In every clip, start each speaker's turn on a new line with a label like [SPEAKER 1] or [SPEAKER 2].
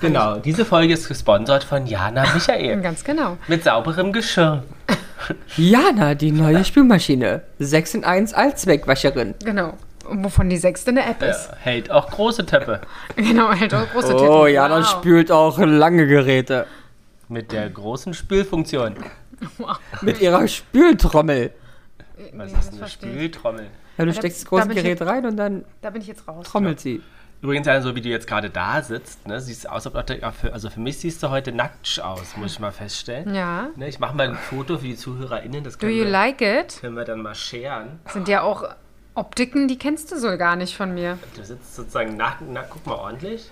[SPEAKER 1] Genau, diese Folge ist gesponsert von Jana Michael.
[SPEAKER 2] Ganz genau.
[SPEAKER 1] Mit sauberem Geschirr.
[SPEAKER 3] Jana, die neue Spülmaschine. 6 in 1 Allzweckwascherin.
[SPEAKER 2] Genau. Wovon die sechste eine App ist.
[SPEAKER 1] Ja, hält auch große Töpfe.
[SPEAKER 2] Genau, halt auch große Titten.
[SPEAKER 3] Oh, Jana
[SPEAKER 2] Wow.
[SPEAKER 3] spült auch lange Geräte.
[SPEAKER 1] Mit der großen Spülfunktion.
[SPEAKER 2] Wow.
[SPEAKER 3] Mit ihrer Spültrommel.
[SPEAKER 1] Was
[SPEAKER 2] Nee, das
[SPEAKER 1] ist eine
[SPEAKER 2] verstehe ich.
[SPEAKER 1] Spültrommel?
[SPEAKER 3] Ja, du
[SPEAKER 2] da-
[SPEAKER 3] steckst das
[SPEAKER 2] da
[SPEAKER 3] große
[SPEAKER 2] bin ich
[SPEAKER 3] Gerät rein und dann
[SPEAKER 2] Da bin ich jetzt raus.
[SPEAKER 3] trommelt sie.
[SPEAKER 1] Übrigens, also wie du jetzt gerade da sitzt, ne, siehst du aus, ob du, also für mich siehst du heute nackt aus, muss ich mal feststellen.
[SPEAKER 2] Ja.
[SPEAKER 1] Ne, ich mache mal ein Foto für die ZuhörerInnen, das
[SPEAKER 2] Do
[SPEAKER 1] können
[SPEAKER 2] you
[SPEAKER 1] wir,
[SPEAKER 2] like it?
[SPEAKER 1] können wir dann mal scheren.
[SPEAKER 2] Sind ja auch Optiken, die kennst du so gar nicht von mir.
[SPEAKER 1] Du sitzt sozusagen nackt, nackt guck mal ordentlich,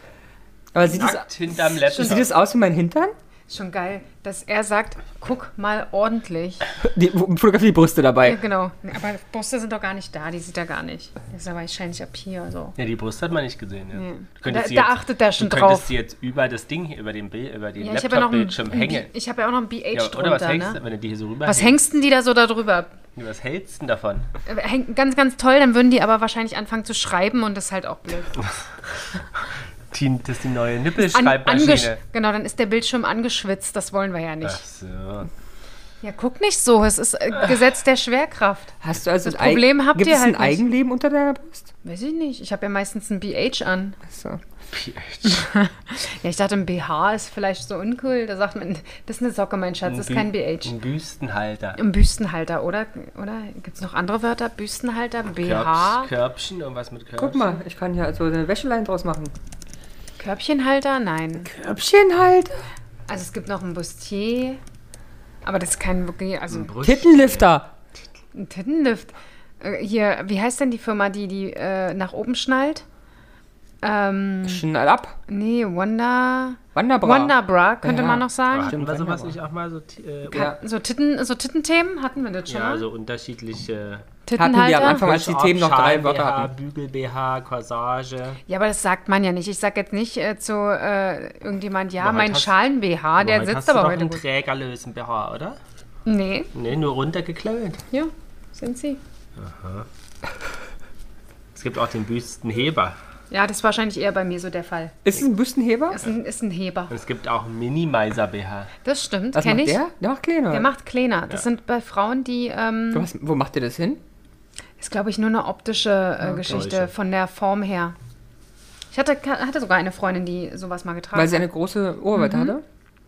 [SPEAKER 3] Aber sieht
[SPEAKER 1] nackt
[SPEAKER 3] es,
[SPEAKER 1] hinterm Laptop.
[SPEAKER 3] sieht es aus wie mein Hintern?
[SPEAKER 2] Schon geil, dass er sagt, guck mal ordentlich.
[SPEAKER 3] Die, fotografiert die Brüste
[SPEAKER 2] Ja,
[SPEAKER 3] dabei.
[SPEAKER 2] genau. Aber Brüste sind doch gar nicht da, die sieht er gar nicht. Das ist aber wahrscheinlich ab hier so.
[SPEAKER 1] ja, die Brust hat man nicht gesehen. Ja.
[SPEAKER 2] Nee.
[SPEAKER 1] Du könntest
[SPEAKER 2] Da-
[SPEAKER 1] sie
[SPEAKER 2] da achtet er schon
[SPEAKER 1] du könntest
[SPEAKER 2] drauf.
[SPEAKER 1] sie jetzt über das Ding hier, über den, Bild, über den
[SPEAKER 2] Ja, ich habe ja noch ein,
[SPEAKER 1] Laptop-Bildschirm
[SPEAKER 2] ein, B-
[SPEAKER 1] hängen.
[SPEAKER 2] ich habe ja auch noch ein BH
[SPEAKER 1] Ja,
[SPEAKER 2] drunter,
[SPEAKER 1] oder was hängst
[SPEAKER 2] ne?
[SPEAKER 1] du, wenn du die hier so rüber
[SPEAKER 2] Was hängst denn die da so darüber?
[SPEAKER 1] Was hältst du denn davon?
[SPEAKER 2] Äh, Hängt ganz, ganz toll, dann würden die aber wahrscheinlich anfangen zu schreiben und das ist halt auch blöd.
[SPEAKER 1] Die, das ist die neue
[SPEAKER 2] An,
[SPEAKER 1] Nippelschreibmaschine.
[SPEAKER 2] angesch- genau, dann ist der Bildschirm angeschwitzt, das wollen wir ja
[SPEAKER 1] Ach
[SPEAKER 2] nicht.
[SPEAKER 1] so.
[SPEAKER 2] Ja, guck nicht so, es ist äh, Gesetz der Schwerkraft.
[SPEAKER 3] Hast du also
[SPEAKER 2] Das
[SPEAKER 3] ein Ei-
[SPEAKER 2] Problem habt
[SPEAKER 3] gibt
[SPEAKER 2] ihr
[SPEAKER 3] es
[SPEAKER 2] halt
[SPEAKER 3] ein
[SPEAKER 2] nicht.
[SPEAKER 3] Eigenleben unter deiner Brust?
[SPEAKER 2] Weiß ich nicht, ich habe ja meistens ein BH an.
[SPEAKER 3] So.
[SPEAKER 2] Ja, ich dachte, ein BH ist vielleicht so uncool. Da sagt man, das ist eine Socke, mein Schatz, das ist kein BH.
[SPEAKER 1] Ein Büstenhalter.
[SPEAKER 2] Ein Büstenhalter, oder? Oder gibt es noch andere Wörter? Büstenhalter, BH,
[SPEAKER 1] Körbs, Körbchen, irgendwas mit Körbchen.
[SPEAKER 3] Guck mal, ich kann hier also eine Wäscheleine draus machen.
[SPEAKER 2] Körbchenhalter? Nein.
[SPEAKER 3] Körbchen halt.
[SPEAKER 2] Also es gibt noch ein Bustier, aber das ist kein wirklich, also
[SPEAKER 1] Brust-
[SPEAKER 3] Tittenlifter.
[SPEAKER 2] ein Tittenlift. Äh, Hier, wie heißt denn die Firma, die die äh, nach oben schnallt? Ähm,
[SPEAKER 3] Schnall ab.
[SPEAKER 2] nee, Wonder...
[SPEAKER 3] Wanderbra.
[SPEAKER 2] Wonderbra, könnte
[SPEAKER 3] Ja.
[SPEAKER 2] man noch sagen.
[SPEAKER 1] Ah, Hatten wir
[SPEAKER 3] Stimmt,
[SPEAKER 1] sowas
[SPEAKER 3] wunderbar.
[SPEAKER 1] nicht auch mal so? Äh,
[SPEAKER 3] Ja.
[SPEAKER 2] So, Titten, so Tittenthemen hatten wir das schon
[SPEAKER 1] ja, also
[SPEAKER 2] mal?
[SPEAKER 1] so unterschiedliche.
[SPEAKER 3] Hatten wir am
[SPEAKER 2] Tittenhalter?
[SPEAKER 3] Anfang, als die Themen noch drei Wörter
[SPEAKER 1] BH,
[SPEAKER 3] hatten.
[SPEAKER 1] Bügel BH, Corsage.
[SPEAKER 2] Ja, aber das sagt man ja nicht. Ich sag jetzt nicht äh, zu äh, irgendjemand, ja,
[SPEAKER 1] Aber heute
[SPEAKER 2] mein
[SPEAKER 1] hast-
[SPEAKER 2] Schalen-BH, der
[SPEAKER 1] Heute hast
[SPEAKER 2] sitzt
[SPEAKER 1] du
[SPEAKER 2] aber
[SPEAKER 1] doch
[SPEAKER 2] heute
[SPEAKER 1] einen
[SPEAKER 2] gut.
[SPEAKER 1] Trägerlösen BH, oder?
[SPEAKER 2] Nee,
[SPEAKER 1] Nee, nur runtergeklemmelt.
[SPEAKER 2] ja, sind sie.
[SPEAKER 1] Es gibt auch den Büstenheber.
[SPEAKER 2] Ja, das ist wahrscheinlich eher bei mir so der Fall.
[SPEAKER 3] Ist es ein Büstenheber?
[SPEAKER 2] Ist ein, ist ein Heber.
[SPEAKER 1] Und es gibt auch einen Minimizer BH.
[SPEAKER 2] Das stimmt,
[SPEAKER 3] Was
[SPEAKER 2] kenne
[SPEAKER 3] macht
[SPEAKER 2] ich.
[SPEAKER 3] der? Der macht kleiner.
[SPEAKER 2] Der macht kleiner. Das sind bei Frauen, die, ähm,
[SPEAKER 3] Was, wo macht ihr das hin?
[SPEAKER 2] ist glaube ich nur eine optische äh, Geschichte
[SPEAKER 1] Täusche.
[SPEAKER 2] von der Form her. Ich hatte, hatte sogar eine Freundin, die sowas mal getragen
[SPEAKER 3] Weil
[SPEAKER 2] hat.
[SPEAKER 3] sie eine große Oberweite hatte? Reden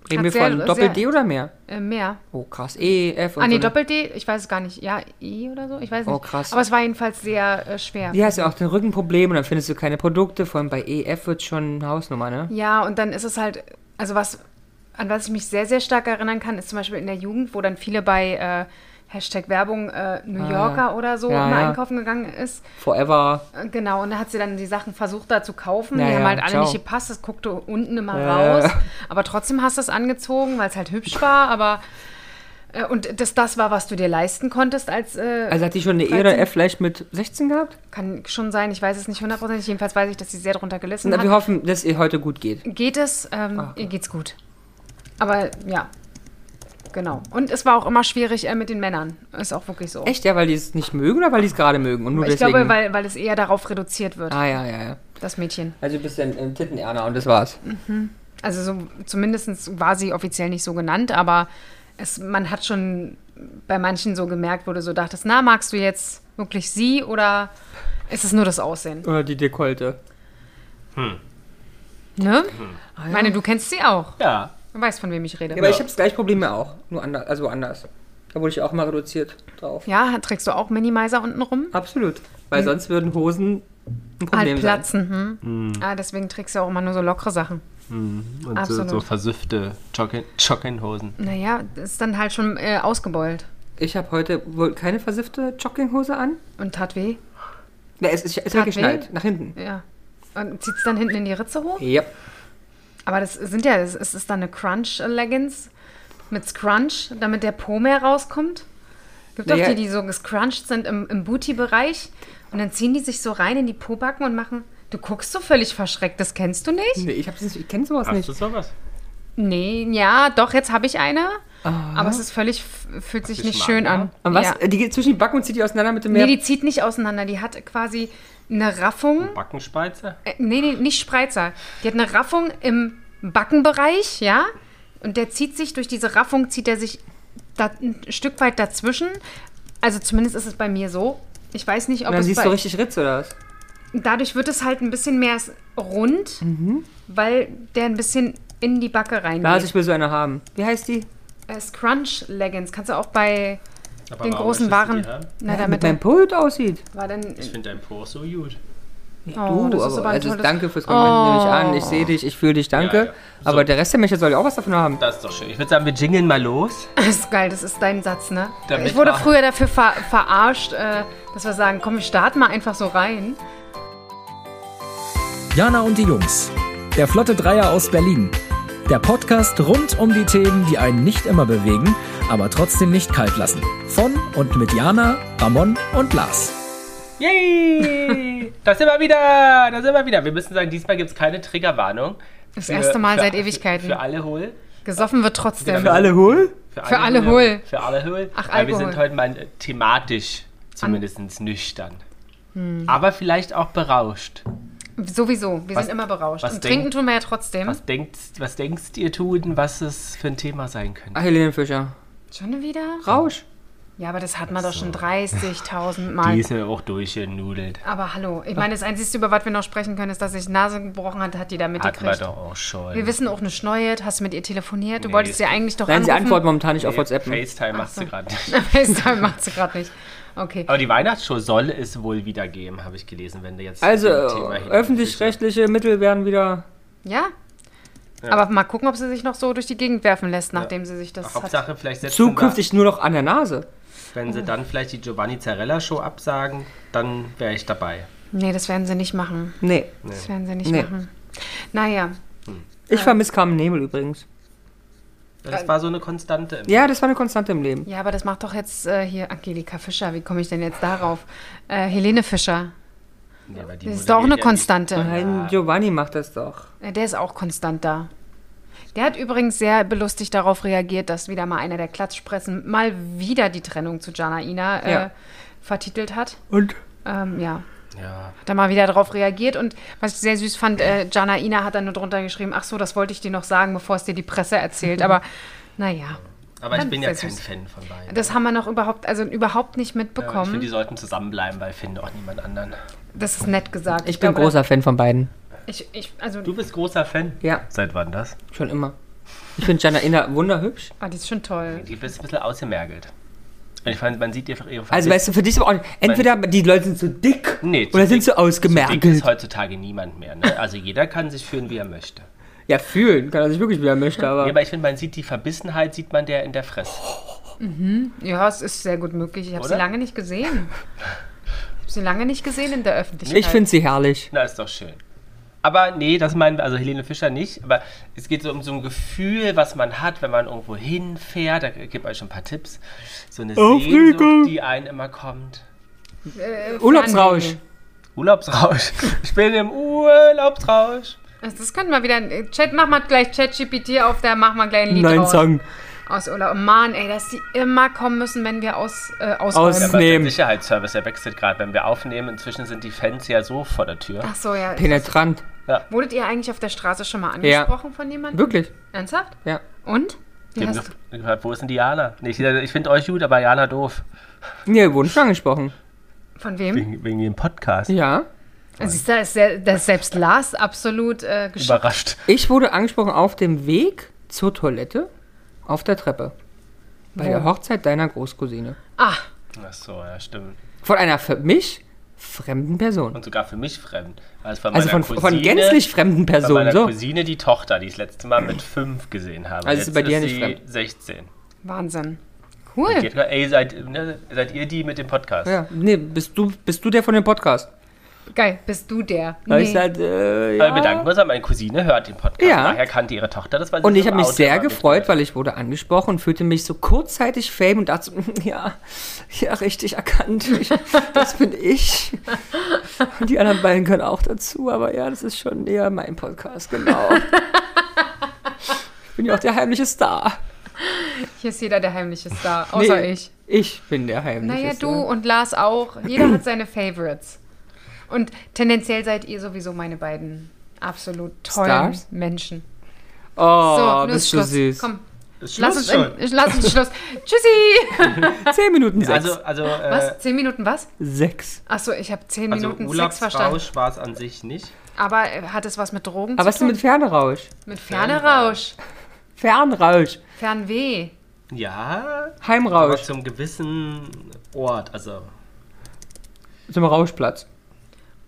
[SPEAKER 2] Mhm. Hat
[SPEAKER 3] wir
[SPEAKER 2] sehr-
[SPEAKER 3] von Doppel-D
[SPEAKER 2] sehr-
[SPEAKER 3] oder mehr?
[SPEAKER 2] Äh, mehr.
[SPEAKER 3] Oh, krass. E, F und
[SPEAKER 2] Ah, nee,
[SPEAKER 3] so. eine-
[SPEAKER 2] Doppel-D, ich weiß es gar nicht. Ja, I oder so, ich weiß
[SPEAKER 3] Oh,
[SPEAKER 2] nicht.
[SPEAKER 3] krass.
[SPEAKER 2] Aber es war jedenfalls sehr äh, schwer.
[SPEAKER 3] Die hast ja auch den Rückenproblem und dann findest du keine Produkte. Vor allem bei EF wird schon eine Hausnummer, ne?
[SPEAKER 2] Ja, und dann ist es halt, also was, an was ich mich sehr, sehr stark erinnern kann, ist zum Beispiel in der Jugend, wo dann viele bei äh, Hashtag Werbung äh, New Yorker oder so
[SPEAKER 3] Ah, Ja,
[SPEAKER 2] mal
[SPEAKER 3] ja.
[SPEAKER 2] einkaufen gegangen ist.
[SPEAKER 3] Forever.
[SPEAKER 2] Äh, Genau, und da hat sie dann die Sachen versucht da zu kaufen.
[SPEAKER 3] Ja,
[SPEAKER 2] die haben
[SPEAKER 3] ja,
[SPEAKER 2] halt alle
[SPEAKER 3] ciao.
[SPEAKER 2] nicht gepasst, das guckte unten immer
[SPEAKER 3] Ja.
[SPEAKER 2] raus. Aber trotzdem hast du es angezogen, weil es halt hübsch war, aber äh, und das, das war, was du dir leisten konntest als äh,
[SPEAKER 3] Also hat die schon eine E oder F vielleicht mit 16 gehabt?
[SPEAKER 2] kann schon sein, ich weiß es nicht hundertprozentig, jedenfalls weiß ich, dass sie sehr drunter gelitten
[SPEAKER 3] Na,
[SPEAKER 2] hat.
[SPEAKER 3] wir hoffen, dass ihr heute gut geht.
[SPEAKER 2] geht es, ähm,
[SPEAKER 3] Ah, okay.
[SPEAKER 2] ihr geht's gut. Aber ja, genau. Und es war auch immer schwierig äh, mit den Männern. Ist auch wirklich so.
[SPEAKER 3] Echt, ja, weil die es nicht mögen oder weil die es gerade mögen? Und nur
[SPEAKER 2] Ich
[SPEAKER 3] deswegen.
[SPEAKER 2] glaube, weil, weil es eher darauf reduziert wird,
[SPEAKER 3] ah, ja, ja, ja.
[SPEAKER 2] das Mädchen.
[SPEAKER 3] Also du bist ein, ein Titten-Erna und das war's.
[SPEAKER 2] Also so, zumindest war sie offiziell nicht so genannt, aber es, man hat schon bei manchen so gemerkt, wo du so dachtest, na, magst du jetzt wirklich sie oder ist es nur das Aussehen?
[SPEAKER 3] Oder die Dekolte.
[SPEAKER 2] Ne? Ich meine, du kennst sie auch.
[SPEAKER 1] Ja.
[SPEAKER 2] Du weißt, von wem ich rede.
[SPEAKER 3] Hm. Ja, aber Genau. ich habe das gleiche Problem ja auch. Nur anders, also anders. Da wurde ich auch mal reduziert drauf.
[SPEAKER 2] Ja, trägst du auch Minimizer unten rum?
[SPEAKER 3] Absolut. Weil sonst würden Hosen ein Problem
[SPEAKER 2] Hm. Halt
[SPEAKER 3] sein.
[SPEAKER 2] platzen. Hm? Ah, deswegen trägst du auch immer nur so lockere Sachen.
[SPEAKER 1] Und so,
[SPEAKER 2] Absolut.
[SPEAKER 1] so versüffte Joggen- Joggenhosen.
[SPEAKER 2] Naja, das ist dann halt schon äh, ausgebeult
[SPEAKER 3] Ich habe heute wohl keine versiffte Jogginghose an.
[SPEAKER 2] und tat weh.
[SPEAKER 3] Na, es ist, es ist
[SPEAKER 2] Hat
[SPEAKER 3] ja geschnallt, nach hinten.
[SPEAKER 2] Ja. Und zieht es dann hinten in die Ritze hoch.
[SPEAKER 3] Ja.
[SPEAKER 2] Aber das sind ja, es ist, ist dann eine Crunch-Leggings mit Scrunch, damit der Po mehr rauskommt. Gibt
[SPEAKER 3] Naja.
[SPEAKER 2] auch die, die so gescrunched sind im, im Booty-Bereich. Und dann ziehen die sich so rein in die Pobacken und machen. Du guckst so völlig verschreckt, das kennst du nicht?
[SPEAKER 3] Nee, ich hab's nicht, ich kenne sowas
[SPEAKER 1] Hast
[SPEAKER 3] nicht.
[SPEAKER 1] du sowas?
[SPEAKER 2] Nee, ja, doch, jetzt habe ich eine. Aber es ist völlig, fühlt sich
[SPEAKER 1] dich
[SPEAKER 2] nicht
[SPEAKER 1] mal
[SPEAKER 2] schön an.
[SPEAKER 3] Und was?
[SPEAKER 2] Ja.
[SPEAKER 3] Die geht zwischen die Backen und zieht die auseinander mit dem
[SPEAKER 2] Nee,
[SPEAKER 3] Meer.
[SPEAKER 2] die zieht nicht auseinander. Die hat quasi eine Raffung.
[SPEAKER 1] Backenspeize?
[SPEAKER 2] Äh, nee, nee, nicht Spreizer. Die hat eine Raffung im Backenbereich, ja. Und der zieht sich durch diese Raffung, zieht er sich da, ein Stück weit dazwischen. Also zumindest ist es bei mir so. Ich weiß nicht, ob
[SPEAKER 3] Und dann
[SPEAKER 2] es
[SPEAKER 3] siehst
[SPEAKER 2] bei,
[SPEAKER 3] du richtig Ritz oder was?
[SPEAKER 2] dadurch wird es halt ein bisschen mehr rund, weil der ein bisschen in die Backe reingeht.
[SPEAKER 3] Mhm. Ja, also ich will so eine haben. Wie heißt die?
[SPEAKER 2] Äh, Scrunch Leggings kannst du auch bei
[SPEAKER 1] Aber
[SPEAKER 2] den
[SPEAKER 1] warum
[SPEAKER 2] großen
[SPEAKER 1] möchtest du die
[SPEAKER 2] Waren.
[SPEAKER 1] haben?
[SPEAKER 2] Na,
[SPEAKER 3] Ja,
[SPEAKER 2] damit
[SPEAKER 3] Mit meinem Pult aussieht.
[SPEAKER 2] war dann.
[SPEAKER 1] Ich finde dein Po so gut.
[SPEAKER 2] Oh,
[SPEAKER 3] du,
[SPEAKER 2] das ist
[SPEAKER 3] aber,
[SPEAKER 2] aber ein
[SPEAKER 3] also
[SPEAKER 2] tolles-
[SPEAKER 3] danke fürs Kommen. Nehme ich an. Ich sehe dich, ich fühle dich, danke.
[SPEAKER 1] Oh. Ja, ja. So.
[SPEAKER 3] Aber der Rest der Menschen soll ja auch was davon haben.
[SPEAKER 1] Das ist doch schön. Ich würde sagen, wir jingeln mal los.
[SPEAKER 2] Das ist geil, das ist dein Satz, ne?
[SPEAKER 1] Damit
[SPEAKER 2] ich wurde
[SPEAKER 1] war-
[SPEAKER 2] früher dafür ver verarscht, äh, dass wir sagen, komm, wir starten mal einfach so rein.
[SPEAKER 4] Jana und die Jungs. Der Flotte Dreier aus Berlin. Der Podcast rund um die Themen, die einen nicht immer bewegen, aber trotzdem nicht kalt lassen. Von und mit Jana, Ramon und Lars.
[SPEAKER 1] Yay! da sind wir wieder! Da sind wir wieder. Wir müssen sagen, diesmal gibt es keine Triggerwarnung.
[SPEAKER 2] Das erste Mal seit Ewigkeiten.
[SPEAKER 1] Für alle hohl.
[SPEAKER 2] Gesoffen wird trotzdem.
[SPEAKER 1] Genau.
[SPEAKER 3] alle hohl?
[SPEAKER 2] Für alle hohl.
[SPEAKER 1] Für alle hohl.
[SPEAKER 2] Ach,
[SPEAKER 1] Weil wir
[SPEAKER 2] Alkohol.
[SPEAKER 1] sind heute mal äh, thematisch zumindest nüchtern.
[SPEAKER 2] Hm.
[SPEAKER 1] Aber vielleicht auch berauscht.
[SPEAKER 2] Sowieso, wir
[SPEAKER 1] Was-
[SPEAKER 2] sind immer berauscht.
[SPEAKER 1] was
[SPEAKER 2] Und
[SPEAKER 1] denkt-
[SPEAKER 2] trinken tun wir ja trotzdem.
[SPEAKER 1] Was denkt, was denkst ihr, Tuden, was es für ein Thema sein könnte?
[SPEAKER 3] Ach, Helene Fischer.
[SPEAKER 2] Schon wieder?
[SPEAKER 3] Rausch.
[SPEAKER 2] Ja, aber das hat man doch schon 30.000
[SPEAKER 1] Die
[SPEAKER 2] Mal.
[SPEAKER 1] ist ja auch durchgenudelt.
[SPEAKER 2] Aber hallo, ich meine, das Einzige, über was wir noch sprechen können, ist, dass sich Nase gebrochen hat, hat die da
[SPEAKER 1] Hat man
[SPEAKER 2] mitgekriegt.
[SPEAKER 1] doch auch schon.
[SPEAKER 2] Wir wissen auch nicht Neues. Hast du mit ihr telefoniert? Du
[SPEAKER 1] Nee.
[SPEAKER 2] wolltest sie eigentlich doch
[SPEAKER 3] Nein, sie antwortet
[SPEAKER 2] anrufen.
[SPEAKER 3] momentan nicht auf
[SPEAKER 1] Nee,
[SPEAKER 3] WhatsApp. ne?
[SPEAKER 1] FaceTime machst du
[SPEAKER 2] so.
[SPEAKER 1] gerade.
[SPEAKER 2] FaceTime macht sie gerade nicht. Okay.
[SPEAKER 1] Aber die Weihnachtsshow soll es wohl wieder geben, habe ich gelesen, wenn du jetzt.
[SPEAKER 3] Also,
[SPEAKER 1] mit dem Thema
[SPEAKER 3] äh,
[SPEAKER 1] hin-
[SPEAKER 3] öffentlich-rechtliche Mittel werden wieder.
[SPEAKER 2] Ja? Aber mal gucken, ob sie sich noch so durch die Gegend werfen lässt, nachdem sie sich das hat.
[SPEAKER 1] Hauptsache, vielleicht setzen
[SPEAKER 3] Zukünftig nur noch an der Nase.
[SPEAKER 1] wir, wenn sie dann vielleicht die Giovanni Zarella-Show absagen, dann wäre ich dabei.
[SPEAKER 2] Nee, das werden sie nicht machen.
[SPEAKER 3] Nee.
[SPEAKER 2] Das werden sie nicht
[SPEAKER 3] Nee.
[SPEAKER 2] machen. Naja,
[SPEAKER 3] Ich vermisse Carmen Nebel übrigens.
[SPEAKER 1] Das war so eine Konstante. im-
[SPEAKER 3] Ja, das war eine Konstante im Leben.
[SPEAKER 2] ja, aber das macht doch jetzt äh, hier Angelika Fischer. Wie komme ich denn jetzt darauf? Äh, Helene Fischer.
[SPEAKER 1] Nee, aber die
[SPEAKER 2] Das ist doch auch eine
[SPEAKER 1] moderiert ja nicht.
[SPEAKER 2] Konstante.
[SPEAKER 3] Nein, Giovanni macht das doch.
[SPEAKER 2] Ja, Der ist auch konstant da. Der hat übrigens sehr belustigt darauf reagiert, dass wieder mal einer der Klatschpressen mal wieder die Trennung zu Jana Ina äh,
[SPEAKER 3] Ja.
[SPEAKER 2] vertitelt hat.
[SPEAKER 3] Und?
[SPEAKER 2] Ähm, ja,
[SPEAKER 1] Ja,
[SPEAKER 2] hat er mal wieder darauf reagiert. Und was ich sehr süß fand, äh, Jana Ina hat dann nur drunter geschrieben, ach so, das wollte ich dir noch sagen, bevor es dir die Presse erzählt.
[SPEAKER 3] Mhm.
[SPEAKER 2] Aber naja,
[SPEAKER 1] aber
[SPEAKER 2] Dann
[SPEAKER 1] ich bin ja
[SPEAKER 2] ist ja
[SPEAKER 1] kein
[SPEAKER 2] süß.
[SPEAKER 1] Fan von beiden.
[SPEAKER 2] das haben wir noch überhaupt, also überhaupt nicht
[SPEAKER 1] ja, ich
[SPEAKER 2] mitbekommen.
[SPEAKER 1] finde, die sollten zusammenbleiben, weil ich finde auch niemand anderen.
[SPEAKER 2] das ist nett gesagt.
[SPEAKER 3] Ich bin
[SPEAKER 2] glaube,
[SPEAKER 3] großer Fan von beiden.
[SPEAKER 2] Ich, ich, also,
[SPEAKER 1] Du bist großer Fan.
[SPEAKER 3] Ja,
[SPEAKER 1] Seit wann das?
[SPEAKER 3] schon immer. Ich finde Jana Inner wunderhübsch.
[SPEAKER 2] ah, die ist schon toll.
[SPEAKER 1] Die bist ein bisschen ausgemergelt. Und ich fand, man sieht ihre ihre
[SPEAKER 3] Also, weißt du, für dich ist aber auch nicht. Entweder die Leute sind zu dick
[SPEAKER 1] Nee,
[SPEAKER 3] oder sind
[SPEAKER 1] dick-
[SPEAKER 3] zu ausgemergelt.
[SPEAKER 1] Dick ist halt- heutzutage niemand mehr. Ne? Also jeder kann sich fühlen, wie er möchte.
[SPEAKER 3] ja, fühlen kann er sich wirklich, wie er möchte, aber.
[SPEAKER 1] Ja, aber ich finde, man sieht die Verbissenheit, sieht man der in der Fresse.
[SPEAKER 2] Ja, es ist sehr gut möglich. Ich habe sie
[SPEAKER 1] Oder?
[SPEAKER 2] lange nicht gesehen. Ich habe sie lange nicht gesehen in der Öffentlichkeit.
[SPEAKER 3] ich finde sie herrlich.
[SPEAKER 1] Na, ist doch schön. Aber nee, das meinen wir, also Helene Fischer nicht, aber es geht so um so ein Gefühl, was man hat, wenn man irgendwo hinfährt. Da gebe ich euch schon ein paar Tipps. So eine
[SPEAKER 3] Aufregung.
[SPEAKER 1] Sehnsucht, die einen immer kommt.
[SPEAKER 3] Urlaubsrausch.
[SPEAKER 1] Urlaubsrausch. Ich bin im Urlaubsrausch.
[SPEAKER 2] Also das könnten wir wieder. Chat, mach mal gleich ChatGPT auf, da machen wir gleich ein Lied
[SPEAKER 3] Nein,
[SPEAKER 2] draus.
[SPEAKER 3] Song.
[SPEAKER 2] Aus Urlaub. Mann, ey, dass die immer kommen müssen, wenn wir aus, äh,
[SPEAKER 3] Aus-
[SPEAKER 2] ausräumen.
[SPEAKER 1] Aber der
[SPEAKER 3] Nehmen.
[SPEAKER 1] Sicherheitsservice, der wechselt gerade, wenn wir aufnehmen. Inzwischen sind die Fans ja so vor der Tür.
[SPEAKER 2] Ach so, ja.
[SPEAKER 3] Penetrant.
[SPEAKER 2] Wurdet ihr eigentlich auf der Straße schon mal
[SPEAKER 3] Ja.
[SPEAKER 2] angesprochen von jemandem?
[SPEAKER 3] Wirklich?
[SPEAKER 2] Ernsthaft?
[SPEAKER 3] Ja.
[SPEAKER 2] Und? Wie
[SPEAKER 1] Die haben
[SPEAKER 2] hast du?
[SPEAKER 1] gef- gefragt, wo ist denn Diana? Nee, ich, ich finde euch gut, aber Jana doof.
[SPEAKER 3] Nee, wurden schon angesprochen.
[SPEAKER 2] Von wem?
[SPEAKER 1] Wegen, wegen dem Podcast.
[SPEAKER 3] Ja.
[SPEAKER 2] Siehst du, da ist, sehr, da ist selbst Lars absolut äh, geschockt.
[SPEAKER 1] Überrascht.
[SPEAKER 3] Ich wurde angesprochen auf dem Weg zur Toilette auf der Treppe. Bei der Hochzeit deiner Großcousine.
[SPEAKER 2] Ah,
[SPEAKER 1] Ach so, ja, stimmt.
[SPEAKER 3] Von einer für mich fremden Person.
[SPEAKER 1] Und sogar für mich fremd. Also von,
[SPEAKER 3] Also
[SPEAKER 1] meiner
[SPEAKER 3] von,
[SPEAKER 1] Cousine,
[SPEAKER 3] von gänzlich fremden
[SPEAKER 1] Von meiner
[SPEAKER 3] Personen. So.
[SPEAKER 1] Cousine die Tochter, die ich das letzte Mal mit fünf gesehen habe.
[SPEAKER 3] Also ist
[SPEAKER 1] Jetzt
[SPEAKER 3] sie bei dir
[SPEAKER 1] ist
[SPEAKER 3] nicht
[SPEAKER 1] sie
[SPEAKER 3] fremd.
[SPEAKER 1] 16.
[SPEAKER 2] Wahnsinn.
[SPEAKER 1] Die
[SPEAKER 2] Cool.
[SPEAKER 1] hat gesagt, Ey, seid, ne, seid ihr die mit dem Podcast?
[SPEAKER 3] Ja, nee, bist du, bist du der von dem Podcast?
[SPEAKER 2] Geil, bist du der?
[SPEAKER 3] Weil Ich halt, äh,
[SPEAKER 1] Weil
[SPEAKER 3] ja.
[SPEAKER 1] wir bedanken uns, aber meine Cousine hört den Podcast.
[SPEAKER 3] Ja.
[SPEAKER 1] Daher kannte ihre Tochter das. Weil sie
[SPEAKER 3] Und ich
[SPEAKER 1] im
[SPEAKER 3] habe mich
[SPEAKER 1] Auto
[SPEAKER 3] sehr
[SPEAKER 1] immer
[SPEAKER 3] gefreut,
[SPEAKER 1] mithört.
[SPEAKER 3] weil ich wurde angesprochen und fühlte mich so kurzzeitig fame und dazu, ja, ja, richtig erkannt. Ich, das bin ich. Und die anderen beiden können auch dazu, aber ja, das ist schon eher mein Podcast, genau. Ich bin ja auch der heimliche Star.
[SPEAKER 2] Hier ist jeder der heimliche Star, außer
[SPEAKER 3] Nee,
[SPEAKER 2] ich.
[SPEAKER 3] Ich bin der heimliche
[SPEAKER 2] Naja, du
[SPEAKER 3] Star.
[SPEAKER 2] und Lars auch. Jeder hat seine Favorites. Und tendenziell seid ihr sowieso meine beiden absolut tollen
[SPEAKER 3] Stars?
[SPEAKER 2] Menschen.
[SPEAKER 3] Oh,
[SPEAKER 2] so,
[SPEAKER 3] bist du
[SPEAKER 2] Schluss.
[SPEAKER 3] süß.
[SPEAKER 2] Komm,
[SPEAKER 1] Schluss
[SPEAKER 2] lass uns,
[SPEAKER 1] schon.
[SPEAKER 2] in, lass uns Schluss. Tschüssi!
[SPEAKER 3] Zehn Minuten sechs.
[SPEAKER 1] Also, also, äh,
[SPEAKER 2] Was? Zehn Minuten was?
[SPEAKER 3] sechs.
[SPEAKER 2] Achso, ich habe zehn
[SPEAKER 1] also
[SPEAKER 2] Minuten Sex verstanden.
[SPEAKER 1] Urlaubsrausch war es an sich nicht.
[SPEAKER 2] Aber äh, hat es was mit Drogen
[SPEAKER 3] Aber was
[SPEAKER 2] zu
[SPEAKER 3] ist denn
[SPEAKER 2] tun?
[SPEAKER 3] mit Fernrausch?
[SPEAKER 2] mit Fernerausch,
[SPEAKER 3] Fernrausch.
[SPEAKER 2] Fernweh.
[SPEAKER 1] Ja, aber
[SPEAKER 3] Heimrausch.
[SPEAKER 1] zum gewissen Ort. Also,
[SPEAKER 3] Zum Rauschplatz.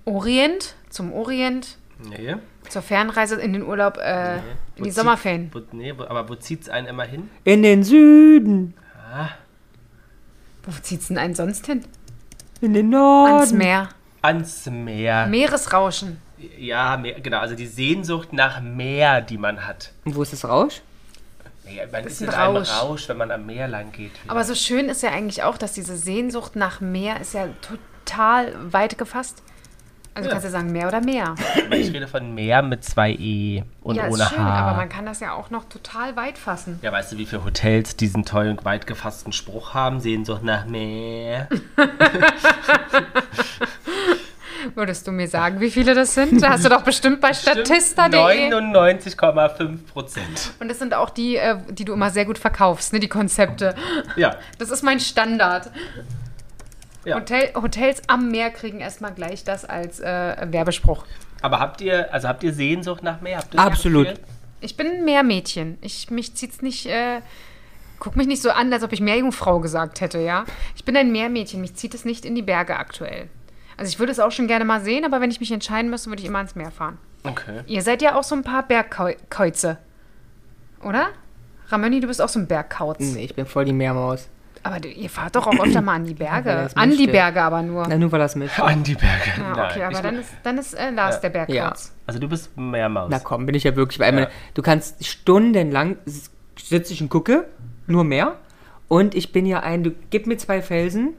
[SPEAKER 2] Orient, zum Orient,
[SPEAKER 1] nee.
[SPEAKER 2] zur Fernreise in den Urlaub, äh, in die
[SPEAKER 1] zieht-
[SPEAKER 2] Sommerferien.
[SPEAKER 1] Wo, nee, wo, aber wo zieht es einen immer hin?
[SPEAKER 3] In den Süden.
[SPEAKER 2] Wo zieht's denn einen sonst hin?
[SPEAKER 3] In den Norden.
[SPEAKER 2] Ans Meer.
[SPEAKER 1] Ans Meer.
[SPEAKER 2] Meeresrauschen.
[SPEAKER 1] Ja, Meer, genau. Also die Sehnsucht nach Meer, die man hat.
[SPEAKER 3] Und wo ist das Rausch?
[SPEAKER 1] Naja, man ist,
[SPEAKER 2] ein
[SPEAKER 1] in einem
[SPEAKER 2] Rausch.
[SPEAKER 1] Rausch, wenn man am Meer lang geht.
[SPEAKER 2] Aber so schön ist ja eigentlich auch, dass diese Sehnsucht nach Meer ist ja total weit gefasst. Also
[SPEAKER 1] Ja.
[SPEAKER 2] kannst du sagen, Meer oder Meer.
[SPEAKER 1] ich rede von Meer mit zwei E und
[SPEAKER 2] ja,
[SPEAKER 1] ohne
[SPEAKER 2] ist schön,
[SPEAKER 1] H.
[SPEAKER 2] aber man kann das ja auch noch total weit fassen.
[SPEAKER 1] ja, weißt du, wie viele Hotels diesen tollen, weit gefassten Spruch haben? Sehnsucht nach Meer.
[SPEAKER 2] Würdest du mir sagen, wie viele das sind? Da hast du doch bestimmt bei Statista.de.
[SPEAKER 1] 99,5 Prozent.
[SPEAKER 2] Und das sind auch die, äh, die du immer sehr gut verkaufst, ne? die Konzepte.
[SPEAKER 1] Ja,
[SPEAKER 2] Das ist mein Standard.
[SPEAKER 1] Ja.
[SPEAKER 2] Hotel, Hotels am Meer kriegen erstmal gleich das als äh, Werbespruch.
[SPEAKER 1] aber habt ihr, also habt ihr Sehnsucht nach Meer? Habt ihr
[SPEAKER 3] Absolut.
[SPEAKER 1] Gefühl?
[SPEAKER 2] Ich bin ein Meermädchen. Ich mich zieht's nicht. Äh, guck mich nicht so an, als ob ich Meerjungfrau gesagt hätte, ja. Ich bin ein Meermädchen. Mich zieht es nicht in die Berge aktuell. Also ich würde es auch schon gerne mal sehen, aber wenn ich mich entscheiden müsste, würde ich immer ans Meer fahren.
[SPEAKER 1] Okay.
[SPEAKER 2] Ihr seid ja auch so ein paar Bergkäuze, oder? Ramoni, du bist auch so ein Bergkauz.
[SPEAKER 3] Nee, ich bin voll die Meermaus.
[SPEAKER 2] Aber du, ihr fahrt doch auch öfter mal an die
[SPEAKER 3] Weil
[SPEAKER 2] Berge.
[SPEAKER 3] das
[SPEAKER 2] An die
[SPEAKER 3] möchte.
[SPEAKER 2] Berge aber nur.
[SPEAKER 3] Na, nur weil das mich.
[SPEAKER 1] An die Berge.
[SPEAKER 2] Ja,
[SPEAKER 1] Nein,
[SPEAKER 2] okay,
[SPEAKER 1] ich-
[SPEAKER 2] aber dann ist, dann ist äh, Lars der Bergkauz.
[SPEAKER 3] Ja.
[SPEAKER 1] also du bist Meermaus.
[SPEAKER 3] Na komm, bin ich ja wirklich. Weil
[SPEAKER 1] Ja.
[SPEAKER 3] man- du kannst stundenlang s- sitze ich und gucke, nur mehr. Und ich bin ja ein, du gib mir zwei Felsen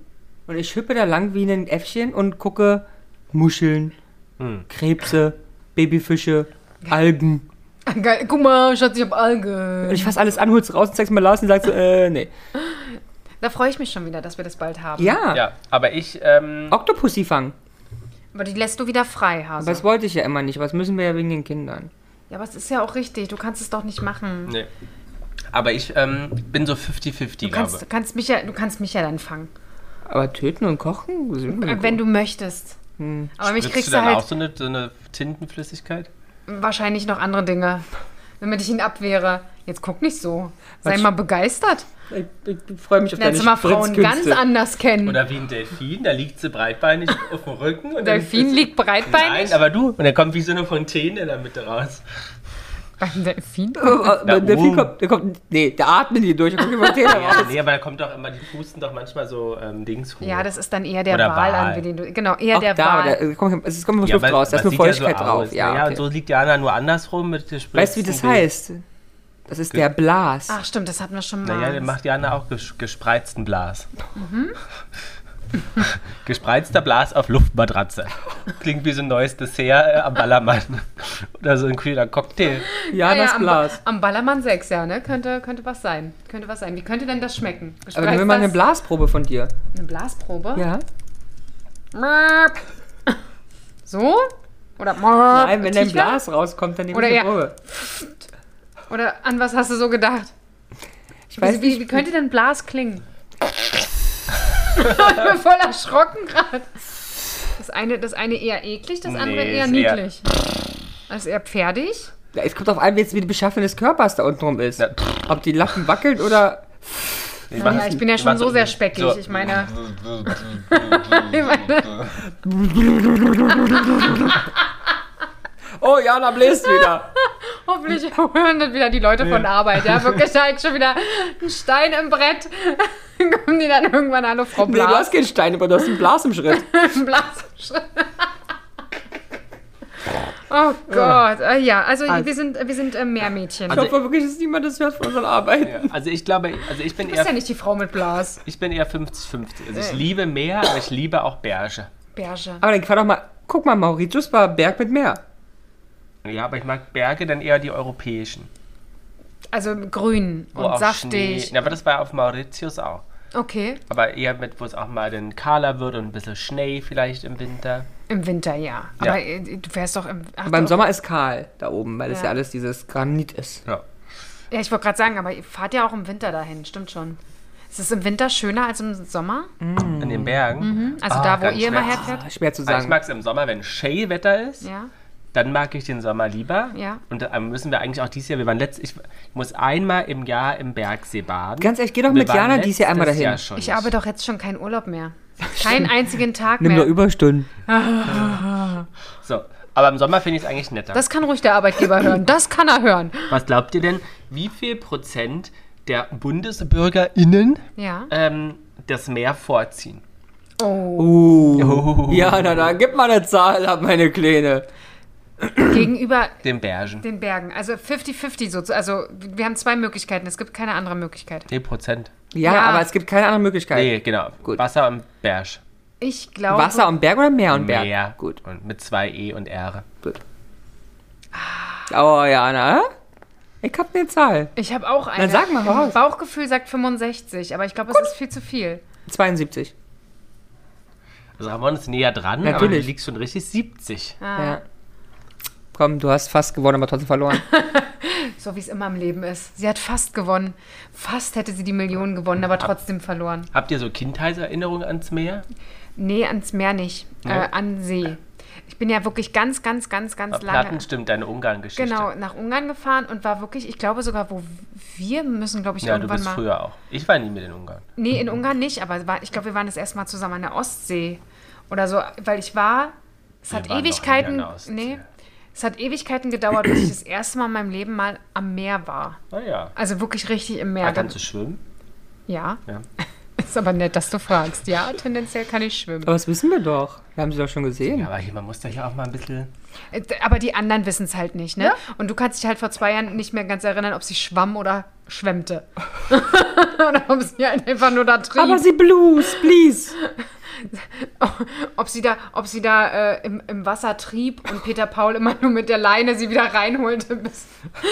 [SPEAKER 3] und ich hüppe da lang wie ein Äffchen und gucke Muscheln,
[SPEAKER 1] Hm.
[SPEAKER 3] Krebse, Babyfische, Algen.
[SPEAKER 2] Ah, Geil. Guck mal, Schatz, ich hab Alge.
[SPEAKER 3] Und ich fass alles an, hol's raus und zeig's mal Lars und sagst, äh, nee.
[SPEAKER 2] Da freue ich mich schon wieder, dass wir das bald haben.
[SPEAKER 3] Ja,
[SPEAKER 1] Ja, aber ich, ähm,
[SPEAKER 3] Oktopussi fangen.
[SPEAKER 2] Aber die lässt du wieder frei,
[SPEAKER 3] Aber
[SPEAKER 2] Hase.
[SPEAKER 3] das wollte ich ja immer nicht. Was müssen wir ja wegen den Kindern?
[SPEAKER 2] Ja, aber es ist ja auch richtig. Du kannst es doch nicht machen.
[SPEAKER 1] nee. aber ich ähm, bin so 50-50,
[SPEAKER 2] Du kannst,
[SPEAKER 1] glaube
[SPEAKER 2] du kannst, mich, ja, du kannst mich ja dann fangen,
[SPEAKER 3] Aber töten und kochen? Sind wir
[SPEAKER 2] Äh, wenn du möchtest.
[SPEAKER 3] Hm.
[SPEAKER 2] Aber mich
[SPEAKER 1] Spritzt
[SPEAKER 2] kriegst
[SPEAKER 1] du
[SPEAKER 2] du
[SPEAKER 1] dann
[SPEAKER 2] halt
[SPEAKER 1] auch so eine, so eine Tintenflüssigkeit?
[SPEAKER 2] wahrscheinlich noch andere Dinge, damit ich ihn abwehre. Jetzt guck nicht so. Sei
[SPEAKER 3] Was-
[SPEAKER 2] mal begeistert.
[SPEAKER 3] ich, ich freue mich auf deine
[SPEAKER 2] Lernst du mal Frauen ganz
[SPEAKER 3] Spritzkünste.
[SPEAKER 2] anders kennen.
[SPEAKER 1] Oder wie ein Delfin, da liegt sie breitbeinig auf dem Rücken. Und
[SPEAKER 2] Delfin
[SPEAKER 1] dann
[SPEAKER 2] liegt breitbeinig.
[SPEAKER 1] Nein, aber du. Und dann kommt wie so eine Fontäne in der Mitte raus.
[SPEAKER 2] Beim Delfin?
[SPEAKER 3] Oh, oh, der, der
[SPEAKER 1] oh.
[SPEAKER 3] Vieh kommt, der kommt, nee, der atmet die durch, der kommt über den raus.
[SPEAKER 1] Ja, Also nee, aber da kommt doch immer, die pusten doch manchmal so ähm, Dings hoch.
[SPEAKER 2] Ja, das ist dann eher der
[SPEAKER 1] Oder Wal.
[SPEAKER 2] Wal, an den du. Genau, eher
[SPEAKER 3] Auch
[SPEAKER 2] der
[SPEAKER 3] da,
[SPEAKER 2] Wal.
[SPEAKER 3] da, es kommt, es kommt was
[SPEAKER 1] Ja,
[SPEAKER 3] Luft
[SPEAKER 1] aber-
[SPEAKER 3] raus, da ist
[SPEAKER 1] aber
[SPEAKER 3] eine
[SPEAKER 1] sieht ja so
[SPEAKER 3] Feuchtigkeit drauf.
[SPEAKER 1] aus, ne?
[SPEAKER 3] Ja,
[SPEAKER 1] und so
[SPEAKER 3] okay.
[SPEAKER 1] liegt Jana nur andersrum mit gespritzten
[SPEAKER 3] Weißt du, wie das
[SPEAKER 1] Dingen.
[SPEAKER 3] heißt? Das ist der Blas.
[SPEAKER 2] Ach, stimmt, das hatten wir schon mal.
[SPEAKER 1] Naja, dann macht Jana auch ges gespreizten Blas. Gespreizter Blas auf Luftmatratze. Klingt wie so ein neues Dessert äh, am Ballermann. Oder so ein kühler Cocktail.
[SPEAKER 3] Ja, das
[SPEAKER 2] am, Ba-
[SPEAKER 3] Blas.
[SPEAKER 2] Am Ballermann 6, ja, ne? Könnte, könnte was sein. Könnte was sein. Wie könnte denn das schmecken?
[SPEAKER 3] Aber dann will man eine
[SPEAKER 2] Spreizt das-
[SPEAKER 3] Blasprobe von dir.
[SPEAKER 2] eine Blasprobe.
[SPEAKER 3] Ja?
[SPEAKER 2] Merp. So? Oder merp,
[SPEAKER 3] Nein, wenn dein
[SPEAKER 2] tiefer?
[SPEAKER 3] Blas rauskommt, dann nehme
[SPEAKER 2] Oder
[SPEAKER 3] ich eine
[SPEAKER 2] eher-
[SPEAKER 3] Probe.
[SPEAKER 2] Oder an was hast du so gedacht?
[SPEAKER 3] Ich
[SPEAKER 2] Wie,
[SPEAKER 3] weiß
[SPEAKER 2] wie,
[SPEAKER 3] nicht,
[SPEAKER 2] wie könnte denn Blas klingen? ich bin voll erschrocken gerade. Das eine, das eine eher eklig, das andere
[SPEAKER 1] Nee,
[SPEAKER 2] eher
[SPEAKER 1] ist eher-
[SPEAKER 2] niedlich. Das ist eher pferdig.
[SPEAKER 3] Ja, es kommt auf an, wie jetzt wie die Beschaffenheit des Körpers da unten rum ist. Ob die Lappen wackeln oder...
[SPEAKER 1] Ich
[SPEAKER 2] Ja, ich bin ja schon so sehr speckig. Ich meine. ich meine,
[SPEAKER 3] Oh, Jana bläst wieder.
[SPEAKER 2] hoffentlich hören dann wieder die Leute von der Arbeit. Ja, wirklich, da hängt schon wieder ein Stein im Brett. Dann kommen die dann irgendwann alle Frau
[SPEAKER 3] Nee, du
[SPEAKER 2] Blas.
[SPEAKER 3] hast keinen Stein, aber du hast ein Blas im Schritt.
[SPEAKER 2] Blas. Oh Gott, Äh, ja, also wir sind, wir sind äh, Meermädchen.
[SPEAKER 3] Ich
[SPEAKER 1] Also-
[SPEAKER 3] hoffe wirklich, dass niemand das hört von unseren Arbeiten.
[SPEAKER 1] Also ich glaube, also ich bin
[SPEAKER 2] du bist ja
[SPEAKER 1] eher,
[SPEAKER 2] nicht die Frau mit Blas.
[SPEAKER 1] ich bin eher 50-50. Also ich liebe Meer, aber ich liebe auch Berge.
[SPEAKER 2] Berge.
[SPEAKER 3] Aber dann fahr doch mal, guck mal, Mauritius war Berg mit Meer.
[SPEAKER 1] Ja, aber ich mag Berge dann eher die europäischen.
[SPEAKER 2] Also grün
[SPEAKER 1] wo
[SPEAKER 2] und
[SPEAKER 1] auch
[SPEAKER 2] saftig.
[SPEAKER 1] Oh, Schnee- Ja, aber das war auf Mauritius auch.
[SPEAKER 2] Okay.
[SPEAKER 1] Aber eher mit, wo es auch mal dann kahler wird und ein bisschen Schnee vielleicht im Winter.
[SPEAKER 2] Im Winter, ja.
[SPEAKER 1] Ja.
[SPEAKER 2] Aber äh, du fährst doch im. Ach,
[SPEAKER 3] Aber im
[SPEAKER 2] doch.
[SPEAKER 3] Sommer ist kahl da oben, weil das
[SPEAKER 2] Ja.
[SPEAKER 3] ja alles dieses Granit ist.
[SPEAKER 1] Ja.
[SPEAKER 2] Ja, ich wollte gerade sagen, aber ihr fahrt ja auch im Winter dahin, stimmt schon. Ist es im Winter schöner als im Sommer?
[SPEAKER 1] In den Bergen.
[SPEAKER 2] Also
[SPEAKER 1] Ah,
[SPEAKER 2] da, wo
[SPEAKER 1] ganz
[SPEAKER 2] ihr immer
[SPEAKER 1] schwer.
[SPEAKER 2] herfährt?
[SPEAKER 3] Ah, schwer zu
[SPEAKER 1] Also ich
[SPEAKER 3] sagen.
[SPEAKER 1] mag es im Sommer, wenn Shea-Wetter ist.
[SPEAKER 2] Ja.
[SPEAKER 1] Dann mag ich den Sommer lieber.
[SPEAKER 2] Ja.
[SPEAKER 1] Und da müssen wir eigentlich auch dieses Jahr, wir waren letzt, ich muss einmal im Jahr im Bergsee baden.
[SPEAKER 3] Ganz ehrlich, geh doch
[SPEAKER 1] Wir
[SPEAKER 3] mit
[SPEAKER 1] waren
[SPEAKER 3] Jana dieses Jahr einmal
[SPEAKER 1] letztes
[SPEAKER 3] dahin.
[SPEAKER 1] Jahr schon
[SPEAKER 2] Ich
[SPEAKER 1] nicht.
[SPEAKER 2] habe doch jetzt schon keinen Urlaub mehr. Keinen einzigen Tag
[SPEAKER 3] Nimm nur
[SPEAKER 2] mehr.
[SPEAKER 3] Überstunden.
[SPEAKER 1] So, aber im Sommer finde ich es eigentlich netter.
[SPEAKER 2] Das kann ruhig der Arbeitgeber hören. Das kann er hören.
[SPEAKER 1] Was glaubt ihr denn, wie viel Prozent der BundesbürgerInnen
[SPEAKER 2] Ja.
[SPEAKER 1] ähm, das Meer vorziehen?
[SPEAKER 2] Oh.
[SPEAKER 3] Uh. Ja, na, na, gib mal eine Zahl ab, meine Kleine.
[SPEAKER 2] Gegenüber
[SPEAKER 1] Den Bergen.
[SPEAKER 2] den Bergen. Also 50-50 sozusagen. Also wir haben zwei Möglichkeiten. Es gibt keine andere Möglichkeit.
[SPEAKER 1] Nee, Prozent.
[SPEAKER 3] Ja,
[SPEAKER 2] Ja.
[SPEAKER 3] aber es gibt keine andere Möglichkeit.
[SPEAKER 1] Nee, genau.
[SPEAKER 3] Äh, Gut.
[SPEAKER 1] Wasser am Berg.
[SPEAKER 2] Ich glaube.
[SPEAKER 3] Wasser am Berg oder Meer am Berg?
[SPEAKER 1] Meer.
[SPEAKER 3] Gut.
[SPEAKER 1] Und mit zwei E und R.
[SPEAKER 3] Oh, Jana. Ich hab eine Zahl.
[SPEAKER 2] Ich habe auch eine.
[SPEAKER 3] Dann sag mal, hau
[SPEAKER 2] Mein
[SPEAKER 3] raus.
[SPEAKER 2] Bauchgefühl sagt 65, aber ich glaube, es ist viel zu viel.
[SPEAKER 3] 72.
[SPEAKER 1] Also Ramon ist näher dran, aber du
[SPEAKER 3] Natürlich.
[SPEAKER 1] liegst schon richtig 70.
[SPEAKER 3] Ja. Komm, du hast fast gewonnen, aber trotzdem verloren.
[SPEAKER 2] So wie es immer im Leben ist. Sie hat fast gewonnen. Fast hätte sie die Millionen gewonnen, aber trotzdem verloren.
[SPEAKER 1] Habt ihr so Kindheitserinnerungen ans Meer?
[SPEAKER 2] Nee, ans Meer nicht. Äh, an See. Ich bin ja wirklich ganz, ganz, ganz, ganz lange.
[SPEAKER 1] Platten stimmt, deine Ungarn-Geschichte.
[SPEAKER 2] Genau, nach Ungarn gefahren und war wirklich, ich glaube sogar, wo wir müssen, glaube ich,
[SPEAKER 1] Ja, du
[SPEAKER 2] irgendwann
[SPEAKER 1] bist
[SPEAKER 2] mal.
[SPEAKER 1] früher Mhm. auch. Ich war nie mit den Ungarn.
[SPEAKER 2] Nee, in Ungarn nicht, aber war, ich glaube, wir waren das erste Mal zusammen an der Ostsee oder so, weil ich war, es
[SPEAKER 1] Wir waren
[SPEAKER 2] hat
[SPEAKER 1] noch nie an
[SPEAKER 2] Ewigkeiten,
[SPEAKER 1] der Ostsee.
[SPEAKER 2] nee, es hat Ewigkeiten gedauert, bis ich das erste Mal in meinem Leben mal am Meer war.
[SPEAKER 1] Naja.
[SPEAKER 2] Also wirklich richtig im
[SPEAKER 1] Ja,
[SPEAKER 2] Meer.
[SPEAKER 1] kannst du schwimmen?
[SPEAKER 2] ja,
[SPEAKER 1] Ja.
[SPEAKER 2] ist aber nett, dass du fragst. Ja, tendenziell kann ich schwimmen.
[SPEAKER 3] aber das wissen wir doch. Wir haben sie doch schon
[SPEAKER 1] ja,
[SPEAKER 3] gesehen.
[SPEAKER 1] aber hier, man muss da hier auch mal ein bisschen.
[SPEAKER 2] Äh, Aber die anderen wissen es halt nicht, ne? Und du kannst dich halt vor zwei Jahren nicht mehr ganz erinnern, ob sie schwamm oder schwemmte. oder ob sie halt einfach nur da trieb.
[SPEAKER 3] Aber sie blues, please.
[SPEAKER 2] ob sie da, ob sie da äh, im, im Wasser trieb und Peter Paul immer nur mit der Leine sie wieder reinholte, bis,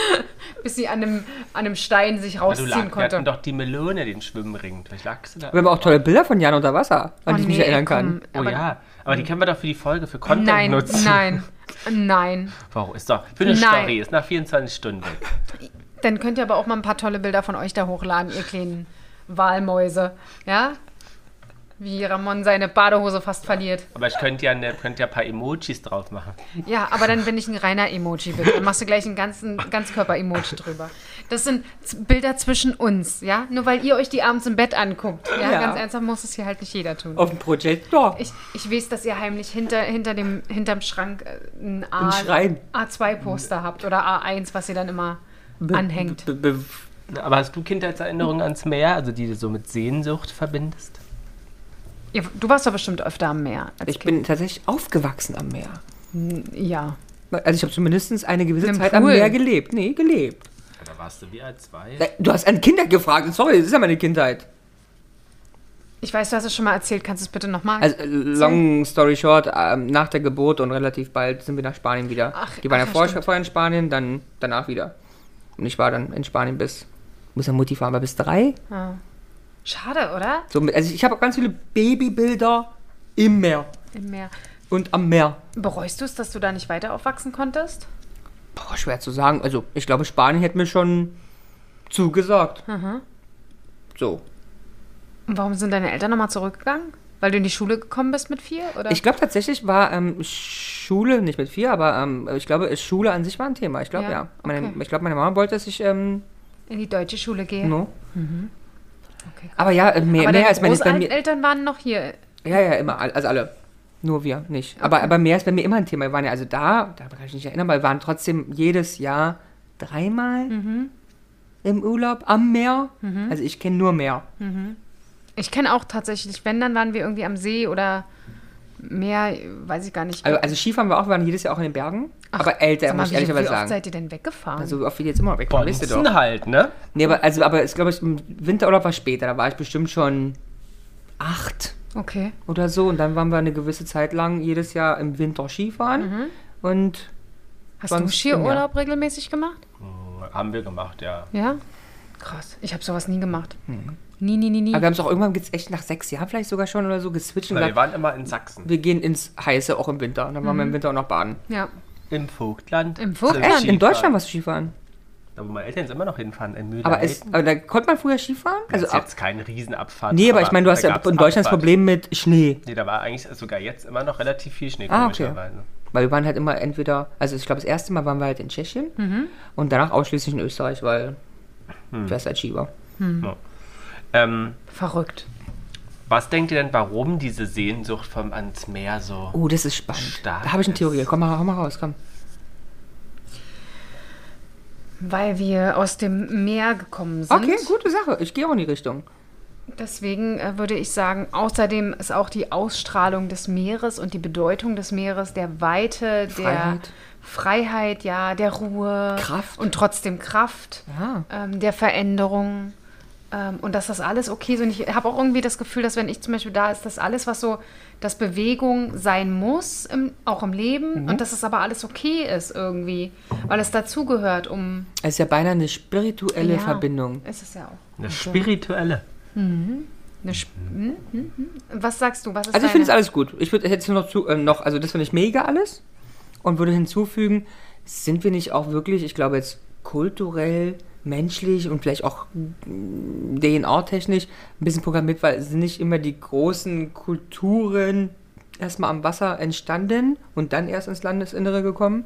[SPEAKER 2] bis sie an einem, an einem Stein sich
[SPEAKER 1] Ja, du
[SPEAKER 2] rausziehen
[SPEAKER 1] lag, wir hatten
[SPEAKER 2] konnte.
[SPEAKER 1] doch die Melone, den Schwimmring. Vielleicht lagst du da.
[SPEAKER 3] Wir haben auch tolle Bilder von Jan unter Wasser, an die ich mich
[SPEAKER 2] nee,
[SPEAKER 3] erinnern
[SPEAKER 2] komm,
[SPEAKER 3] kann.
[SPEAKER 1] oh
[SPEAKER 2] aber- Hm.
[SPEAKER 1] ja, aber die können wir doch für die Folge, für Content
[SPEAKER 2] Nein,
[SPEAKER 1] nutzen.
[SPEAKER 2] nein, nein.
[SPEAKER 1] Warum ist doch für eine
[SPEAKER 2] Nein.
[SPEAKER 1] Story, ist nach 24 Stunden weg.
[SPEAKER 2] Dann könnt ihr aber auch mal ein paar tolle Bilder von euch da hochladen, ihr kleinen Walmäuse. Ja? Wie Ramon seine Badehose fast verliert.
[SPEAKER 1] Aber ich könnte ja, eine, könnte ja ein paar Emojis drauf machen.
[SPEAKER 2] Ja, aber dann bin ich ein reiner Emoji, bitte. Dann machst du gleich einen ganzen Ganzkörper-Emoji drüber. Das sind Z Bilder zwischen uns, ja? Nur weil ihr euch die abends im Bett anguckt. Ja,
[SPEAKER 3] Ja.
[SPEAKER 2] ganz ernsthaft muss es hier halt nicht jeder tun.
[SPEAKER 3] Auf dem Projektor.
[SPEAKER 2] Ich, ich weiß, dass ihr heimlich hinter, hinter dem, hinterm Schrank äh, ein A,
[SPEAKER 3] Ein Schrein.
[SPEAKER 2] A2-Poster habt oder A1, was ihr dann immer anhängt.
[SPEAKER 3] B- b-
[SPEAKER 1] Na, Aber hast du Kindheitserinnerungen ans Meer, also die du so mit Sehnsucht verbindest?
[SPEAKER 2] Ihr, du warst doch bestimmt öfter am Meer. Als
[SPEAKER 3] Ich
[SPEAKER 2] Kind.
[SPEAKER 3] bin tatsächlich aufgewachsen am Meer.
[SPEAKER 2] Ja.
[SPEAKER 3] Also ich habe zumindest eine gewisse
[SPEAKER 2] Im
[SPEAKER 3] Zeit am
[SPEAKER 2] Pool.
[SPEAKER 3] Meer gelebt. Nee, gelebt. Äh,
[SPEAKER 1] Da warst du wie alt zwei.
[SPEAKER 3] Du hast an Kindheit gefragt. Sorry, das ist ja meine Kindheit.
[SPEAKER 2] Ich weiß, du hast es schon mal erzählt. Kannst du es bitte nochmal?
[SPEAKER 3] Also, äh, long story short, ähm, nach der Geburt und relativ bald sind wir nach Spanien wieder.
[SPEAKER 2] Ach,
[SPEAKER 3] die waren
[SPEAKER 2] ach,
[SPEAKER 3] ja
[SPEAKER 2] ja,
[SPEAKER 3] vorher,
[SPEAKER 2] stimmt.
[SPEAKER 3] vorher in Spanien, dann danach wieder. Und ich war dann in Spanien bis, muss ja Mutti fahren, aber bis drei.
[SPEAKER 2] Schade, oder?
[SPEAKER 3] So, mit- also ich habe auch ganz viele Babybilder im Meer
[SPEAKER 2] Im Meer.
[SPEAKER 3] und am Meer.
[SPEAKER 2] Bereust du es, dass du da nicht weiter aufwachsen konntest?
[SPEAKER 3] Boah, schwer zu sagen. Also ich glaube, Spanien hätte mir schon zugesagt. So.
[SPEAKER 2] Und warum sind deine Eltern nochmal zurückgegangen? Weil du in die Schule gekommen bist mit vier? Oder?
[SPEAKER 3] Ich glaube tatsächlich war ähm, Schule, nicht mit vier, aber ähm, ich glaube, Schule an sich war ein Thema. Ich glaube,
[SPEAKER 2] Ja,
[SPEAKER 3] ja. Meine,
[SPEAKER 2] okay.
[SPEAKER 3] Ich glaube, meine Mama wollte, dass ich ähm,
[SPEAKER 2] in die deutsche Schule gehe.
[SPEAKER 3] No.
[SPEAKER 2] Mhm. Okay,
[SPEAKER 3] Aber ja, äh, mehr,
[SPEAKER 2] Aber
[SPEAKER 3] mehr
[SPEAKER 2] deine
[SPEAKER 3] als meine ist bei mir.
[SPEAKER 2] Großeltern waren noch hier.
[SPEAKER 3] Ja, ja, immer, all- also alle. Nur wir nicht. Aber, aber mehr ist bei mir immer ein Thema. Wir waren ja also da, da kann ich mich nicht erinnern, aber wir waren trotzdem jedes Jahr dreimal
[SPEAKER 2] Mhm.
[SPEAKER 3] im Urlaub am Meer. Also ich kenne nur Meer.
[SPEAKER 2] Ich kenne auch tatsächlich, wenn, dann waren wir irgendwie am See oder Meer, weiß ich gar nicht.
[SPEAKER 3] Also, also Skifahren wir auch, wir waren jedes Jahr auch in den Bergen. aber älter,
[SPEAKER 2] Sag mal,
[SPEAKER 3] muss ich
[SPEAKER 2] wie-
[SPEAKER 3] ehrlicherweise
[SPEAKER 2] Wie oft
[SPEAKER 3] sagen.
[SPEAKER 2] seid ihr denn weggefahren?
[SPEAKER 3] Also wie oft wir jetzt immer weg waren, wisst ihr doch.
[SPEAKER 1] Bonzen halt, ne?
[SPEAKER 3] Nee, aber, also, aber ich glaube, ich, im Winterurlaub war später. Da war ich bestimmt schon acht.
[SPEAKER 2] okay.
[SPEAKER 3] oder so. Und dann waren wir eine gewisse Zeit lang jedes Jahr im Winter Skifahren. Und
[SPEAKER 2] Hast du
[SPEAKER 3] sonst im Jahr.
[SPEAKER 2] Skiurlaub regelmäßig gemacht?
[SPEAKER 1] Haben wir gemacht, ja.
[SPEAKER 2] Ja? Krass. Ich habe sowas nie gemacht. Nie, nie, nie, nie.
[SPEAKER 3] Mhm. Aber wir haben es auch irgendwann jetzt echt nach sechs Jahren vielleicht sogar schon oder so geswitcht und
[SPEAKER 1] Weil wir
[SPEAKER 3] gesagt,
[SPEAKER 1] waren immer in Sachsen.
[SPEAKER 3] wir gehen ins Heiße auch im Winter. Und dann waren wir im Winter auch noch baden.
[SPEAKER 2] ja.
[SPEAKER 1] Im Vogtland.
[SPEAKER 2] Im
[SPEAKER 1] sind wir
[SPEAKER 2] Vogtland?
[SPEAKER 3] Echt?
[SPEAKER 1] Skifahren.
[SPEAKER 3] In Deutschland warst du Skifahren.
[SPEAKER 1] Da wo meine Eltern jetzt immer noch hinfahren, in Mühlen.
[SPEAKER 3] Aber, ist, aber da konnte man früher Skifahren?
[SPEAKER 1] also
[SPEAKER 3] Also
[SPEAKER 1] ist
[SPEAKER 3] ab,
[SPEAKER 1] jetzt keine Riesenabfahrt.
[SPEAKER 3] nee, aber ich meine, du
[SPEAKER 1] da
[SPEAKER 3] hast ja
[SPEAKER 1] gab's
[SPEAKER 3] in Deutschland das
[SPEAKER 1] Abfahrt.
[SPEAKER 3] Problem mit Schnee.
[SPEAKER 1] Nee, da war eigentlich sogar jetzt immer noch relativ viel Schnee,
[SPEAKER 3] Ah, okay.
[SPEAKER 1] komischerweise.
[SPEAKER 3] Weil wir waren halt immer entweder, also ich glaube, das erste Mal waren wir halt in Tschechien und danach ausschließlich in Österreich, weil hm. wär's halt Schieber.
[SPEAKER 1] Ähm,
[SPEAKER 2] Verrückt.
[SPEAKER 1] was denkt ihr denn, warum diese Sehnsucht vom ans Meer so?
[SPEAKER 3] Oh, das ist spannend.
[SPEAKER 1] Stark
[SPEAKER 3] da habe ich eine Theorie. Komm mal, hau mal raus, komm.
[SPEAKER 2] Weil wir aus dem Meer gekommen sind.
[SPEAKER 3] Okay, gute Sache. Ich gehe auch in die Richtung.
[SPEAKER 2] Deswegen äh, würde ich sagen, außerdem ist auch die Ausstrahlung des Meeres und die Bedeutung des Meeres, der Weite,
[SPEAKER 3] Freiheit.
[SPEAKER 2] der Freiheit, ja, der Ruhe.
[SPEAKER 3] Kraft.
[SPEAKER 2] Und trotzdem Kraft,
[SPEAKER 3] Ja.
[SPEAKER 2] ähm, der Veränderung. Ähm, und dass das alles okay ist. Und ich habe auch irgendwie das Gefühl, dass wenn ich zum Beispiel da ist, dass alles, was so, dass Bewegung sein muss, im, auch im Leben.
[SPEAKER 3] Mhm.
[SPEAKER 2] Und dass es aber alles okay ist irgendwie, weil es dazugehört, um...
[SPEAKER 3] Es ist ja beinahe eine spirituelle
[SPEAKER 2] Ja,
[SPEAKER 3] Verbindung.
[SPEAKER 2] Ist es ja auch.
[SPEAKER 1] Eine spirituelle.
[SPEAKER 2] Eine Sp hm, hm, hm. Was sagst du? Was ist
[SPEAKER 3] Mhm. Also
[SPEAKER 2] deine-
[SPEAKER 3] ich finde es alles gut. Ich würde jetzt nur noch zu, äh, noch, also das finde ich mega alles und würde hinzufügen, sind wir nicht auch wirklich, ich glaube jetzt kulturell, menschlich und vielleicht auch DNA-technisch ein bisschen programmiert, weil sind nicht immer die großen Kulturen erstmal am Wasser entstanden und dann erst ins Landesinnere gekommen?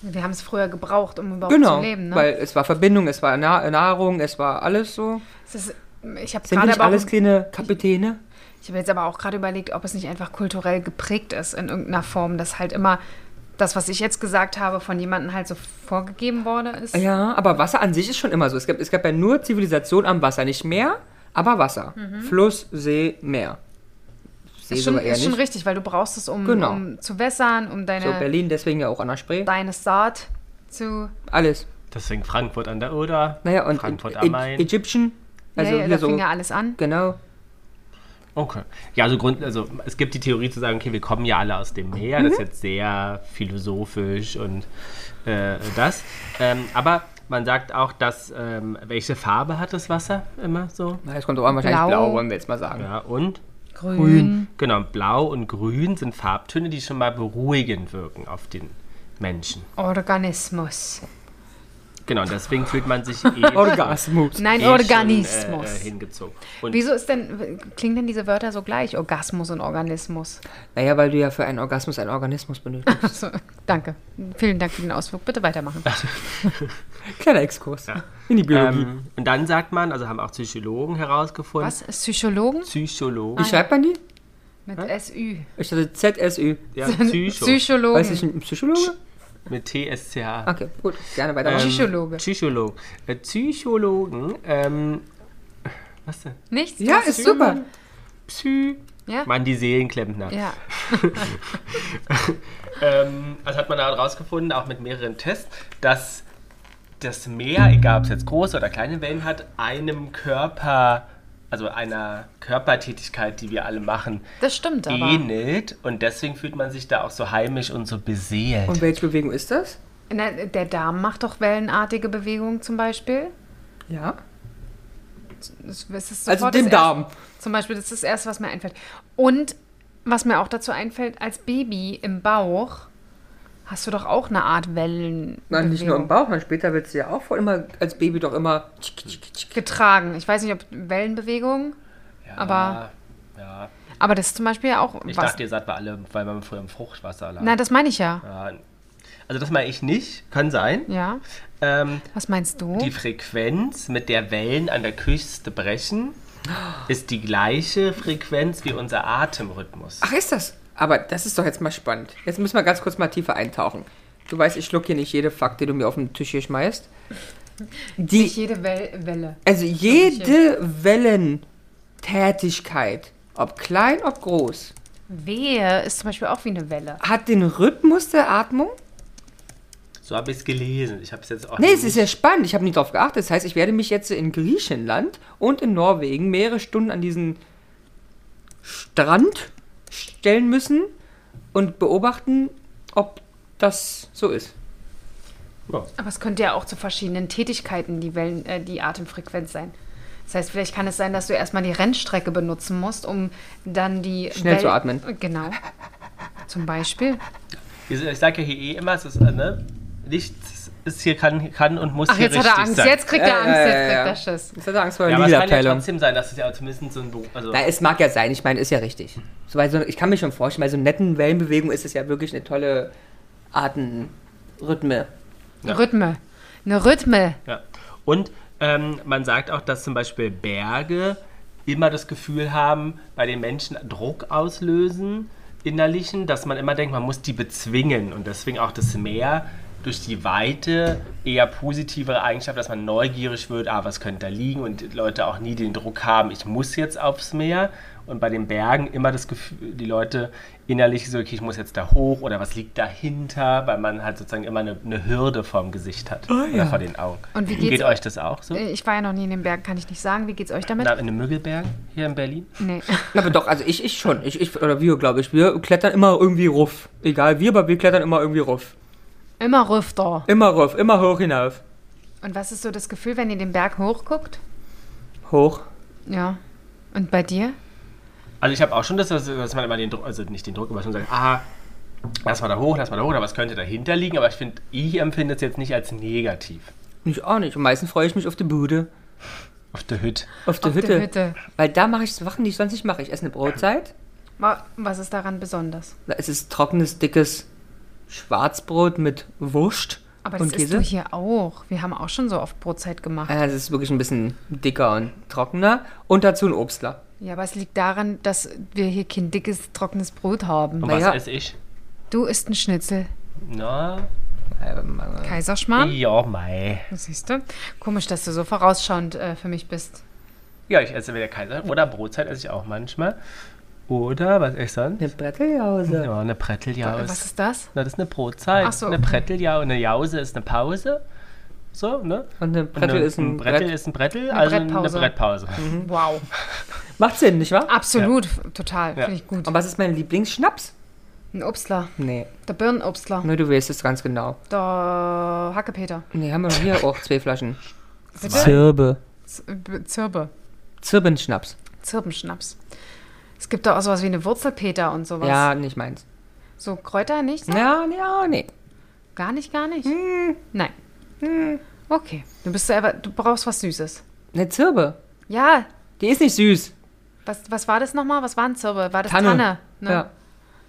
[SPEAKER 2] Wir haben es früher gebraucht, um überhaupt
[SPEAKER 3] genau,
[SPEAKER 2] zu leben. Ne?
[SPEAKER 3] weil es war Verbindung, es war Na Nahrung, es war alles so.
[SPEAKER 2] es ist, ich habe
[SPEAKER 3] Sind wir
[SPEAKER 2] gerade
[SPEAKER 3] nicht
[SPEAKER 2] aber
[SPEAKER 3] alles
[SPEAKER 2] auch,
[SPEAKER 3] kleine Kapitäne?
[SPEAKER 2] ich habe jetzt aber auch gerade überlegt, ob es nicht einfach kulturell geprägt ist in irgendeiner Form, dass halt immer das, was ich jetzt gesagt habe, von jemandem halt so vorgegeben worden ist.
[SPEAKER 3] Ja, aber Wasser an sich ist schon immer so. Es gab, es gab ja nur Zivilisation am Wasser. Nicht Meer, aber Wasser. Fluss, See, Meer. See
[SPEAKER 2] Mhm. ist schon,
[SPEAKER 3] sogar eher
[SPEAKER 2] ist schon
[SPEAKER 3] nicht.
[SPEAKER 2] richtig, weil du brauchst es, um,
[SPEAKER 3] Genau.
[SPEAKER 2] um zu wässern, um
[SPEAKER 3] So,
[SPEAKER 2] deine,
[SPEAKER 3] Berlin, deswegen ja auch an der Spree.
[SPEAKER 2] deine Saat zu.
[SPEAKER 3] Alles.
[SPEAKER 1] Deswegen Frankfurt an der Oder.
[SPEAKER 3] Naja, und
[SPEAKER 1] Frankfurt
[SPEAKER 3] Ä-
[SPEAKER 1] am
[SPEAKER 3] Ä-
[SPEAKER 1] Main.
[SPEAKER 3] Egyptian. Also
[SPEAKER 2] ja, ja, da
[SPEAKER 3] hier so.
[SPEAKER 2] fing ja alles an.
[SPEAKER 3] Genau.
[SPEAKER 1] Okay. Ja, also, Grund, also es gibt die Theorie zu sagen, okay, wir kommen ja alle aus dem Meer.
[SPEAKER 2] Mhm.
[SPEAKER 1] Das ist jetzt sehr philosophisch und äh, das. Ähm, aber man sagt auch, dass ähm, welche Farbe hat das Wasser immer so?
[SPEAKER 3] Na, jetzt kommt auch an, wahrscheinlich
[SPEAKER 2] Blau.
[SPEAKER 3] blau. wollen wir jetzt mal sagen.
[SPEAKER 1] Ja, und?
[SPEAKER 2] Grün.
[SPEAKER 1] Genau, blau und grün sind Farbtöne, die schon mal beruhigend wirken auf den Menschen.
[SPEAKER 2] Organismus.
[SPEAKER 1] Genau, und deswegen fühlt man sich eh
[SPEAKER 3] Orgasmus.
[SPEAKER 2] Nein,
[SPEAKER 1] eh
[SPEAKER 2] Organismus.
[SPEAKER 1] Schon, äh, äh, hingezogen. Und
[SPEAKER 2] Wieso ist denn, klingen denn diese Wörter so gleich? Orgasmus und Organismus.
[SPEAKER 3] Naja, weil du ja für einen Orgasmus einen Organismus benötigst.
[SPEAKER 2] So, danke. Vielen Dank für den Ausflug. Bitte weitermachen.
[SPEAKER 3] Kleiner Exkurs. In die Biologie.
[SPEAKER 1] ähm, und dann sagt man, also haben auch Psychologen herausgefunden,
[SPEAKER 2] Was? Psychologen?
[SPEAKER 1] Psychologen,
[SPEAKER 2] Ah,
[SPEAKER 3] Wie schreibt man die?
[SPEAKER 2] Mit SÜ.
[SPEAKER 3] Ich dachte ZSÜ.
[SPEAKER 1] ja, Psycho,
[SPEAKER 2] Psychologen.
[SPEAKER 3] Weiß ich, ein Psychologe?
[SPEAKER 1] mit TSCH.
[SPEAKER 3] Okay, gut. Gerne weitermachen.
[SPEAKER 2] Ah, genau. Psychologe.
[SPEAKER 1] Psychologen. Ähm, Äh, Psychologen, ähm, was denn?
[SPEAKER 2] Nichts?
[SPEAKER 3] ja,
[SPEAKER 2] Was?
[SPEAKER 3] ist super.
[SPEAKER 1] Psy.
[SPEAKER 2] Ja?
[SPEAKER 1] Mann, die Seelenklempner.
[SPEAKER 2] ja.
[SPEAKER 1] Ähm, also hat man da rausgefunden, auch mit mehreren Tests, dass das Meer, egal ob es jetzt große oder kleine Wellen hat, einem Körper, also einer Körpertätigkeit, die wir alle machen,
[SPEAKER 2] Das stimmt aber.
[SPEAKER 1] ähnelt. Und deswegen fühlt man sich da auch so heimisch und so beseelt.
[SPEAKER 3] Und welche Bewegung ist das?
[SPEAKER 2] Na, der Darm macht doch wellenartige Bewegungen zum Beispiel.
[SPEAKER 3] Ja.
[SPEAKER 2] Das das ist
[SPEAKER 3] Also
[SPEAKER 2] sofort
[SPEAKER 3] den
[SPEAKER 2] das
[SPEAKER 3] Darm.
[SPEAKER 2] Erste, zum Beispiel, das ist das Erste, was mir einfällt. Und was mir auch dazu einfällt, als Baby im Bauch hast du doch auch eine Art Wellen.
[SPEAKER 3] Nein, nicht nur im Bauch, man später wird sie ja auch voll immer als Baby doch immer. tschik, tschik, tschik.
[SPEAKER 2] Getragen. Ich weiß nicht, ob Wellenbewegung,
[SPEAKER 1] ja,
[SPEAKER 2] aber-
[SPEAKER 1] Ja.
[SPEAKER 2] aber das ist zum Beispiel ja auch
[SPEAKER 1] Ich
[SPEAKER 2] was.
[SPEAKER 1] dachte, ihr seid bei alle, weil man früher im Fruchtwasser lag.
[SPEAKER 2] Na, das meine ich ja.
[SPEAKER 1] Ja. Also das meine ich nicht, kann sein.
[SPEAKER 2] Ja.
[SPEAKER 1] Ähm,
[SPEAKER 2] Was meinst du?
[SPEAKER 1] Die Frequenz, mit der Wellen an der Küste brechen, ist die gleiche Frequenz wie unser Atemrhythmus.
[SPEAKER 3] Ach, ist das? Aber das ist doch jetzt mal spannend. Jetzt müssen wir ganz kurz mal tiefer eintauchen. Du weißt, ich schluck hier nicht jede Fakt, die du mir auf den Tisch hier schmeißt.
[SPEAKER 2] Nicht
[SPEAKER 3] Die,
[SPEAKER 2] jede Wel- Welle.
[SPEAKER 3] also jede Wellentätigkeit, ob klein, ob groß,
[SPEAKER 2] Wehe ist zum Beispiel auch wie eine Welle.
[SPEAKER 3] hat den Rhythmus der Atmung.
[SPEAKER 1] So habe ich es gelesen. Ich habe es jetzt auch
[SPEAKER 3] Nee,
[SPEAKER 1] nicht.
[SPEAKER 3] es ist ja spannend. Ich habe nie drauf geachtet. Das heißt, ich werde mich jetzt in Griechenland und in Norwegen mehrere Stunden an diesen Strand stellen müssen und beobachten, ob das so ist.
[SPEAKER 1] Ja.
[SPEAKER 2] Aber es könnte ja auch zu verschiedenen Tätigkeiten die, Wellen, äh, die Atemfrequenz sein. Das heißt, vielleicht kann es sein, dass du erstmal die Rennstrecke benutzen musst, um dann die.
[SPEAKER 3] Schnell
[SPEAKER 2] Wellen-
[SPEAKER 3] zu atmen.
[SPEAKER 2] Genau. Zum Beispiel.
[SPEAKER 1] Ich sage ja hier eh immer, es ist, äh, ne? Nichts ist hier kann, kann und muss
[SPEAKER 2] Ach,
[SPEAKER 1] hier
[SPEAKER 2] jetzt hat
[SPEAKER 1] richtig
[SPEAKER 2] er Angst.
[SPEAKER 1] sein.
[SPEAKER 2] Jetzt kriegt
[SPEAKER 3] Ja,
[SPEAKER 2] er Angst.
[SPEAKER 3] ja,
[SPEAKER 2] Jetzt
[SPEAKER 3] ja,
[SPEAKER 2] kriegt
[SPEAKER 3] ja.
[SPEAKER 2] er Schiss.
[SPEAKER 3] Jetzt hat er Angst vor
[SPEAKER 1] Ja,
[SPEAKER 3] der
[SPEAKER 1] aber es kann ja
[SPEAKER 3] Lila-Abteilung.
[SPEAKER 1] trotzdem sein, dass es ja zumindest so ein Beruf. Also,
[SPEAKER 3] Na, es mag ja sein, ich meine, ist ja richtig. So, bei so, ich kann mir schon vorstellen, bei so netten Wellenbewegungen ist es ja wirklich eine tolle Atemrhythme.
[SPEAKER 1] Ja.
[SPEAKER 2] Rhythme. Eine Rhythme.
[SPEAKER 1] Ja. Und ähm, man sagt auch, dass zum Beispiel Berge immer das Gefühl haben, bei den Menschen Druck auslösen, innerlichen, dass man immer denkt, man muss die bezwingen und deswegen auch das Meer durch die Weite eher positivere Eigenschaft, dass man neugierig wird, ah, was könnte da liegen und Leute auch nie den Druck haben, ich muss jetzt aufs Meer und bei den Bergen immer das Gefühl, die Leute innerlich so, okay, ich muss jetzt da hoch oder was liegt dahinter, weil man halt sozusagen immer eine, eine Hürde vorm Gesicht hat oder vor den Augen.
[SPEAKER 2] Und wie
[SPEAKER 1] Geht
[SPEAKER 2] geht's-
[SPEAKER 1] euch das auch so?
[SPEAKER 2] Äh, Ich war ja noch nie in den Bergen, kann ich nicht sagen. Wie geht's euch damit?
[SPEAKER 1] Na, in den Müggelbergen hier in Berlin?
[SPEAKER 2] Nee.
[SPEAKER 3] Na, aber doch, also ich, ich schon. Ich, ich, oder wir, glaube ich. Wir klettern immer irgendwie ruf. Egal wir, aber wir klettern immer irgendwie ruf.
[SPEAKER 2] Immer Rüfter.
[SPEAKER 3] Immer ruf, immer hoch hinauf.
[SPEAKER 2] Und was ist so das Gefühl, wenn ihr den Berg hochguckt?
[SPEAKER 3] Hoch.
[SPEAKER 2] Ja. Und bei dir?
[SPEAKER 1] Also ich habe auch schon das, dass, dass man immer den Druck, also nicht den Druck, aber schon sagt, ah, lass mal da hoch, lass mal da hoch, aber was könnte dahinter liegen? Aber ich finde, ich empfinde es jetzt nicht als negativ.
[SPEAKER 3] Ich auch nicht. Am meisten freue ich mich auf die Bude.
[SPEAKER 1] Auf der Hütte.
[SPEAKER 3] Auf die
[SPEAKER 2] Auf der
[SPEAKER 3] Hütte.
[SPEAKER 2] Hütte.
[SPEAKER 3] Weil da mache ich Sachen, die ich sonst nicht mache. Ich esse eine Brotzeit.
[SPEAKER 2] Wa- Was ist daran besonders?
[SPEAKER 3] Na, Es ist trockenes, dickes Schwarzbrot mit Wurst
[SPEAKER 2] Aber das
[SPEAKER 3] und
[SPEAKER 2] isst
[SPEAKER 3] Käse.
[SPEAKER 2] du hier auch. Wir haben auch schon so oft Brotzeit gemacht.
[SPEAKER 3] Ja, es ist wirklich ein bisschen dicker und trockener. Und dazu ein Obstler.
[SPEAKER 2] Ja, aber es liegt daran, dass wir hier kein dickes, trockenes Brot haben.
[SPEAKER 1] Und
[SPEAKER 3] Naja.
[SPEAKER 1] was esse ich?
[SPEAKER 2] Du isst ein Schnitzel.
[SPEAKER 1] Na,
[SPEAKER 3] Ähm, äh,
[SPEAKER 2] Kaiserschmarrn.
[SPEAKER 1] ja, mei.
[SPEAKER 2] Siehst du? Komisch, dass du so vorausschauend äh, für mich bist.
[SPEAKER 1] Ja, ich esse wieder Kaiser. Oder Brotzeit esse ich auch manchmal. Oder, was esse ich sonst?
[SPEAKER 3] Eine Bretteljause.
[SPEAKER 1] Ja, eine Bretteljause.
[SPEAKER 2] Äh, Was ist das?
[SPEAKER 1] Na, das ist eine Brotzeit.
[SPEAKER 2] Ach so,
[SPEAKER 1] Eine
[SPEAKER 2] okay.
[SPEAKER 1] Bretteljause. Eine Jause ist eine Pause. So, ne?
[SPEAKER 3] Und eine Brettel
[SPEAKER 1] Eine-
[SPEAKER 3] ist ein
[SPEAKER 1] Brettel
[SPEAKER 3] Brett.
[SPEAKER 1] ist ein Brettel, also
[SPEAKER 2] Brettpause.
[SPEAKER 1] eine Brettpause.
[SPEAKER 3] Mhm.
[SPEAKER 2] Wow.
[SPEAKER 3] Macht Sinn, nicht wahr?
[SPEAKER 2] Absolut, total.
[SPEAKER 1] Ja.
[SPEAKER 2] Finde ich gut.
[SPEAKER 3] Und was ist mein Lieblingsschnaps?
[SPEAKER 2] Ein Obstler.
[SPEAKER 3] Nee.
[SPEAKER 2] Der Birnenobstler.
[SPEAKER 3] Nur du weißt es ganz genau.
[SPEAKER 2] Der Hackepeter.
[SPEAKER 3] Nee, haben wir noch hier auch zwei Flaschen.
[SPEAKER 2] Bitte?
[SPEAKER 3] Zirbe.
[SPEAKER 2] Z- äh, Zirbe.
[SPEAKER 3] Zirbenschnaps.
[SPEAKER 2] Zirbenschnaps. Es gibt doch auch sowas wie eine Wurzelpeter und sowas.
[SPEAKER 3] Ja, nicht meins.
[SPEAKER 2] So Kräuter nicht? so?
[SPEAKER 3] Ja, ja, nee.
[SPEAKER 2] Gar nicht, gar nicht?
[SPEAKER 3] Hm.
[SPEAKER 2] Nein. Okay. Du bist so, aber du brauchst was Süßes.
[SPEAKER 3] Eine Zirbe.
[SPEAKER 2] Ja.
[SPEAKER 3] Die ist nicht süß.
[SPEAKER 2] Was, was war das nochmal? Was war ein Zirbe? War das
[SPEAKER 3] Tanne.
[SPEAKER 2] Tanne? ne?
[SPEAKER 3] Ja.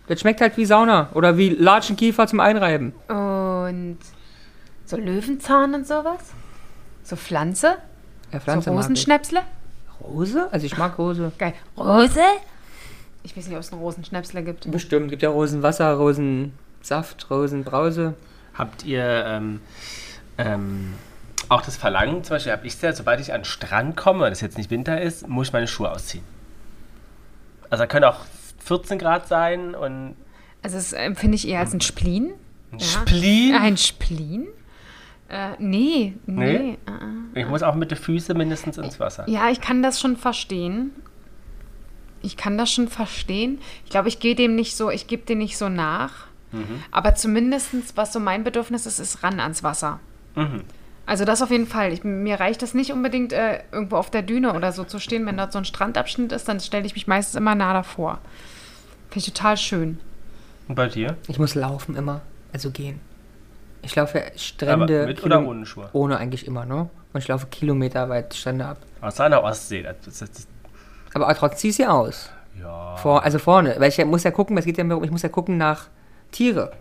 [SPEAKER 3] Das schmeckt halt wie Sauna oder wie Latschenkiefer zum Einreiben.
[SPEAKER 2] Und so Löwenzahn und sowas? So Pflanze?
[SPEAKER 3] Ja,
[SPEAKER 2] so
[SPEAKER 3] mag ich.
[SPEAKER 2] Rosenschnäpsle?
[SPEAKER 3] Rose? Also ich mag Rose.
[SPEAKER 2] Geil. Rose? Ich weiß nicht, ob es einen Rosenschnäpsle gibt.
[SPEAKER 3] Bestimmt. Gibt ja Rosenwasser, Rosensaft, Rosenbrause.
[SPEAKER 1] Habt ihr ähm, ähm, auch das Verlangen, zum Beispiel habe ich sehr, sobald ich an den Strand komme, wenn es jetzt nicht Winter ist, muss ich meine Schuhe ausziehen. Also da können auch 14 Grad sein und
[SPEAKER 2] Also das empfinde ich eher als ein Spleen.
[SPEAKER 1] ein
[SPEAKER 2] Ja.
[SPEAKER 1] Spleen.
[SPEAKER 2] Ein Spleen? Äh, nee, nee.
[SPEAKER 1] Nee?
[SPEAKER 2] äh, äh.
[SPEAKER 1] Ich muss auch mit den Füßen mindestens ins Wasser.
[SPEAKER 2] Ja, ich kann das schon verstehen. Ich kann das schon verstehen. Ich glaube, ich gehe dem nicht so, ich gebe dem nicht so nach. Aber zumindestens, was so mein Bedürfnis ist, ist ran ans Wasser. Also das auf jeden Fall. Ich, mir reicht es nicht unbedingt, äh, irgendwo auf der Düne oder so zu stehen. Wenn dort so ein Strandabschnitt ist, dann stelle ich mich meistens immer nah davor. Finde ich total schön.
[SPEAKER 1] Und bei dir?
[SPEAKER 3] Ich muss laufen immer. Also gehen. Ich laufe ja Strände.
[SPEAKER 1] Aber mit
[SPEAKER 3] Kilo-
[SPEAKER 1] oder ohne Schuhe?
[SPEAKER 3] Ohne eigentlich immer, ne? Und ich laufe kilometerweit Strände ab.
[SPEAKER 1] Außer an der Ostsee. Das, das, das,
[SPEAKER 3] Aber trotzdem zieh sie aus.
[SPEAKER 1] ja.
[SPEAKER 3] Vor, also vorne. Weil ich ja- muss ja gucken, es geht ja mir um, ich muss ja gucken nach Tiere.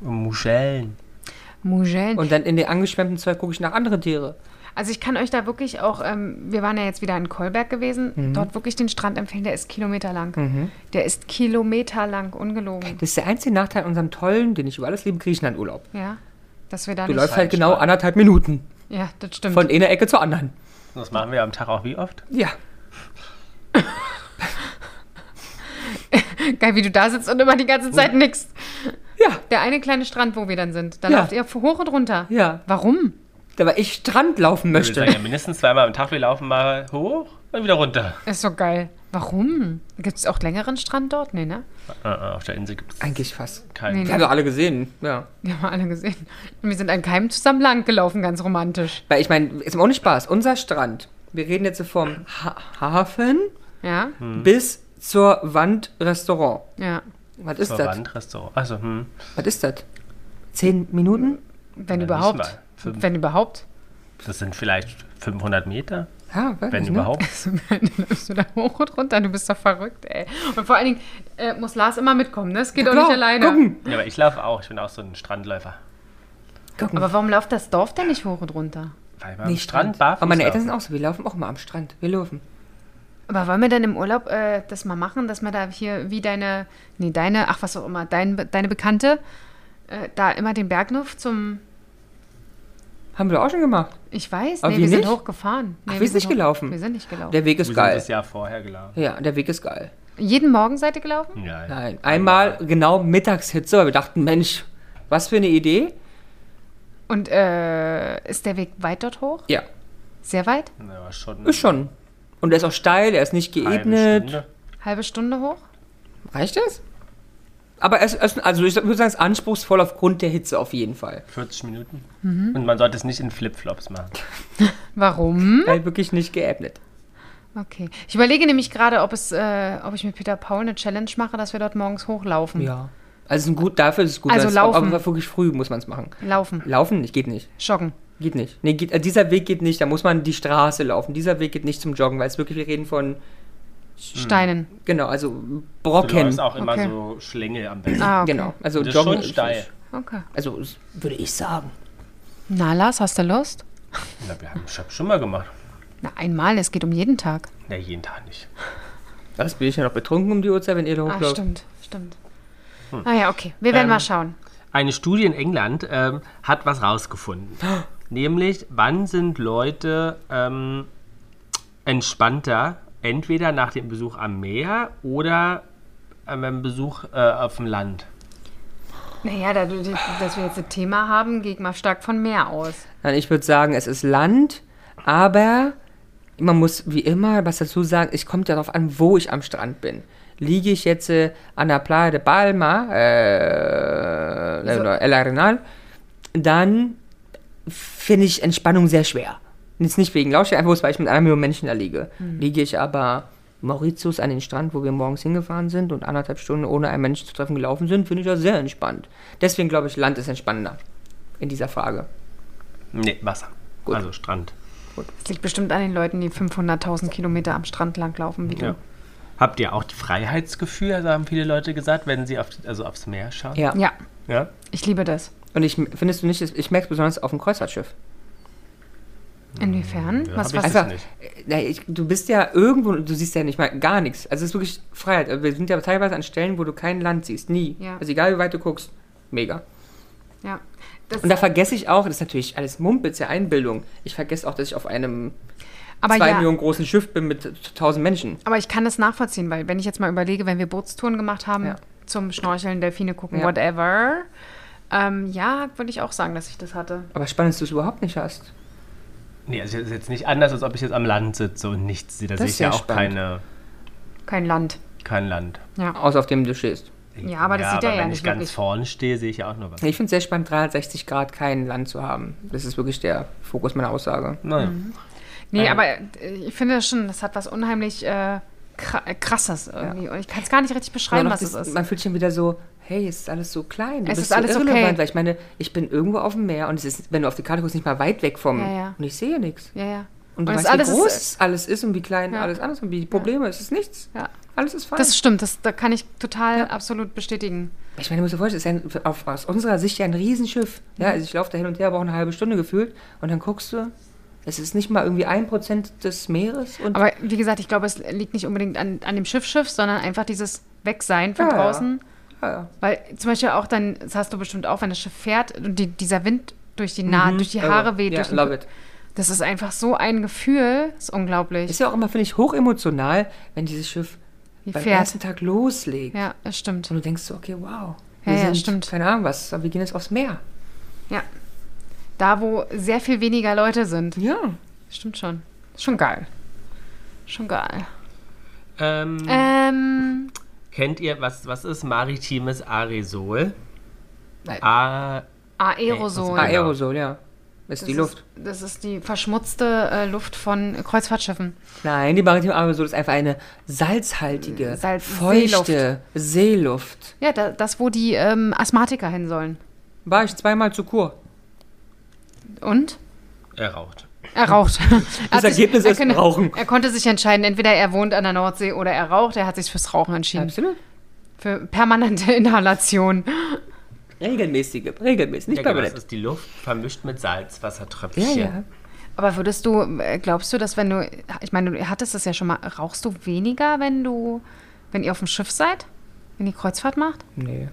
[SPEAKER 1] Muscheln.
[SPEAKER 2] Mugeln.
[SPEAKER 3] Und dann in den angeschwemmten Zeug gucke ich nach anderen Tiere.
[SPEAKER 2] Also ich kann euch da wirklich auch, ähm, wir waren ja jetzt wieder in Kolberg gewesen,
[SPEAKER 3] Mhm.
[SPEAKER 2] dort wirklich den Strand empfehlen, der ist kilometerlang. Der ist kilometerlang, ungelogen.
[SPEAKER 3] Das ist der einzige Nachteil an unserem tollen, den ich über alles liebe, Griechenland-Urlaub.
[SPEAKER 2] Ja, dass wir da
[SPEAKER 3] Du
[SPEAKER 2] nicht...
[SPEAKER 3] läufst
[SPEAKER 1] falsch,
[SPEAKER 3] halt genau
[SPEAKER 1] Mann.
[SPEAKER 3] anderthalb Minuten
[SPEAKER 2] Ja, das stimmt.
[SPEAKER 3] von einer Ecke zur anderen.
[SPEAKER 1] Das machen wir am Tag auch wie oft?
[SPEAKER 3] Ja.
[SPEAKER 2] Geil, wie du da sitzt und immer die ganze Zeit nix.
[SPEAKER 3] Ja.
[SPEAKER 2] Der eine kleine Strand, wo wir dann sind, da
[SPEAKER 3] Ja.
[SPEAKER 2] lauft ihr hoch und runter.
[SPEAKER 3] Ja.
[SPEAKER 2] Warum?
[SPEAKER 3] Da war ich Strand laufen
[SPEAKER 1] Wir
[SPEAKER 3] möchte.
[SPEAKER 1] sagen ja mindestens zweimal am Tag, wir laufen mal hoch und wieder runter.
[SPEAKER 2] Ist so geil. Warum? Gibt es auch längeren Strand dort? Nee, ne?
[SPEAKER 1] Äh, äh, auf der Insel gibt es
[SPEAKER 3] Eigentlich fast.
[SPEAKER 1] keinen.
[SPEAKER 2] Nee.
[SPEAKER 3] Wir haben doch alle gesehen, ja.
[SPEAKER 2] Wir haben alle gesehen. Und wir sind an Keim zusammen lang gelaufen, ganz romantisch.
[SPEAKER 3] Weil ich meine, ist mir auch nicht Spaß. Unser Strand. Wir reden jetzt so vom ha Hafen
[SPEAKER 2] Ja,
[SPEAKER 3] Hm.
[SPEAKER 1] Mhm.
[SPEAKER 3] bis zur Wand Restaurant.
[SPEAKER 2] ja.
[SPEAKER 3] Was ist das?
[SPEAKER 1] Verwandtrestaurant. Also, hm.
[SPEAKER 3] Was ist das? Zehn Minuten?
[SPEAKER 2] Wenn
[SPEAKER 1] Ja, nicht
[SPEAKER 2] überhaupt.
[SPEAKER 1] mal. Fünf.
[SPEAKER 2] Wenn überhaupt.
[SPEAKER 1] Das sind vielleicht 500 Meter,
[SPEAKER 3] Ja, weiß
[SPEAKER 1] wenn
[SPEAKER 3] ich, ne?
[SPEAKER 1] überhaupt.
[SPEAKER 2] Also, dann läufst du da hoch und runter. Du bist doch verrückt, ey. Und vor allen Dingen äh, muss Lars immer mitkommen, ne? Es geht doch
[SPEAKER 3] Klar,
[SPEAKER 2] nicht alleine.
[SPEAKER 3] Gucken.
[SPEAKER 1] Ja, aber ich laufe auch. Ich bin auch so ein Strandläufer.
[SPEAKER 3] gucken.
[SPEAKER 2] Aber warum läuft das Dorf denn nicht hoch und runter?
[SPEAKER 1] Weil
[SPEAKER 3] Nee,
[SPEAKER 1] am Strand barfuß
[SPEAKER 3] Aber meine Eltern
[SPEAKER 1] laufen.
[SPEAKER 3] sind auch so, wir laufen auch mal am Strand. Wir laufen.
[SPEAKER 2] Aber wollen wir dann im Urlaub äh, das mal machen, dass man da hier wie deine, nee, deine, ach was auch immer, dein, deine Bekannte, äh, da immer den Bergnuff zum,
[SPEAKER 3] Haben wir doch auch schon gemacht.
[SPEAKER 2] ich weiß,
[SPEAKER 3] Aber
[SPEAKER 2] nee,
[SPEAKER 3] wir
[SPEAKER 2] wir, sind
[SPEAKER 3] nicht?
[SPEAKER 2] hochgefahren. Nee,
[SPEAKER 3] wir sind nicht
[SPEAKER 2] hoch-
[SPEAKER 3] gelaufen.
[SPEAKER 2] Wir sind nicht gelaufen.
[SPEAKER 3] Der Weg ist
[SPEAKER 1] Wir sind
[SPEAKER 3] geil.
[SPEAKER 1] das Jahr vorher gelaufen.
[SPEAKER 3] Ja, der Weg ist geil.
[SPEAKER 2] Jeden Morgen seid ihr gelaufen?
[SPEAKER 1] Ja, ja.
[SPEAKER 3] Nein, einmal genau Mittagshitze, weil wir dachten, Mensch, was für eine Idee.
[SPEAKER 2] Und äh, ist der Weg weit dort hoch?
[SPEAKER 3] Ja,
[SPEAKER 2] Sehr weit?
[SPEAKER 1] Ja, aber schon
[SPEAKER 3] ist schon. Und der ist auch steil, er ist nicht
[SPEAKER 1] eine
[SPEAKER 3] geebnet.
[SPEAKER 1] Stunde.
[SPEAKER 2] Halbe Stunde hoch?
[SPEAKER 3] Reicht das? Aber es ist, also ich würde sagen, es ist anspruchsvoll aufgrund der Hitze auf jeden Fall.
[SPEAKER 1] 40 Minuten.
[SPEAKER 3] Mhm.
[SPEAKER 1] Und man sollte es nicht in Flipflops machen.
[SPEAKER 2] Warum?
[SPEAKER 1] Hm?
[SPEAKER 3] Weil wirklich nicht geebnet.
[SPEAKER 2] Okay. Ich überlege nämlich gerade, ob, es, äh, ob ich mit Peter Paul eine Challenge mache, dass wir dort morgens
[SPEAKER 1] Hm.
[SPEAKER 2] hochlaufen.
[SPEAKER 3] Ja. Also es ist ein gut, dafür ist es gut.
[SPEAKER 2] Also
[SPEAKER 3] weil es- aber-
[SPEAKER 2] laufen.
[SPEAKER 3] Aber wirklich früh muss man es machen.
[SPEAKER 2] Laufen,
[SPEAKER 3] Laufen nicht, geht nicht.
[SPEAKER 2] joggen.
[SPEAKER 3] Geht nicht. Nee, geht, äh, dieser Weg geht nicht, da muss man die Straße laufen. Dieser Weg geht nicht zum Joggen, weil es wirklich, wir reden von,
[SPEAKER 2] Steinen.
[SPEAKER 3] genau, also
[SPEAKER 1] Du
[SPEAKER 3] Brocken.
[SPEAKER 1] läufst auch immer
[SPEAKER 2] Okay.
[SPEAKER 1] so Schlängel am besten.
[SPEAKER 2] Ah, okay.
[SPEAKER 3] Genau, also
[SPEAKER 1] Das ist schon
[SPEAKER 3] Joggen
[SPEAKER 1] steil.
[SPEAKER 2] Okay.
[SPEAKER 3] Also das würde ich sagen.
[SPEAKER 2] Na, Lars, hast du Lust?
[SPEAKER 1] Na, wir haben ich hab schon mal gemacht.
[SPEAKER 2] Na, einmal, es geht um jeden Tag.
[SPEAKER 1] Na, jeden Tag nicht.
[SPEAKER 3] Das bin ich ja noch betrunken um die Uhrzeit, wenn ihr da
[SPEAKER 2] Ah,
[SPEAKER 3] hochlauft.
[SPEAKER 2] stimmt, stimmt.
[SPEAKER 3] Hm.
[SPEAKER 2] Ah ja, okay. Wir
[SPEAKER 3] Ähm.
[SPEAKER 2] werden mal schauen.
[SPEAKER 1] Eine Studie in England ähm, hat was rausgefunden. Nämlich, wann sind Leute ähm, entspannter, entweder nach dem Besuch am Meer oder ähm, beim Besuch äh, auf dem Land.
[SPEAKER 2] Naja, da, du- dass wir jetzt ein Thema haben, gehe ich mal stark von Meer aus.
[SPEAKER 3] Nein, ich würde sagen, es ist Land, aber man muss wie immer was dazu sagen, es kommt ja darauf an, wo ich am Strand bin. Liege ich jetzt äh, an der Playa de Palma, äh, oder El Arenal, dann finde ich Entspannung sehr schwer. Jetzt nicht wegen Lautstärke, einfach bloß, weil ich mit einer Million Menschen da liege. Liege ich aber Mauritius an den Strand, wo wir morgens hingefahren sind und anderthalb Stunden ohne einen Menschen zu treffen gelaufen sind, finde ich das sehr entspannt. Deswegen glaube ich, Land ist entspannender in dieser Frage.
[SPEAKER 1] Nee, Wasser.
[SPEAKER 3] Gut.
[SPEAKER 1] Also Strand.
[SPEAKER 2] Das liegt bestimmt an den Leuten, die 500.000 Kilometer am Strand langlaufen, wie du.
[SPEAKER 1] Ja. Habt ihr auch Freiheitsgefühl, also haben viele Leute gesagt, wenn sie auf, also aufs Meer schauen?
[SPEAKER 3] Ja.
[SPEAKER 2] Ja,
[SPEAKER 1] Ja?
[SPEAKER 2] ich liebe das.
[SPEAKER 3] Und ich findest du nicht, ich merke es besonders auf dem Kreuzfahrtschiff. Hm.
[SPEAKER 2] Inwiefern?
[SPEAKER 1] Ja,
[SPEAKER 2] was,
[SPEAKER 1] hab ich
[SPEAKER 2] was?
[SPEAKER 1] das
[SPEAKER 3] Einfach,
[SPEAKER 1] nicht.
[SPEAKER 3] äh, na, ich, du bist ja irgendwo, du siehst ja nicht mal gar nichts. Also es ist wirklich Freiheit. Wir sind ja teilweise an Stellen, wo du kein Land siehst, nie.
[SPEAKER 2] Ja.
[SPEAKER 3] Also egal wie weit du guckst, mega.
[SPEAKER 2] Ja. Das,
[SPEAKER 3] Und da vergesse ich auch, das ist natürlich alles Mumpitz, ja Einbildung. Ich vergesse auch, dass ich auf einem
[SPEAKER 2] aber
[SPEAKER 3] zwei
[SPEAKER 2] ja,
[SPEAKER 3] Millionen großen Schiff bin mit 1000 Menschen.
[SPEAKER 2] aber ich kann das nachvollziehen, weil wenn ich jetzt mal überlege, wenn wir Bootstouren gemacht haben,
[SPEAKER 3] Ja.
[SPEAKER 2] zum Schnorcheln, Delfine gucken,
[SPEAKER 3] Ja.
[SPEAKER 2] whatever, ähm, ja, würde ich auch sagen, dass ich das hatte.
[SPEAKER 3] Aber spannend, dass du es überhaupt nicht hast.
[SPEAKER 1] Nee, also es ist jetzt nicht anders, als ob ich jetzt am Land sitze und nichts sehe. Da sehe
[SPEAKER 3] ist
[SPEAKER 1] ich ja
[SPEAKER 3] sehr
[SPEAKER 1] auch
[SPEAKER 3] spannend.
[SPEAKER 1] keine,
[SPEAKER 2] Kein Land.
[SPEAKER 1] kein Land.
[SPEAKER 3] Außer auf dem du stehst.
[SPEAKER 2] Ja, aber das sieht er ja
[SPEAKER 1] wenn
[SPEAKER 2] nicht
[SPEAKER 1] ich ganz
[SPEAKER 2] wirklich.
[SPEAKER 1] vorne stehe, sehe ich ja auch nur was.
[SPEAKER 3] Ich finde es sehr spannend, 360 Grad kein Land zu haben. Das ist wirklich der Fokus meiner Aussage.
[SPEAKER 1] Naja.
[SPEAKER 2] Mhm. Nee, aber äh, ich finde das schon, das hat was unheimlich äh, kra- äh, krasses irgendwie. Und ich kann es gar nicht richtig
[SPEAKER 3] Ja,
[SPEAKER 2] beschreiben,
[SPEAKER 3] noch
[SPEAKER 2] was es
[SPEAKER 3] das-
[SPEAKER 2] ist.
[SPEAKER 3] Man fühlt sich dann wieder so, hey, es ist alles so klein. Du
[SPEAKER 2] Es
[SPEAKER 3] bist
[SPEAKER 2] ist
[SPEAKER 3] so
[SPEAKER 2] alles okay.
[SPEAKER 3] irrelevant, Weil ich meine, ich bin irgendwo auf dem Meer und es ist, wenn du auf die Karte guckst, nicht mal weit weg vom.
[SPEAKER 2] Ja, ja.
[SPEAKER 3] Und ich sehe nichts.
[SPEAKER 2] Ja, ja.
[SPEAKER 3] Und du
[SPEAKER 2] es
[SPEAKER 3] weißt,
[SPEAKER 2] alles
[SPEAKER 3] wie
[SPEAKER 2] ist-
[SPEAKER 3] groß alles ist und wie klein
[SPEAKER 2] Ja.
[SPEAKER 3] alles anders und wie die Probleme. Es ist nichts.
[SPEAKER 2] äh, Ja.
[SPEAKER 3] Alles ist fein.
[SPEAKER 2] Das stimmt, das, da kann ich total absolut bestätigen.
[SPEAKER 3] ich meine, du musst dir vorstellen, es ist ein, auf, aus unserer Sicht ja ein Riesenschiff.
[SPEAKER 2] Mhm.
[SPEAKER 3] Ja, also ich laufe da hin und her, brauche eine halbe Stunde gefühlt. Und dann guckst du, es ist nicht mal irgendwie ein Prozent des Meeres. Und
[SPEAKER 2] Aber wie gesagt, ich glaube, es liegt nicht unbedingt an, an dem Schiff-Schiff, sondern einfach dieses Wegsein von
[SPEAKER 3] Ja, ja.
[SPEAKER 2] draußen.
[SPEAKER 3] ja, ja.
[SPEAKER 2] Weil zum Beispiel auch dann, das hast du bestimmt auch, wenn das Schiff fährt und die, dieser Wind durch die, Na Ah, durch die Haare weht.
[SPEAKER 3] Mhm. Also, Ja,
[SPEAKER 2] durch den
[SPEAKER 3] love
[SPEAKER 2] Ko-
[SPEAKER 3] it.
[SPEAKER 2] Das ist einfach so ein Gefühl, ist
[SPEAKER 3] Ist
[SPEAKER 2] unglaublich.
[SPEAKER 3] ja auch immer, finde ich, hochemotional, wenn dieses Schiff
[SPEAKER 2] Wie
[SPEAKER 3] beim
[SPEAKER 2] fährt.
[SPEAKER 3] ersten Tag loslegt.
[SPEAKER 2] Ja, das stimmt.
[SPEAKER 3] Und du denkst so, okay, wow.
[SPEAKER 2] Ja,
[SPEAKER 3] Wir
[SPEAKER 2] ja,
[SPEAKER 3] sind,
[SPEAKER 2] stimmt.
[SPEAKER 3] keine Ahnung was, aber wir gehen jetzt aufs Meer.
[SPEAKER 2] Ja. Da, wo sehr viel weniger Leute sind.
[SPEAKER 3] Ja.
[SPEAKER 2] Stimmt schon. Schon geil. Schon geil.
[SPEAKER 1] Ähm,
[SPEAKER 2] Ähm,
[SPEAKER 1] Kennt ihr, was, was ist maritimes Aerosol?
[SPEAKER 3] Nein.
[SPEAKER 1] A
[SPEAKER 2] Aerosol.
[SPEAKER 1] Ey, was-
[SPEAKER 3] Ah, Aerosol, ja. Ist die Luft.
[SPEAKER 2] Ist, das ist die verschmutzte äh, Luft von Kreuzfahrtschiffen.
[SPEAKER 3] Nein, die maritime Aerosol ist einfach eine salzhaltige,
[SPEAKER 2] Salz-
[SPEAKER 3] feuchte Seeluft.
[SPEAKER 2] Ja, da, das, wo die ähm, Asthmatiker hin sollen.
[SPEAKER 3] War ich zweimal zu Kur.
[SPEAKER 2] Und?
[SPEAKER 1] er raucht.
[SPEAKER 2] Er raucht.
[SPEAKER 3] Das Ergebnis ist Rauchen.
[SPEAKER 2] Er konnte sich entscheiden, entweder er wohnt an der Nordsee oder er raucht. Er hat sich fürs Rauchen entschieden.
[SPEAKER 3] Absolut.
[SPEAKER 2] Für permanente Inhalation.
[SPEAKER 3] Regelmäßige, regelmäßig, nicht
[SPEAKER 1] Ja, genau, das
[SPEAKER 3] permanent.
[SPEAKER 1] ist die Luft vermischt mit Salzwassertröpfchen.
[SPEAKER 3] Ja, ja.
[SPEAKER 2] Aber würdest du, äh, glaubst du, dass wenn du, ich meine, du hattest das ja schon mal, rauchst du weniger, wenn du, wenn ihr auf dem Schiff seid? Wenn ihr Kreuzfahrt macht?
[SPEAKER 3] Nee.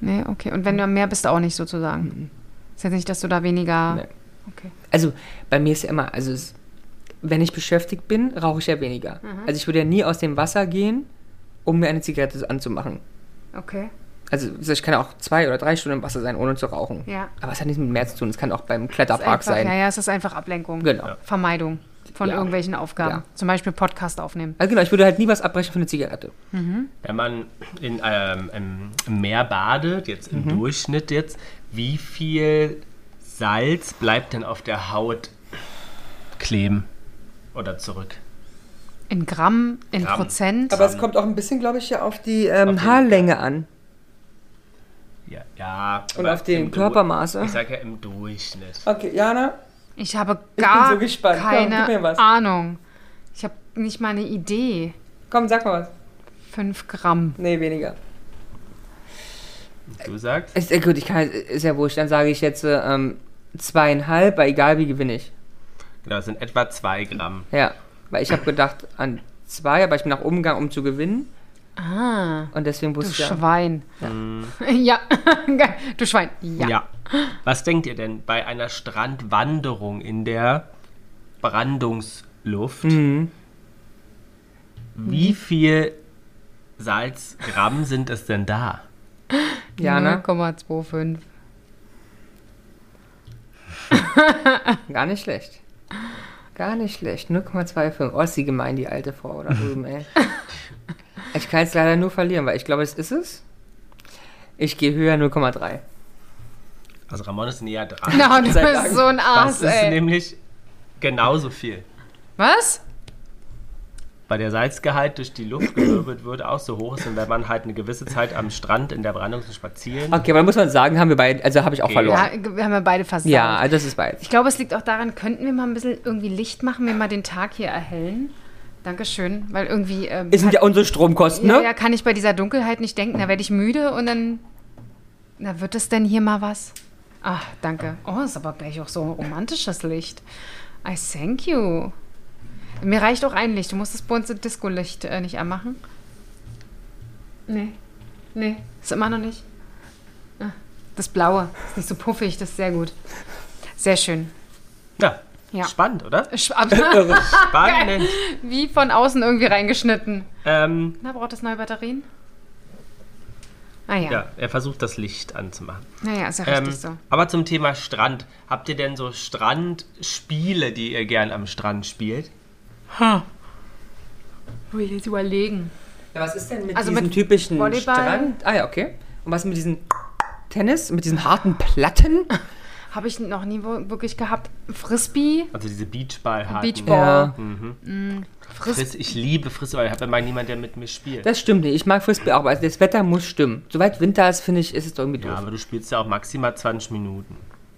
[SPEAKER 2] Nee, okay. Und wenn du am Meer bist, auch nicht sozusagen. Ist jetzt nicht, dass du da weniger.
[SPEAKER 3] Mhm. Nee.
[SPEAKER 2] Okay.
[SPEAKER 3] Also bei mir ist ja immer, also es, wenn ich beschäftigt bin, rauche ich ja weniger.
[SPEAKER 2] Mhm.
[SPEAKER 3] Also ich würde ja nie aus dem Wasser gehen, um mir eine Zigarette anzumachen.
[SPEAKER 2] Okay.
[SPEAKER 3] Also ich kann ja auch zwei oder drei Stunden im Wasser sein, ohne zu rauchen.
[SPEAKER 2] Ja.
[SPEAKER 3] Aber es hat nichts mit mehr zu tun. Es kann auch beim
[SPEAKER 2] Es ist
[SPEAKER 3] Kletterpark
[SPEAKER 2] einfach,
[SPEAKER 3] sein.
[SPEAKER 2] Ja, ja, es ist einfach Ablenkung.
[SPEAKER 3] Genau.
[SPEAKER 2] Vermeidung von
[SPEAKER 3] Ja.
[SPEAKER 2] irgendwelchen Aufgaben.
[SPEAKER 3] Ja.
[SPEAKER 2] Zum Beispiel Podcast aufnehmen.
[SPEAKER 3] Also genau, ich würde halt nie was abbrechen für eine Zigarette.
[SPEAKER 1] Wenn man in, ähm, im, im Meer badet, jetzt
[SPEAKER 3] Mhm.
[SPEAKER 1] im Durchschnitt jetzt, wie viel Salz bleibt denn auf der Haut kleben oder zurück?
[SPEAKER 2] In Gramm, in
[SPEAKER 1] Gramm.
[SPEAKER 2] Prozent.
[SPEAKER 3] Aber es kommt auch ein bisschen, glaube ich, ja auf die ähm,
[SPEAKER 1] Auf den-
[SPEAKER 3] Haarlänge an.
[SPEAKER 1] Ja, ja
[SPEAKER 3] Und
[SPEAKER 1] aber
[SPEAKER 3] auf den
[SPEAKER 1] im Du-
[SPEAKER 3] Körpermaße.
[SPEAKER 1] Ich sag ja im Durchschnitt.
[SPEAKER 3] Okay, Jana,
[SPEAKER 2] ich habe
[SPEAKER 3] bin
[SPEAKER 2] gar
[SPEAKER 3] so gespannt. Komm, gib
[SPEAKER 2] keine
[SPEAKER 3] mir was.
[SPEAKER 2] Ahnung. Ich habe nicht mal eine Idee.
[SPEAKER 3] komm, sag mal was.
[SPEAKER 2] 5 Gramm.
[SPEAKER 3] Nee, weniger.
[SPEAKER 1] Du sagst?
[SPEAKER 3] Ist, äh, gut, ich kann, ist ja wurscht. Dann sage ich jetzt äh, ähm, zweieinhalb, weil egal wie gewinne ich.
[SPEAKER 1] Genau, das sind etwa 2 Gramm.
[SPEAKER 3] Ja, weil ich habe gedacht an zwei, aber ich bin nach oben gegangen, um zu gewinnen.
[SPEAKER 2] Ah,
[SPEAKER 3] Und deswegen
[SPEAKER 2] du
[SPEAKER 3] wusste ich ja.
[SPEAKER 2] Schwein. Ja, Geil. du Schwein. Ja.
[SPEAKER 1] Was denkt ihr denn bei einer Strandwanderung in der Brandungsluft?
[SPEAKER 2] Mhm.
[SPEAKER 1] Wie viel Salzgramm sind es denn da?
[SPEAKER 2] ne?
[SPEAKER 3] Jana,
[SPEAKER 2] 0,25.
[SPEAKER 3] gar nicht schlecht. Gar nicht schlecht. 0,25. Oh, ist sie gemein, die alte Frau da drüben, ey. Ich kann es leider nur verlieren, weil ich glaube, es ist es. Ich gehe höher 0,3.
[SPEAKER 1] Also Ramon ist näher dran.
[SPEAKER 2] Na, du
[SPEAKER 3] Sei
[SPEAKER 2] bist
[SPEAKER 3] Dank.
[SPEAKER 2] so ein Arsch,
[SPEAKER 1] das ist
[SPEAKER 2] ey.
[SPEAKER 1] nämlich genauso viel.
[SPEAKER 2] Was?
[SPEAKER 1] Weil der Salzgehalt durch die Luft gewirbelt wird, auch so hoch ist. Und wenn man halt eine gewisse Zeit am Strand in der Brandung zu spazieren,
[SPEAKER 3] Okay, aber da muss man sagen, haben wir beide, also habe ich auch
[SPEAKER 1] Okay.
[SPEAKER 3] verloren.
[SPEAKER 2] Ja, wir haben ja beide versagt.
[SPEAKER 3] Ja, also das ist beides.
[SPEAKER 2] Ich glaube, es liegt auch daran, könnten wir mal ein bisschen irgendwie Licht machen, wir mal den Tag hier erhellen. Dankeschön, weil irgendwie. Ähm,
[SPEAKER 3] Es sind
[SPEAKER 2] kann,
[SPEAKER 3] ja unsere Stromkosten,
[SPEAKER 2] ja,
[SPEAKER 3] ne?
[SPEAKER 2] ja, kann ich bei dieser Dunkelheit nicht denken. Da werde ich müde und dann. Na, wird es denn hier mal was? Ach, danke. Oh, ist aber gleich auch so ein romantisches Licht. I thank you. Mir reicht auch ein Licht. Du musst das bunte Disco-Licht äh, nicht anmachen. Nee. Nee. Ist immer noch nicht. Ah, Das blaue. Ist nicht so puffig. Das ist sehr gut. Sehr schön.
[SPEAKER 1] ja.
[SPEAKER 2] Ja.
[SPEAKER 1] Spannend, oder?
[SPEAKER 2] Sch- ab-
[SPEAKER 1] Spannend.
[SPEAKER 2] Wie von außen irgendwie reingeschnitten.
[SPEAKER 1] Ähm,
[SPEAKER 2] Na, braucht das neue Batterien? Ah ja.
[SPEAKER 1] ja, er versucht das Licht anzumachen.
[SPEAKER 2] Naja, ist ja
[SPEAKER 1] Ähm,
[SPEAKER 2] richtig so.
[SPEAKER 1] Aber zum Thema Strand. Habt ihr denn so Strandspiele, die ihr gern am Strand spielt?
[SPEAKER 2] Muss ich jetzt überlegen.
[SPEAKER 3] Ja, was ist denn mit
[SPEAKER 2] Also
[SPEAKER 3] diesem
[SPEAKER 2] mit
[SPEAKER 3] typischen
[SPEAKER 2] Volleyball?
[SPEAKER 3] Strand? Ah ja, okay. Und was mit diesen Tennis, mit diesen harten Platten?
[SPEAKER 2] Habe ich noch nie wo- wirklich gehabt. Frisbee.
[SPEAKER 1] Also diese Beachballhaken.
[SPEAKER 2] Beachball. Ja. Frisbee.
[SPEAKER 1] Fris, ich liebe Frisball. Ich habe immer niemanden, der mit mir spielt.
[SPEAKER 3] Das stimmt nicht. Ich mag Frisbee auch, aber das Wetter muss stimmen. Soweit Winter ist, finde ich, ist es doch irgendwie
[SPEAKER 1] ja,
[SPEAKER 3] doof.
[SPEAKER 1] aber du spielst ja auch maximal 20 Minuten.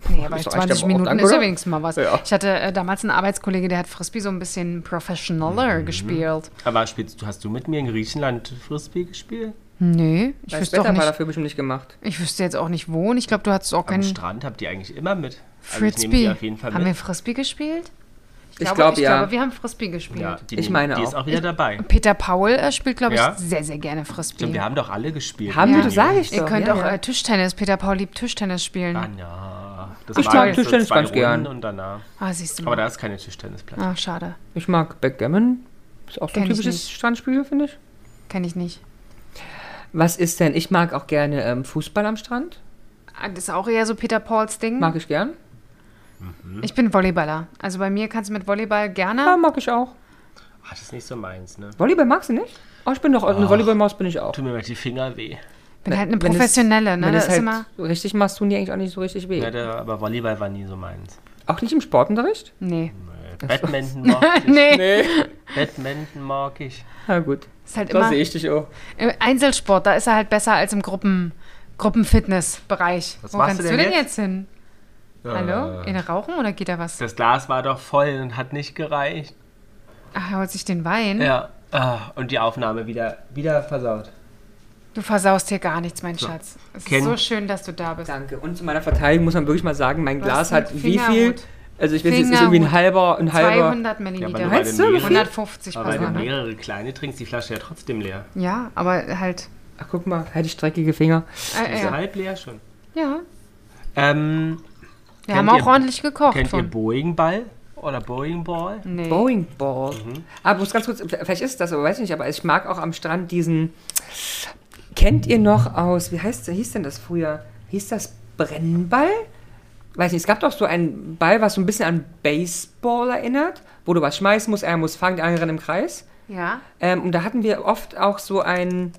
[SPEAKER 2] Nee, aber
[SPEAKER 3] Ist doch
[SPEAKER 2] 20
[SPEAKER 3] echt aber auch
[SPEAKER 2] Minuten
[SPEAKER 3] lang,
[SPEAKER 2] ist ja
[SPEAKER 3] oder?
[SPEAKER 2] wenigstens mal was.
[SPEAKER 3] Ja.
[SPEAKER 2] Ich hatte äh, damals einen Arbeitskollege, der hat Frisbee so ein bisschen professioneller
[SPEAKER 1] Mhm.
[SPEAKER 2] gespielt.
[SPEAKER 1] Aber spielst, du- hast du mit mir in Griechenland Frisbee gespielt?
[SPEAKER 2] Nee, ich
[SPEAKER 3] das
[SPEAKER 2] wüsste,
[SPEAKER 3] Wetter
[SPEAKER 2] auch
[SPEAKER 3] war
[SPEAKER 2] nicht,
[SPEAKER 3] dafür bestimmt nicht gemacht.
[SPEAKER 2] ich wüsste jetzt auch nicht wo und ich glaube, du hattest auch
[SPEAKER 1] Am
[SPEAKER 2] keinen
[SPEAKER 1] Strand habt ihr eigentlich immer mit. Also ich nehme
[SPEAKER 2] Frisbee.
[SPEAKER 1] die auf jeden Fall
[SPEAKER 2] haben wir
[SPEAKER 1] mit.
[SPEAKER 2] Frisbee gespielt? Ich
[SPEAKER 3] Ich
[SPEAKER 2] glaube,
[SPEAKER 3] glaube,
[SPEAKER 2] ich
[SPEAKER 3] ja.
[SPEAKER 2] glaube, wir haben Frisbee gespielt.
[SPEAKER 1] ja, die,
[SPEAKER 3] Ich
[SPEAKER 1] nehmen-
[SPEAKER 3] meine
[SPEAKER 1] die ist
[SPEAKER 3] auch.
[SPEAKER 1] auch wieder dabei.
[SPEAKER 2] Peter Paul äh, spielt, glaube ich,
[SPEAKER 1] Ja.
[SPEAKER 2] sehr, sehr gerne Frisbee.
[SPEAKER 1] Stimmt, wir haben doch alle gespielt.
[SPEAKER 3] Haben
[SPEAKER 2] Ja.
[SPEAKER 3] wir, das sage ich doch.
[SPEAKER 2] Ihr könnt
[SPEAKER 3] ja,
[SPEAKER 2] auch
[SPEAKER 3] ja.
[SPEAKER 2] Äh, Tischtennis. Peter Paul liebt Tischtennis spielen.
[SPEAKER 1] Ah, na. Das
[SPEAKER 3] Ich
[SPEAKER 1] war
[SPEAKER 3] mag
[SPEAKER 1] jetzt so
[SPEAKER 3] Tischtennis
[SPEAKER 1] zwei
[SPEAKER 3] ganz
[SPEAKER 1] Runden
[SPEAKER 3] gern.
[SPEAKER 1] Und danach.
[SPEAKER 2] Ah, siehst du
[SPEAKER 1] Aber
[SPEAKER 2] mal.
[SPEAKER 1] da ist keine Tischtennisplatte.
[SPEAKER 2] Ah, schade.
[SPEAKER 3] Ich mag Backgammon. Ist auch so
[SPEAKER 2] Kenn
[SPEAKER 3] ein
[SPEAKER 2] ich
[SPEAKER 3] typisches
[SPEAKER 2] nicht.
[SPEAKER 3] Strandspiel, finde ich.
[SPEAKER 2] Kenn ich nicht.
[SPEAKER 3] Was ist denn? Ich mag auch gerne ähm, Fußball am Strand.
[SPEAKER 2] Ah, Das ist auch eher so Peter Pauls Ding.
[SPEAKER 3] Mag ich gern. Ähm,
[SPEAKER 2] Ich bin Volleyballer. Also bei mir kannst du mit Volleyball gerne.
[SPEAKER 3] Ja, mag ich auch.
[SPEAKER 1] Ach, das ist nicht so meins, ne?
[SPEAKER 3] Volleyball magst du nicht? Oh, ich bin doch eine Volleyballmaus, bin ich auch.
[SPEAKER 1] Tut mir mal die Finger weh.
[SPEAKER 2] Bin halt eine
[SPEAKER 3] Wenn es-
[SPEAKER 2] professionelle, ne?
[SPEAKER 3] Wenn
[SPEAKER 2] Das
[SPEAKER 3] es
[SPEAKER 2] ist
[SPEAKER 3] halt
[SPEAKER 2] immer.
[SPEAKER 3] so richtig machst, tun die eigentlich auch nicht so richtig weh.
[SPEAKER 1] Ja, der, aber Volleyball war nie so meins.
[SPEAKER 3] Auch nicht im Sportunterricht?
[SPEAKER 2] Nee.
[SPEAKER 1] Äh, Badminton mag ich.
[SPEAKER 2] Nee.
[SPEAKER 3] Nee.
[SPEAKER 1] Badminton mag ich.
[SPEAKER 3] Na gut.
[SPEAKER 2] Ist halt
[SPEAKER 3] Da
[SPEAKER 2] immer
[SPEAKER 3] sehe ich dich auch.
[SPEAKER 2] im Einzelsport, da ist er halt besser als im Gruppen, Gruppenfitness-Bereich.
[SPEAKER 1] Was
[SPEAKER 2] Wo
[SPEAKER 1] machst
[SPEAKER 2] kannst
[SPEAKER 1] du
[SPEAKER 2] du
[SPEAKER 1] denn
[SPEAKER 2] denn jetzt, hin? Hallo?
[SPEAKER 1] Äh,
[SPEAKER 2] In Rauchen oder geht da was?
[SPEAKER 1] Das Glas war doch voll und hat nicht gereicht.
[SPEAKER 2] Ach, er holt sich den Wein.
[SPEAKER 1] Ja. Ah, und die Aufnahme wieder, wieder versaut.
[SPEAKER 2] Du versaust hier gar nichts, mein Schatz. Es
[SPEAKER 1] Ken-
[SPEAKER 2] ist so schön, dass du da bist.
[SPEAKER 3] Danke. Und zu meiner Verteidigung muss man wirklich mal sagen, mein
[SPEAKER 2] Du hast
[SPEAKER 3] Glas
[SPEAKER 2] einen
[SPEAKER 3] hat wie viel?
[SPEAKER 2] Fingerhut.
[SPEAKER 3] Also ich will jetzt nicht irgendwie ein
[SPEAKER 2] Fingerhut.
[SPEAKER 3] halber, ein halber.
[SPEAKER 2] 200 Milliliter.
[SPEAKER 1] nur weil
[SPEAKER 3] Meinst
[SPEAKER 1] du
[SPEAKER 3] du, wie
[SPEAKER 1] mehrere-
[SPEAKER 2] 150
[SPEAKER 1] aber weil du
[SPEAKER 2] Personen. ne?
[SPEAKER 1] mehrere kleine trinkst, die Flasche ja trotzdem leer.
[SPEAKER 2] Ja, aber halt.
[SPEAKER 3] Ach guck mal, hätte ich dreckige Finger.
[SPEAKER 2] Äh,
[SPEAKER 1] Ist
[SPEAKER 2] ja.
[SPEAKER 1] halb leer schon.
[SPEAKER 2] ja,
[SPEAKER 1] Ähm,
[SPEAKER 2] wir haben
[SPEAKER 1] Kennt
[SPEAKER 2] auch
[SPEAKER 1] ihr-
[SPEAKER 2] ordentlich gekocht.
[SPEAKER 1] kennt ihr
[SPEAKER 2] Von.
[SPEAKER 1] Boeing-Ball oder Boeing-Ball?
[SPEAKER 2] Nee.
[SPEAKER 3] Bowling Ball.
[SPEAKER 2] Mhm.
[SPEAKER 3] Aber muss ganz kurz, vielleicht ist das, aber weiß ich nicht, aber ich mag auch am Strand diesen. Kennt ihr noch aus, wie heißt, hieß denn das früher? Hieß das Brennball? Weiß nicht, es gab doch so einen Ball, was so ein bisschen an Baseball erinnert, wo du was schmeißen musst, einer muss fangen, der andere rennt im Kreis.
[SPEAKER 2] Ja,
[SPEAKER 3] Ähm, und da hatten wir oft auch so ein,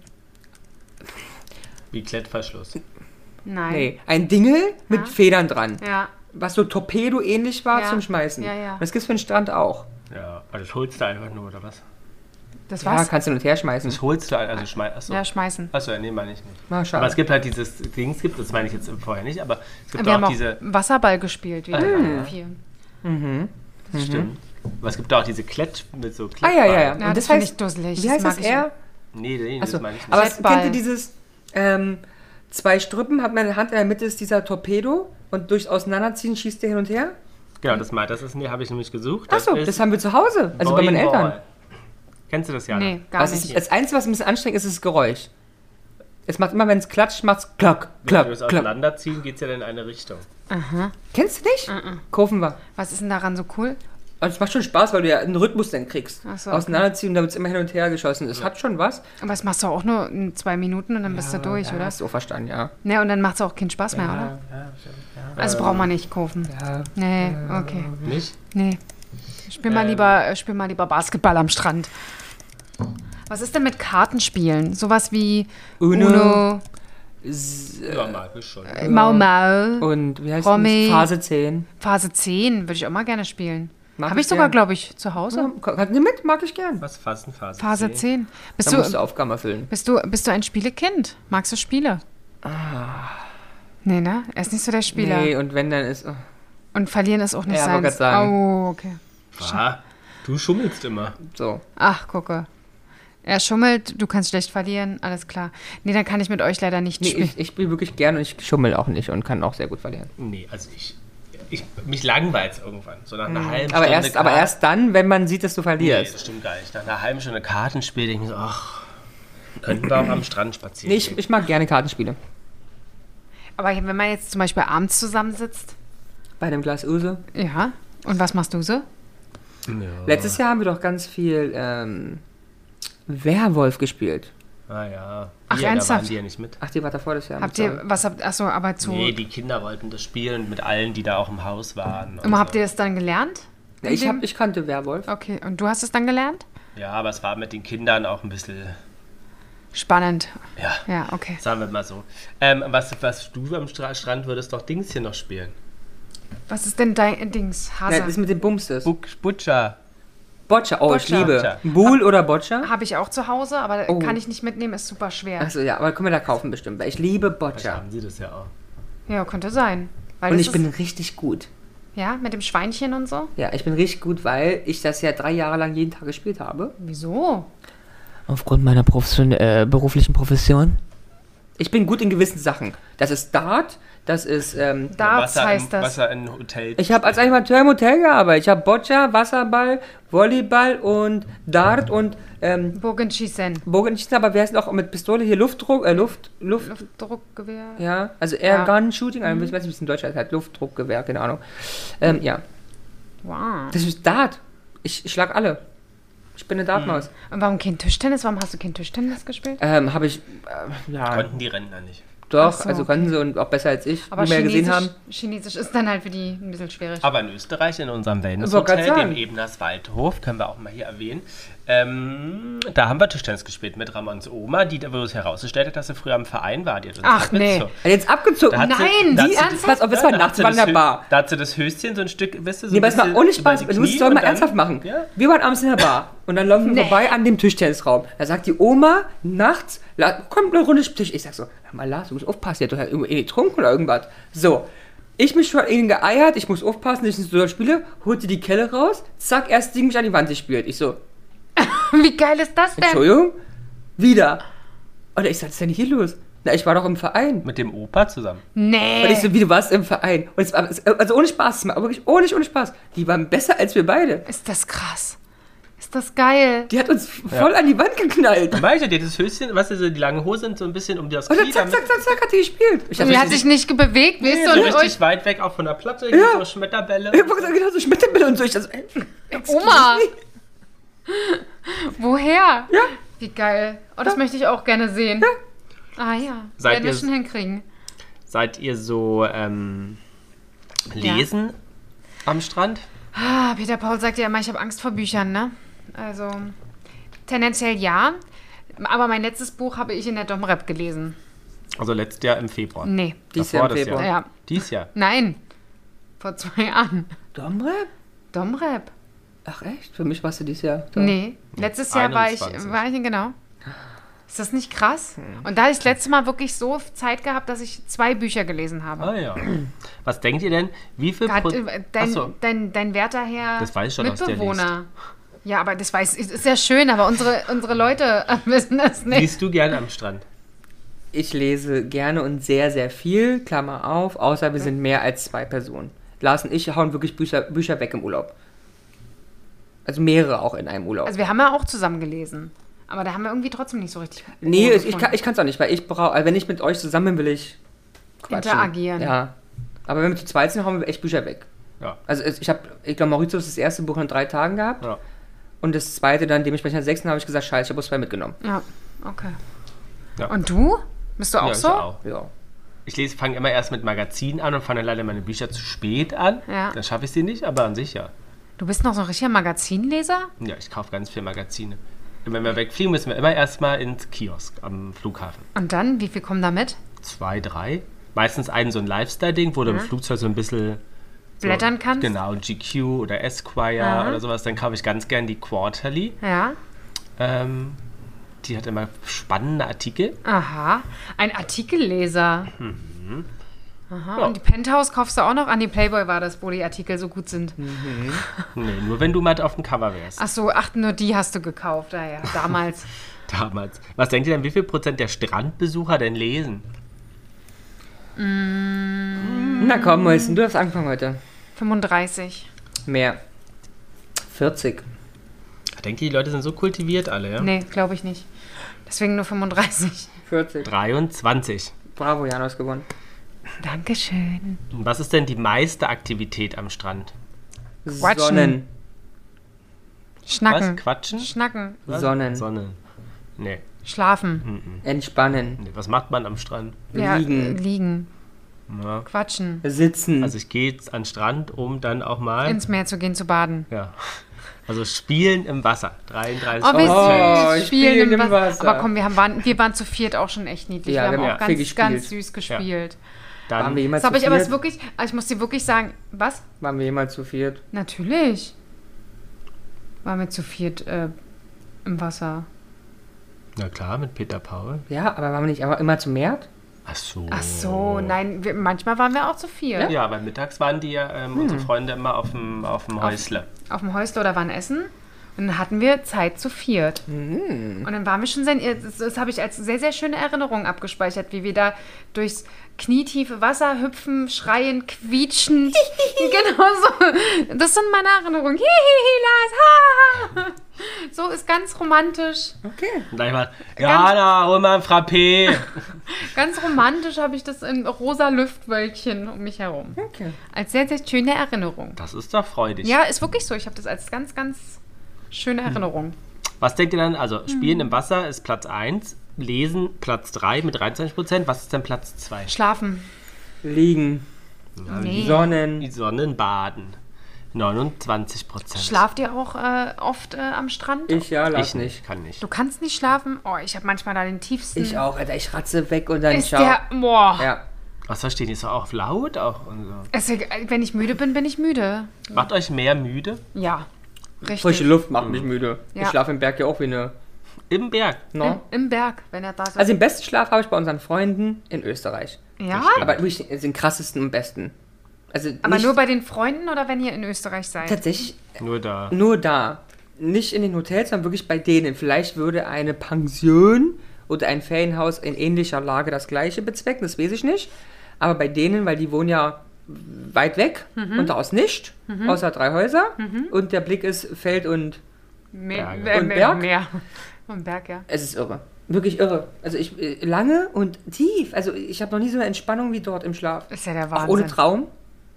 [SPEAKER 1] Wie Klettverschluss.
[SPEAKER 2] nein.
[SPEAKER 3] nee, ein Dingel mit Federn dran,
[SPEAKER 2] Ja,
[SPEAKER 3] was so Torpedo-ähnlich war
[SPEAKER 2] Ja.
[SPEAKER 3] zum Schmeißen.
[SPEAKER 2] Ja, ja.
[SPEAKER 3] Und das gibt's für den Strand auch.
[SPEAKER 1] Ja, aber das holst du einfach nur, oder was?
[SPEAKER 2] das
[SPEAKER 3] Ja,
[SPEAKER 2] war's.
[SPEAKER 3] kannst du hin und her schmeißen.
[SPEAKER 1] Das holst du, also schmeißt. Achso.
[SPEAKER 2] Ja, schmeißen.
[SPEAKER 1] Achso, ja, nee, meine ich nicht.
[SPEAKER 3] Na, schade.
[SPEAKER 1] Aber es gibt halt dieses Ding, es gibt, das meine ich jetzt vorher nicht, aber es gibt
[SPEAKER 2] Wir haben
[SPEAKER 1] auch
[SPEAKER 2] auch
[SPEAKER 1] diese.
[SPEAKER 2] Wasserball gespielt. Wir
[SPEAKER 1] Ah, ja.
[SPEAKER 2] vier.
[SPEAKER 1] Das stimmt. Aber es gibt auch diese Klett mit so
[SPEAKER 3] Ah, ja, ja, ja.
[SPEAKER 1] Klettball.
[SPEAKER 2] Ja, das find ich dusselig.
[SPEAKER 3] Wie
[SPEAKER 2] Das
[SPEAKER 3] heißt
[SPEAKER 2] mag
[SPEAKER 3] das?
[SPEAKER 2] ich
[SPEAKER 3] Er?
[SPEAKER 1] Nee, nee, das
[SPEAKER 3] Achso,
[SPEAKER 1] meine ich nicht.
[SPEAKER 3] aber
[SPEAKER 2] Red
[SPEAKER 3] es
[SPEAKER 2] Ball.
[SPEAKER 3] kennt ihr dieses, ähm, zwei Strippen, hat meine Hand in der Mitte ist dieser Torpedo und durchs Auseinanderziehen schießt der hin und her?
[SPEAKER 1] genau, das mal, das ist, nee, habe ich nämlich gesucht.
[SPEAKER 3] Achso, das, haben wir zu Hause, also bei meinen
[SPEAKER 1] Volleyball.
[SPEAKER 3] Eltern.
[SPEAKER 1] Kennst du das ja?
[SPEAKER 2] Nee, gar
[SPEAKER 3] Was
[SPEAKER 2] nicht.
[SPEAKER 3] ist, das Einzige, was ein bisschen anstrengend ist, ist das Geräusch. Es macht immer, wenn es klatscht, macht's klack,
[SPEAKER 1] Wenn wir es
[SPEAKER 3] klack, klack.
[SPEAKER 1] auseinanderziehen, geht es ja dann in eine Richtung.
[SPEAKER 3] Kennst du nicht? Kurven war.
[SPEAKER 2] Was ist denn daran so cool?
[SPEAKER 3] Und es macht schon Spaß, weil du ja einen Rhythmus dann kriegst.
[SPEAKER 2] Ach so, okay.
[SPEAKER 3] Auseinanderziehen, damit es immer hin und her geschossen ist. Hat schon was.
[SPEAKER 2] Aber das machst du auch nur in zwei Minuten und dann bist du durch,
[SPEAKER 3] ja,
[SPEAKER 2] oder?
[SPEAKER 3] Hast du auch verstanden, ja.
[SPEAKER 2] Ne, und dann macht es auch keinen Spaß mehr, oder? Also braucht man nicht kaufen.
[SPEAKER 3] ja.
[SPEAKER 2] Nee, okay.
[SPEAKER 1] Nicht?
[SPEAKER 2] Nee. Spiel mal,
[SPEAKER 1] Ähm.
[SPEAKER 2] lieber, äh, spiel mal lieber Basketball am Strand. Was ist denn mit Kartenspielen? Sowas wie
[SPEAKER 3] Uno.
[SPEAKER 2] Uno,
[SPEAKER 3] Äh,
[SPEAKER 1] Ja, magisch schon.
[SPEAKER 2] Mau Mau,
[SPEAKER 3] Und wie heißt
[SPEAKER 2] Promi.
[SPEAKER 3] das? Phase 10.
[SPEAKER 2] Phase 10 würde ich auch mal gerne spielen.
[SPEAKER 3] Mag
[SPEAKER 2] Habe
[SPEAKER 3] ich
[SPEAKER 2] ich sogar,
[SPEAKER 3] gern.
[SPEAKER 2] glaube ich, zu Hause.
[SPEAKER 3] Ja, kann- nimm mit, mag ich gern.
[SPEAKER 1] Was? Phasen, Phase
[SPEAKER 2] Phase
[SPEAKER 1] 10?
[SPEAKER 2] 10. Bist
[SPEAKER 3] Dann musst du
[SPEAKER 2] du,
[SPEAKER 3] Aufgaben erfüllen.
[SPEAKER 2] bist, du, bist du ein Spielekind? Magst du Spiele? Nee, ne? Er ist nicht so der Spieler.
[SPEAKER 3] Ah. Nee, und wenn dann ist. oh,
[SPEAKER 2] Und verlieren ist auch nicht
[SPEAKER 3] Ja, wollte
[SPEAKER 2] seins.
[SPEAKER 3] grad sagen.
[SPEAKER 2] Oh, okay.
[SPEAKER 1] Ah, du schummelst immer.
[SPEAKER 3] So.
[SPEAKER 2] Ach, gucke. Er schummelt, du kannst schlecht verlieren, alles klar. Nee, dann kann ich mit euch leider nicht
[SPEAKER 3] Nee,
[SPEAKER 2] spielen.
[SPEAKER 3] ich, ich spiele wirklich gern und ich schummel auch nicht und kann auch sehr gut verlieren.
[SPEAKER 1] Nee, also ich. ich mich langweilt es irgendwann. So nach einer halben
[SPEAKER 3] Hm. Aber
[SPEAKER 1] Stunde.
[SPEAKER 3] erst, aber
[SPEAKER 1] Karten-
[SPEAKER 3] erst dann, wenn man sieht, dass du
[SPEAKER 1] Nee,
[SPEAKER 3] verlierst.
[SPEAKER 1] das stimmt gar nicht. Nach einer halben Stunde Kartenspiel denke ich so, ach, könnten wir auch am Strand spazieren.
[SPEAKER 3] Nee, ich,
[SPEAKER 1] gehen.
[SPEAKER 3] ich mag gerne Kartenspiele.
[SPEAKER 2] Aber wenn man jetzt zum Beispiel abends zusammensitzt,
[SPEAKER 3] Bei dem Glas Öse.
[SPEAKER 2] ja, und was machst du so?
[SPEAKER 1] Ja.
[SPEAKER 3] Letztes Jahr haben wir doch ganz viel ähm, Werwolf gespielt.
[SPEAKER 1] Ah ja.
[SPEAKER 2] Ach,
[SPEAKER 1] Wir, da waren
[SPEAKER 2] ernsthaft?
[SPEAKER 1] die ja nicht mit.
[SPEAKER 3] Ach, die war davor das Jahr.
[SPEAKER 2] Habt
[SPEAKER 3] muss
[SPEAKER 2] ihr, was habt, achso, aber zu,
[SPEAKER 1] Nee, die Kinder wollten das spielen mit allen, die da auch im Haus waren. und
[SPEAKER 2] immer habt
[SPEAKER 1] so.
[SPEAKER 2] ihr das dann gelernt?
[SPEAKER 3] ich sagen. Ich, hab, ich kannte Werwolf.
[SPEAKER 2] Okay, und du hast es dann gelernt?
[SPEAKER 1] Ja, aber es war mit den Kindern auch ein bisschen.
[SPEAKER 2] Spannend.
[SPEAKER 1] Ja.
[SPEAKER 2] Ja, okay.
[SPEAKER 1] Sagen wir mal so. Ähm, was, was du am Stra Strand würdest doch Dings hier noch spielen.
[SPEAKER 2] Was ist denn dein Dings,
[SPEAKER 3] Nein, das ist
[SPEAKER 2] Hase?
[SPEAKER 3] mit dem Bums ist.
[SPEAKER 1] Buck, Butcher.
[SPEAKER 3] Boccia. Oh, ich
[SPEAKER 2] Boccia.
[SPEAKER 3] liebe.
[SPEAKER 1] Boccia.
[SPEAKER 3] Bull oder Boccia?
[SPEAKER 2] Habe ich auch zu Hause, aber
[SPEAKER 3] Oh.
[SPEAKER 2] kann ich nicht mitnehmen, ist super schwer.
[SPEAKER 3] Achso, ja, aber können wir da kaufen bestimmt. weil Ich liebe
[SPEAKER 1] Ja.
[SPEAKER 3] Boccia.
[SPEAKER 1] Haben sie das ja auch.
[SPEAKER 2] Ja, könnte sein. Weil
[SPEAKER 3] Und
[SPEAKER 2] das
[SPEAKER 3] ich bin
[SPEAKER 2] ist,
[SPEAKER 3] richtig gut.
[SPEAKER 2] ja, mit dem Schweinchen und so?
[SPEAKER 3] Ja, ich bin richtig gut, weil ich das ja drei Jahre lang jeden Tag gespielt habe.
[SPEAKER 2] Wieso?
[SPEAKER 3] Aufgrund meiner äh, beruflichen Profession? Ich bin gut in gewissen Sachen. Das ist Dart, das ist. Ähm,
[SPEAKER 2] Darts
[SPEAKER 1] Wasser
[SPEAKER 2] heißt
[SPEAKER 1] im,
[SPEAKER 2] das.
[SPEAKER 1] Wasser in Hotel.
[SPEAKER 3] ich habe als Animateur im Hotel gearbeitet. Ich habe Boccia, Wasserball, Volleyball und Dart und ähm,
[SPEAKER 2] Bogenschießen.
[SPEAKER 3] Bogenschießen, aber wir heißen auch mit Pistole hier Luftdruck, äh, Luft, Luft,
[SPEAKER 2] Luftdruckgewehr.
[SPEAKER 3] ja, also eher
[SPEAKER 2] Ja. Mhm.
[SPEAKER 3] Gun Shooting, also ich weiß nicht, wie es in Deutschland heißt, Luftdruckgewehr, keine Ahnung. Ähm, ja,
[SPEAKER 2] Wow.
[SPEAKER 3] das ist Dart. Ich, ich schlag alle. Ich bin eine Dartmaus.
[SPEAKER 2] Mhm. Und warum kein Tischtennis? Warum hast du kein Tischtennis gespielt?
[SPEAKER 3] Ähm, habe ich, äh, ja,
[SPEAKER 1] Konnten die Rentner nicht.
[SPEAKER 3] Doch,
[SPEAKER 2] Ach so.
[SPEAKER 3] also konnten sie und auch besser als ich,
[SPEAKER 2] Aber
[SPEAKER 3] die mehr
[SPEAKER 2] Chinesisch,
[SPEAKER 3] gesehen haben.
[SPEAKER 2] Chinesisch ist dann halt für die ein bisschen schwierig.
[SPEAKER 1] Aber in Österreich, in unserem
[SPEAKER 3] Wollte grad
[SPEAKER 1] Wellnesshotel,
[SPEAKER 3] sagen.
[SPEAKER 1] dem Ebners Waldhof, können wir auch mal hier erwähnen, ähm, da haben wir Tischtennis gespielt mit Ramons Oma, die wo es herausgestellt hat, dass sie früher im Verein war. Die hat uns
[SPEAKER 2] Ach,
[SPEAKER 1] abgezogen.
[SPEAKER 2] nee.
[SPEAKER 3] Hat jetzt abgezogen.
[SPEAKER 1] Da hat sie- da
[SPEAKER 2] Nein, die
[SPEAKER 1] hat sie-
[SPEAKER 2] ernsthaft?
[SPEAKER 3] Pass auf, das war
[SPEAKER 1] da hat
[SPEAKER 3] nachts,
[SPEAKER 1] sie
[SPEAKER 3] war in der
[SPEAKER 1] Hö-
[SPEAKER 3] Bar.
[SPEAKER 1] Da hat sie das Höschen so ein Stück, weißt du, so
[SPEAKER 3] Nee,
[SPEAKER 1] ein
[SPEAKER 3] aber es war
[SPEAKER 1] bisschen
[SPEAKER 3] ohne
[SPEAKER 1] über
[SPEAKER 3] Spaß,
[SPEAKER 1] die
[SPEAKER 3] du musst
[SPEAKER 1] Knie
[SPEAKER 3] es doch
[SPEAKER 1] und
[SPEAKER 3] mal
[SPEAKER 1] dann-
[SPEAKER 3] ernsthaft machen.
[SPEAKER 1] Ja.
[SPEAKER 3] Wir waren abends in der Bar und dann laufen wir
[SPEAKER 2] Nee.
[SPEAKER 3] vorbei an dem Tischtennisraum. Da sagt die Oma nachts, "La- komm eine Runde Tisch. Ich sag so, hör mal Lars, du musst aufpassen, der hat doch ja irgendwie eh getrunken oder irgendwas. So, ich mich schon ihnen geeiert, ich muss aufpassen, dass ich nicht so doll spiele, holte die Kelle raus, zack, erst Ding mich an die Wand gespielt. Ich so,
[SPEAKER 2] Wie geil ist das denn?
[SPEAKER 3] Entschuldigung, wieder. Und ich sag, was ist denn hier los? Na, ich war doch im Verein.
[SPEAKER 1] Mit dem Opa zusammen.
[SPEAKER 2] Nee.
[SPEAKER 3] Und ich so, wie du warst im Verein. Und es war, es- also ohne Spaß, es war wirklich ohne, ohne Spaß. Die waren besser als wir beide.
[SPEAKER 2] Ist das krass. Ist das geil.
[SPEAKER 3] Die hat uns voll an die Wand geknallt. Und
[SPEAKER 1] Weißt du, dir das Höschen, weißt du, so die langen Hosen so ein bisschen um das
[SPEAKER 3] dann
[SPEAKER 1] Knie.
[SPEAKER 3] zack,
[SPEAKER 1] damit-
[SPEAKER 3] zack, zack, zack hat die gespielt. Ich
[SPEAKER 2] Die hat sich nicht bewegt, weißt
[SPEAKER 1] so
[SPEAKER 2] du? Und
[SPEAKER 1] richtig
[SPEAKER 2] euch,
[SPEAKER 1] weit weg auch von der Platte, hier
[SPEAKER 3] Ja.
[SPEAKER 1] so Schmetterbälle.
[SPEAKER 3] irgendwo gesagt, genau so Schmetterbill und so. Ich dachte, so, ey, excuse
[SPEAKER 2] Oma.
[SPEAKER 3] me.
[SPEAKER 2] woher?
[SPEAKER 3] Ja.
[SPEAKER 2] Wie geil. Oh, das möchte ich auch gerne sehen. Ah ja.
[SPEAKER 1] Seid
[SPEAKER 2] Werden wir
[SPEAKER 1] ihr-
[SPEAKER 2] schon hinkriegen.
[SPEAKER 1] Seid ihr so ähm, lesen am Strand?
[SPEAKER 2] Ah, Peter Paul sagt ja immer, ich habe Angst vor Büchern, ne? Also tendenziell ja. Aber mein letztes Buch habe ich in der Domrep gelesen.
[SPEAKER 1] Also letztes Jahr im
[SPEAKER 3] Mhm.
[SPEAKER 1] Februar.
[SPEAKER 2] Nee.
[SPEAKER 3] Dies
[SPEAKER 1] Davor
[SPEAKER 3] Jahr im
[SPEAKER 1] das
[SPEAKER 3] Februar.
[SPEAKER 1] Jahr.
[SPEAKER 2] Ja.
[SPEAKER 1] Dies Jahr.
[SPEAKER 2] Nein. Vor zwei Jahren.
[SPEAKER 3] Domrep?
[SPEAKER 2] Domrep.
[SPEAKER 3] Ach echt? Für mich warst du dieses Jahr. da.
[SPEAKER 2] Nee, letztes Jahr war ich,
[SPEAKER 1] 21.
[SPEAKER 2] war ich, genau. Ist das nicht krass? Und da hatte ich das letzte Mal wirklich so Zeit gehabt, dass ich zwei Bücher gelesen habe.
[SPEAKER 1] Ah ja. Was denkt ihr denn? Wie viel
[SPEAKER 2] Hat,
[SPEAKER 1] Pro-
[SPEAKER 2] äh, dein,
[SPEAKER 1] Achso,
[SPEAKER 2] dein, dein werter Herr
[SPEAKER 1] Das weiß ich schon, dass der
[SPEAKER 2] Mitbewohner. Ja, aber das weiß ist, ist ja schön, aber unsere, unsere Leute wissen das nicht.
[SPEAKER 1] liest du gerne am Strand?
[SPEAKER 3] Ich lese gerne und sehr, sehr viel, Klammer auf, außer wir sind mehr als zwei Personen. Lars und ich hauen wirklich Bücher, Bücher weg im Urlaub. Also mehrere auch in einem Urlaub.
[SPEAKER 2] Also wir haben ja auch zusammen gelesen. Aber da haben wir irgendwie trotzdem nicht so richtig.
[SPEAKER 3] nee,
[SPEAKER 2] Ruhe
[SPEAKER 3] ich, ich, kann,
[SPEAKER 2] gefunden.
[SPEAKER 3] ich kann's auch nicht, weil ich brauche, also wenn ich mit euch zusammen bin, will ich quatschen.
[SPEAKER 2] Interagieren.
[SPEAKER 3] Ja. Aber wenn wir zu zweit sind, hauen wir echt Bücher weg.
[SPEAKER 1] Ja.
[SPEAKER 3] Also es- ich habe, ich glaube, Maurizio hat das erste Buch in drei Tagen gehabt
[SPEAKER 1] ja.
[SPEAKER 3] und das zweite dann dementsprechend an sechs, habe ich gesagt, scheiße, ich habe bloß zwei mitgenommen.
[SPEAKER 2] Ja, okay.
[SPEAKER 1] Ja.
[SPEAKER 2] Und du? Bist du auch
[SPEAKER 1] ja,
[SPEAKER 2] so?
[SPEAKER 1] Ich, auch.
[SPEAKER 3] Ja.
[SPEAKER 1] ich lese, fange immer erst mit Magazinen an und fange leider meine Bücher zu spät an.
[SPEAKER 2] Ja.
[SPEAKER 1] Dann schaffe ich sie nicht, aber an sich ja.
[SPEAKER 2] Du bist noch so ein richtiger Magazinleser?
[SPEAKER 1] Ja, ich kaufe ganz viel Magazine. Und wenn wir wegfliegen, müssen wir immer erstmal ins Kiosk am Flughafen.
[SPEAKER 2] Und dann, wie viel kommen da mit?
[SPEAKER 1] Zwei, drei. Meistens einen so ein Lifestyle-Ding, wo du im Flugzeug so ein bisschen so,
[SPEAKER 2] Blättern kannst?
[SPEAKER 1] Genau, GQ oder Esquire
[SPEAKER 2] Aha.
[SPEAKER 1] oder sowas. Dann kaufe ich ganz gern die Quarterly.
[SPEAKER 2] Ja.
[SPEAKER 1] Ähm, die hat immer spannende Artikel.
[SPEAKER 2] Aha, ein Artikelleser. Aha,
[SPEAKER 1] Mhm. Ja.
[SPEAKER 2] und die Penthouse kaufst du auch noch an die Playboy war das, wo die Artikel so gut sind.
[SPEAKER 1] Nee, nur wenn du mal auf dem Cover wärst.
[SPEAKER 2] Ach so, ach, nur die hast du gekauft, ah ja, damals. Ah.
[SPEAKER 1] Damals. Was denkt ihr denn, wie viel Prozent der Strandbesucher denn lesen?
[SPEAKER 3] Na komm, Mäuschen, du darfst anfangen heute.
[SPEAKER 2] 35.
[SPEAKER 3] Mehr. 40.
[SPEAKER 1] Denkt ihr, die Leute sind so kultiviert alle, ja?
[SPEAKER 2] Nee, glaube ich nicht. Deswegen nur 35.
[SPEAKER 3] 40.
[SPEAKER 1] 23.
[SPEAKER 3] Bravo, Janos gewonnen.
[SPEAKER 2] Dankeschön.
[SPEAKER 1] Und Was ist denn die meiste Aktivität am Strand?
[SPEAKER 2] Quatschen.
[SPEAKER 3] Sonnen.
[SPEAKER 1] Was?
[SPEAKER 2] Schnacken.
[SPEAKER 1] Quatschen?
[SPEAKER 2] Schnacken.
[SPEAKER 1] Was?
[SPEAKER 3] Sonnen.
[SPEAKER 1] Sonne. Nee.
[SPEAKER 2] Schlafen.
[SPEAKER 3] Entspannen.
[SPEAKER 1] nee. Was macht man am Strand?
[SPEAKER 2] Ja,
[SPEAKER 3] Liegen.
[SPEAKER 2] äh, liegen.
[SPEAKER 1] Na,
[SPEAKER 2] Quatschen.
[SPEAKER 3] Sitzen.
[SPEAKER 1] also ich gehe jetzt an den Strand, um dann auch mal.
[SPEAKER 2] Ins Meer zu gehen, zu baden.
[SPEAKER 1] ja. Also spielen im Wasser. 33
[SPEAKER 2] Oh, wir
[SPEAKER 3] Oh,
[SPEAKER 2] süß.
[SPEAKER 3] ich spiel im
[SPEAKER 2] Wasser.
[SPEAKER 3] Wasser.
[SPEAKER 2] Aber komm, wir, haben, waren, wir waren zu viert auch schon echt niedlich.
[SPEAKER 3] Ja,
[SPEAKER 2] wir haben
[SPEAKER 3] wir
[SPEAKER 2] auch
[SPEAKER 3] haben
[SPEAKER 2] ganz,
[SPEAKER 3] viel
[SPEAKER 2] ganz
[SPEAKER 3] gespielt.
[SPEAKER 2] süß gespielt.
[SPEAKER 3] waren wir
[SPEAKER 1] Dann
[SPEAKER 3] jemals
[SPEAKER 2] Das habe
[SPEAKER 3] zu
[SPEAKER 2] ich aber es
[SPEAKER 3] viert?
[SPEAKER 2] wirklich, ah, ich muss dir wirklich sagen, was?
[SPEAKER 3] Waren wir jemals zu viert?
[SPEAKER 2] Natürlich. Waren wir zu viert äh, im Wasser.
[SPEAKER 1] Na klar, mit Peter Paul.
[SPEAKER 3] Ja, aber waren wir nicht immer, immer zu mehrt?
[SPEAKER 1] Ach so.
[SPEAKER 2] Ach so, ne? nein, wir, manchmal waren wir auch zu viert.
[SPEAKER 1] Ja, aber mittags waren die ja ähm, unsere Freunde immer auf dem, auf dem Häusle.
[SPEAKER 2] Hm. Auf dem Häusle oder waren Essen. Und dann hatten wir Zeit zu viert. Und dann waren wir schon sehr, das, das habe ich als sehr, sehr schöne Erinnerung abgespeichert, wie wir da durchs knietiefe Wasser hüpfen, schreien, quietschen. genau so. Das sind meine Erinnerungen. Hihihi, Lars. Ha, ha. So ist ganz romantisch.
[SPEAKER 3] Okay.
[SPEAKER 1] Und dann immer, Jana, hol mal ein Frappé.
[SPEAKER 2] Ganz romantisch habe ich das in rosa Lüftwölkchen um mich herum.
[SPEAKER 3] okay.
[SPEAKER 2] Als sehr, sehr schöne Erinnerung.
[SPEAKER 1] Das ist doch freudig.
[SPEAKER 2] Ja, ist wirklich so. Ich habe das als
[SPEAKER 3] Hm.
[SPEAKER 2] ganz, ganz schöne Erinnerung.
[SPEAKER 1] Was denkt ihr dann? Also, Spielen im Wasser ist Platz 1, Lesen Platz 3 mit 23 Prozent. Was ist denn Platz 2?
[SPEAKER 2] Schlafen.
[SPEAKER 3] Liegen,
[SPEAKER 2] Nee.
[SPEAKER 1] Die
[SPEAKER 3] Sonnen.
[SPEAKER 1] Sonnenbaden. 29 Prozent.
[SPEAKER 2] Schlaft ihr auch äh, oft äh, am Strand?
[SPEAKER 3] Ich ja, lass
[SPEAKER 1] Ich
[SPEAKER 3] nicht.
[SPEAKER 1] nicht, kann nicht.
[SPEAKER 2] Du kannst nicht schlafen? Oh, ich habe manchmal da den tiefsten.
[SPEAKER 3] Ich auch, Alter. Ich ratze weg und dann
[SPEAKER 2] Hm. Ist
[SPEAKER 3] schau.
[SPEAKER 2] der, boah.
[SPEAKER 3] Ja.
[SPEAKER 1] Was versteht ihr? Ist doch auch auf laut? Auch und so.
[SPEAKER 2] Ist egal, wenn ich müde bin, bin ich müde.
[SPEAKER 1] Macht euch mehr müde?
[SPEAKER 2] Ja. Richtig.
[SPEAKER 3] Frische Luft macht mich müde. Ich
[SPEAKER 2] Ja.
[SPEAKER 3] schlafe im Berg ja auch wie eine.
[SPEAKER 1] Im Berg.
[SPEAKER 2] Im,
[SPEAKER 3] No?
[SPEAKER 2] Im Berg, wenn er da ist.
[SPEAKER 3] ne? Also den besten Schlaf habe ich bei unseren Freunden in Österreich.
[SPEAKER 2] ja?
[SPEAKER 1] das stimmt.
[SPEAKER 3] Aber wirklich den krassesten und besten. Also
[SPEAKER 2] Aber
[SPEAKER 3] nicht
[SPEAKER 2] nur bei den Freunden oder wenn ihr in Österreich seid?
[SPEAKER 3] tatsächlich
[SPEAKER 1] Nur da.
[SPEAKER 3] nur da. Nicht in den Hotels, sondern wirklich bei denen. Vielleicht würde eine Pension oder ein Ferienhaus in ähnlicher Lage das gleiche bezwecken, das weiß ich nicht. Aber bei denen, weil die wohnen ja weit weg
[SPEAKER 2] Mhm.
[SPEAKER 3] und daraus nicht, außer drei Häuser. Und der Blick ist Feld und
[SPEAKER 2] Mehr,
[SPEAKER 1] Berge.
[SPEAKER 2] mehr,
[SPEAKER 3] Und
[SPEAKER 2] mehr,
[SPEAKER 3] Berg?
[SPEAKER 2] mehr. Im Berg, ja.
[SPEAKER 3] es ist irre. Wirklich irre. Also ich äh, lange und tief. Also ich habe noch nie so eine Entspannung wie dort im Schlaf.
[SPEAKER 2] Ist ja der
[SPEAKER 3] Auch ohne
[SPEAKER 2] Wahnsinn.
[SPEAKER 3] Traum.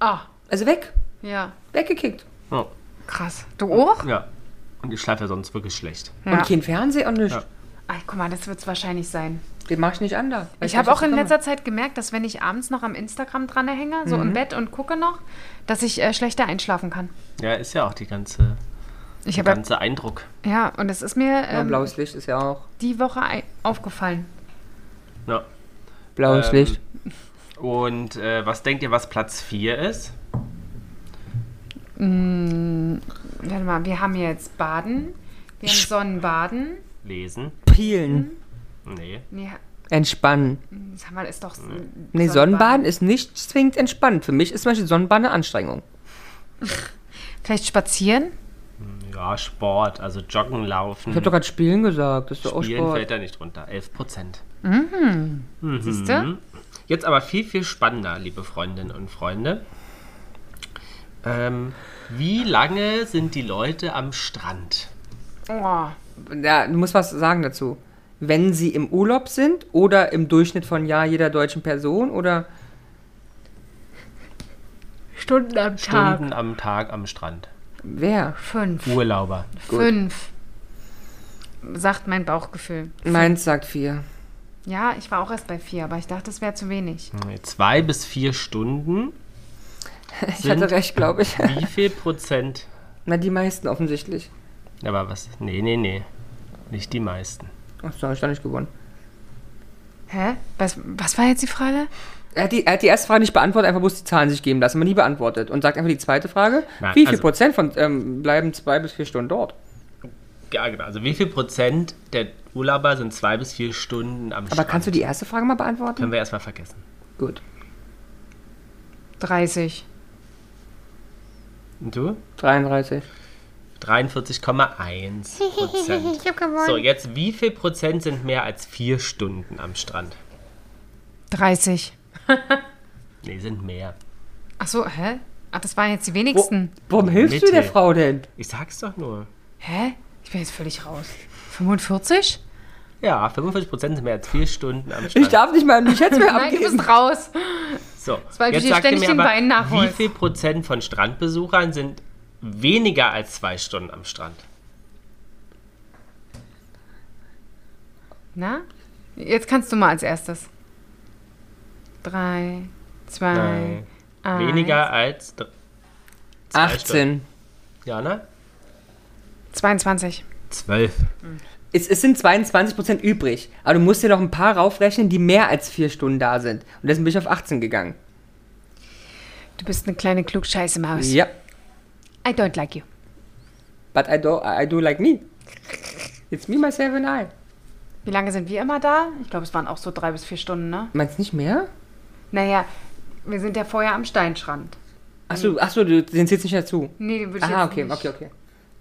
[SPEAKER 2] Ah,
[SPEAKER 3] Also weg.
[SPEAKER 2] ja.
[SPEAKER 3] Weggekickt.
[SPEAKER 1] Oh,
[SPEAKER 2] Krass. Du auch?
[SPEAKER 1] ja. Und ich schlafe ja sonst wirklich schlecht.
[SPEAKER 2] Ja.
[SPEAKER 3] Und kein Fernseher und nichts.
[SPEAKER 1] Ja.
[SPEAKER 2] Ach, guck mal, das wird es wahrscheinlich sein.
[SPEAKER 3] Den mach ich nicht an da. Weil
[SPEAKER 2] Ich habe
[SPEAKER 3] weiß,
[SPEAKER 2] auch
[SPEAKER 3] was
[SPEAKER 2] in
[SPEAKER 3] da
[SPEAKER 2] letzter Zeit gemerkt, dass wenn ich abends noch am Instagram dran hänge, so
[SPEAKER 3] Mhm.
[SPEAKER 2] im Bett und gucke noch, dass ich äh, schlechter einschlafen kann.
[SPEAKER 1] Ja, ist ja auch die ganze,
[SPEAKER 2] Ich
[SPEAKER 1] der
[SPEAKER 2] habe
[SPEAKER 1] ganze Eindruck.
[SPEAKER 2] ja und es ist mir
[SPEAKER 3] kommt. Ja,
[SPEAKER 2] ähm,
[SPEAKER 3] blaues Licht ist ja auch.
[SPEAKER 2] die Woche ei- aufgefallen.
[SPEAKER 1] Ja.
[SPEAKER 3] Blaues
[SPEAKER 1] Ähm,
[SPEAKER 3] Licht.
[SPEAKER 1] Und äh, was denkt ihr, was Platz 4 ist?
[SPEAKER 2] Warte mal, wir haben jetzt Baden, wir haben Sonnenbaden.
[SPEAKER 1] Lesen?
[SPEAKER 3] Pielen.
[SPEAKER 1] Nee.
[SPEAKER 2] Nee,
[SPEAKER 3] Entspannen.
[SPEAKER 2] sag mal, ist doch s-
[SPEAKER 3] Nee, Sonnenbaden.
[SPEAKER 2] Sonnenbaden.
[SPEAKER 3] ist nicht zwingend entspannend. Für mich ist zum Beispiel Sonnenbaden eine Anstrengung.
[SPEAKER 2] Vielleicht spazieren?
[SPEAKER 1] Ja, Sport, also Joggen, Laufen.
[SPEAKER 3] Ich habe doch gerade Spielen gesagt. Das ist doch auch
[SPEAKER 1] Spielen fällt
[SPEAKER 3] Sport.
[SPEAKER 1] da nicht runter. 11 Prozent.
[SPEAKER 2] Siehst du?
[SPEAKER 3] Mhm.
[SPEAKER 1] Jetzt aber viel, viel spannender, liebe Freundinnen und Freunde. Ähm, wie lange sind die Leute am Strand?
[SPEAKER 2] Oh,
[SPEAKER 3] Ja, du musst was sagen dazu. Wenn sie im Urlaub sind oder im Durchschnitt von Jahr jeder deutschen Person oder
[SPEAKER 2] Stunden am Tag.
[SPEAKER 1] Stunden am Tag am Strand.
[SPEAKER 3] wer?
[SPEAKER 2] Fünf.
[SPEAKER 3] Oh,
[SPEAKER 1] Urlauber.
[SPEAKER 2] Fünf. Sagt mein Bauchgefühl.
[SPEAKER 3] Meins sagt vier.
[SPEAKER 2] Ja, ich war auch erst bei vier, aber ich dachte, es wäre zu wenig.
[SPEAKER 3] Hm.
[SPEAKER 1] Hm, Zwei bis vier Stunden.
[SPEAKER 3] Ich
[SPEAKER 1] Sind-
[SPEAKER 3] hatte recht, glaube ich.
[SPEAKER 1] Wie viel Prozent?
[SPEAKER 3] Na, die meisten offensichtlich.
[SPEAKER 1] Aber was? Nee, nee, nee. Nicht die meisten.
[SPEAKER 3] Ach, so, hab ich doch nicht gewonnen.
[SPEAKER 2] Hä? Was, was war jetzt die Frage?
[SPEAKER 3] Er hat, die, er hat die erste Frage nicht beantwortet, einfach bloß die Zahlen sich geben lassen, aber nie beantwortet. Und sagt einfach die zweite Frage.
[SPEAKER 1] Nein,
[SPEAKER 3] wie viel
[SPEAKER 1] also-
[SPEAKER 3] Prozent von ähm, bleiben zwei bis vier Stunden dort?
[SPEAKER 1] Ja, genau. Also wie viel Prozent der Urlauber sind zwei bis vier Stunden am Strand?
[SPEAKER 3] Aber kannst du die erste Frage mal beantworten?
[SPEAKER 1] Können wir erstmal vergessen.
[SPEAKER 3] Gut.
[SPEAKER 2] 30.
[SPEAKER 1] Und du?
[SPEAKER 3] 33.
[SPEAKER 1] 43,1 Prozent. ich hab gewonnen. So, jetzt wie viel Prozent sind mehr als vier Stunden am Strand?
[SPEAKER 2] 30.
[SPEAKER 1] Nee, sind mehr.
[SPEAKER 2] Ach so, hä? Ach, das waren jetzt die
[SPEAKER 3] Wo,
[SPEAKER 2] wenigsten.
[SPEAKER 3] warum hilfst
[SPEAKER 1] Mitte.
[SPEAKER 3] du der Frau denn?
[SPEAKER 1] Ich sag's doch nur.
[SPEAKER 2] Hä? Ich bin jetzt völlig raus. 45?
[SPEAKER 1] Ja, 45 Prozent sind mehr als vier Stunden am Strand.
[SPEAKER 3] Ich darf nicht mal mich jetzt mehr
[SPEAKER 2] Nein, du
[SPEAKER 3] abgeben.
[SPEAKER 2] bist raus.
[SPEAKER 1] so,
[SPEAKER 2] weil du dir
[SPEAKER 1] sagt ihr
[SPEAKER 2] ständig den Wein
[SPEAKER 1] wie
[SPEAKER 2] nachholst.
[SPEAKER 1] viel Prozent von Strandbesuchern sind weniger als zwei Stunden am Strand?
[SPEAKER 2] Na? Jetzt kannst du mal als erstes. Drei, zwei,
[SPEAKER 1] Nein.
[SPEAKER 2] eins.
[SPEAKER 1] Weniger als dr- ne? zwei
[SPEAKER 3] 18.
[SPEAKER 1] Stunden. Jana?
[SPEAKER 2] 22.
[SPEAKER 1] 12.
[SPEAKER 3] Es, es sind 22 Prozent übrig. Aber du musst dir noch ein paar raufrechnen, die mehr als vier Stunden da sind. Und deswegen bin ich auf 18 gegangen.
[SPEAKER 2] Du bist eine kleine klugscheiße Maus.
[SPEAKER 3] Ja.
[SPEAKER 2] I don't like you.
[SPEAKER 3] But I do, I do like me. It's me, myself and I.
[SPEAKER 2] Wie lange sind wir immer da? Ich glaube, es waren auch so drei bis vier Stunden, ne?
[SPEAKER 3] Meinst du nicht mehr?
[SPEAKER 2] Naja, wir sind ja vorher am Steinstrand.
[SPEAKER 3] Achso, achso, du- den zählst nicht dazu.
[SPEAKER 2] Nee, den würde ich
[SPEAKER 3] Aha,
[SPEAKER 2] jetzt
[SPEAKER 3] okay,
[SPEAKER 2] nicht.
[SPEAKER 3] okay, okay.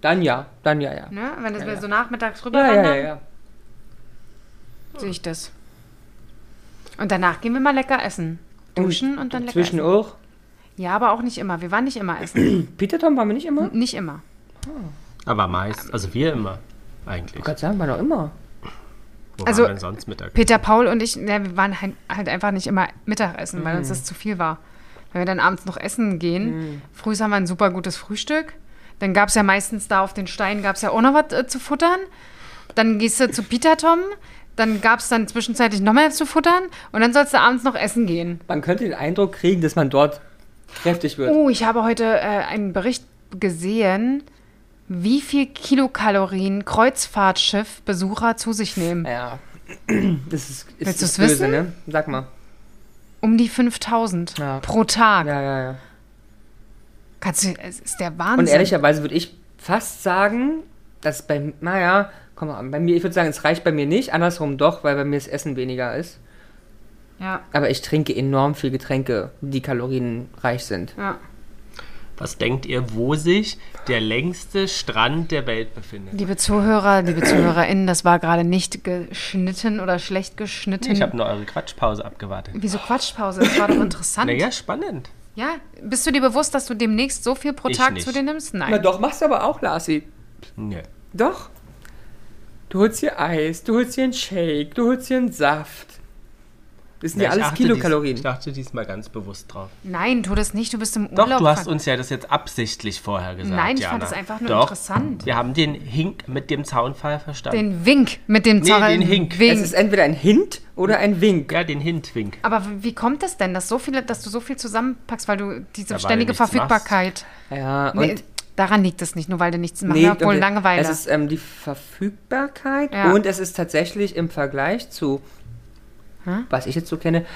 [SPEAKER 3] Dann ja, dann ja, ja.
[SPEAKER 2] Ne? Wenn das wir
[SPEAKER 3] ja.
[SPEAKER 2] so nachmittags
[SPEAKER 3] Ja, ja,
[SPEAKER 2] rüberwandern,
[SPEAKER 3] ja, ja.
[SPEAKER 2] sehe ich das. Und danach gehen wir mal lecker essen. Duschen und dann lecker
[SPEAKER 3] Oh, Zwischen
[SPEAKER 2] essen.
[SPEAKER 3] auch.
[SPEAKER 2] Ja, aber auch nicht immer. Wir waren nicht immer essen.
[SPEAKER 3] Peter Tom waren wir nicht immer?
[SPEAKER 2] nicht immer.
[SPEAKER 1] Aber meist, also wir immer eigentlich.
[SPEAKER 3] Oh Gott, sagen wir doch immer.
[SPEAKER 1] Wo
[SPEAKER 2] Also-
[SPEAKER 1] waren wir denn sonst Mittag?
[SPEAKER 2] Peter, Paul und ich, ja, wir waren halt halt einfach nicht immer Mittagessen, weil uns das zu viel war. Wenn wir dann abends noch essen gehen, früh haben wir ein super gutes Frühstück. Dann gab es ja meistens da auf den Steinen, gab es ja auch noch was äh, zu futtern. Dann gehst du zu Peter Tom, dann gab es dann zwischenzeitlich noch mehr zu futtern und dann sollst du abends noch essen gehen.
[SPEAKER 3] Man könnte den Eindruck kriegen, dass man dort kräftig wird.
[SPEAKER 2] Oh, ich habe heute äh, einen Bericht gesehen, wie viel Kilokalorien Kreuzfahrtschiff-Besucher zu sich nehmen.
[SPEAKER 3] Ja. Das ist, ist,
[SPEAKER 2] Willst
[SPEAKER 3] ist
[SPEAKER 2] du's wissen?
[SPEAKER 3] ne? Sag mal.
[SPEAKER 2] Um die 5000
[SPEAKER 3] Ja.
[SPEAKER 2] pro Tag.
[SPEAKER 3] Ja, ja, ja.
[SPEAKER 2] Kannst du, es ist der Wahnsinn.
[SPEAKER 3] Und ehrlicherweise würde ich fast sagen, dass bei, naja, komm mal, bei mir, ich würde sagen, es reicht bei mir nicht, andersrum doch, weil bei mir das Essen weniger ist.
[SPEAKER 2] Ja,
[SPEAKER 3] Aber ich trinke enorm viel Getränke, die kalorienreich sind.
[SPEAKER 2] ja.
[SPEAKER 1] Was denkt ihr, wo sich der längste Strand der Welt befindet?
[SPEAKER 2] Liebe Zuhörer, liebe ZuhörerInnen, das war gerade nicht geschnitten oder schlecht geschnitten.
[SPEAKER 1] Ich habe nur eure Quatschpause abgewartet.
[SPEAKER 2] Wieso Quatschpause? Das war doch interessant.
[SPEAKER 1] Naja, spannend.
[SPEAKER 2] Ja, bist du dir bewusst, dass du demnächst so viel pro
[SPEAKER 1] Ich
[SPEAKER 2] Tag
[SPEAKER 1] nicht.
[SPEAKER 2] zu dir nimmst? Nein.
[SPEAKER 3] Na doch, machst du aber auch, Larsi.
[SPEAKER 1] Nö.
[SPEAKER 3] Doch. Du holst hier Eis, du holst hier einen Shake, du holst hier einen Saft. Das sind ja,
[SPEAKER 1] ich
[SPEAKER 3] alles
[SPEAKER 1] achte
[SPEAKER 3] Kilokalorien.
[SPEAKER 1] Dies, ich dachte diesmal ganz bewusst drauf.
[SPEAKER 2] Nein, tu das nicht, du bist im
[SPEAKER 1] Doch,
[SPEAKER 2] Urlaub.
[SPEAKER 1] du hast
[SPEAKER 2] Ver-
[SPEAKER 1] uns ja das jetzt absichtlich vorher gesagt.
[SPEAKER 2] Nein, ich fand
[SPEAKER 1] Jana.
[SPEAKER 2] es einfach nur
[SPEAKER 1] Doch.
[SPEAKER 2] interessant.
[SPEAKER 1] Wir haben den Hink mit dem Zaunfall verstanden.
[SPEAKER 2] Den Wink mit dem
[SPEAKER 1] Nee,
[SPEAKER 2] Zorrel-
[SPEAKER 1] den Hink.
[SPEAKER 3] es ist entweder ein Hint oder ein Wink.
[SPEAKER 1] ja, den Hintwink.
[SPEAKER 2] Aber w- wie kommt das denn, dass, so viele, dass du so viel zusammenpackst, weil du diese
[SPEAKER 1] Ja, weil du
[SPEAKER 2] ständige
[SPEAKER 1] nichts
[SPEAKER 2] Verfügbarkeit.
[SPEAKER 3] Ja, und
[SPEAKER 2] Nee, daran liegt es nicht, nur weil du nichts machst.
[SPEAKER 3] Nee,
[SPEAKER 2] Nee, wohl
[SPEAKER 3] und
[SPEAKER 2] Langeweile.
[SPEAKER 3] Es ist ähm, die Verfügbarkeit
[SPEAKER 2] Ja.
[SPEAKER 3] und es ist tatsächlich im Vergleich zu, was ich jetzt so kenne,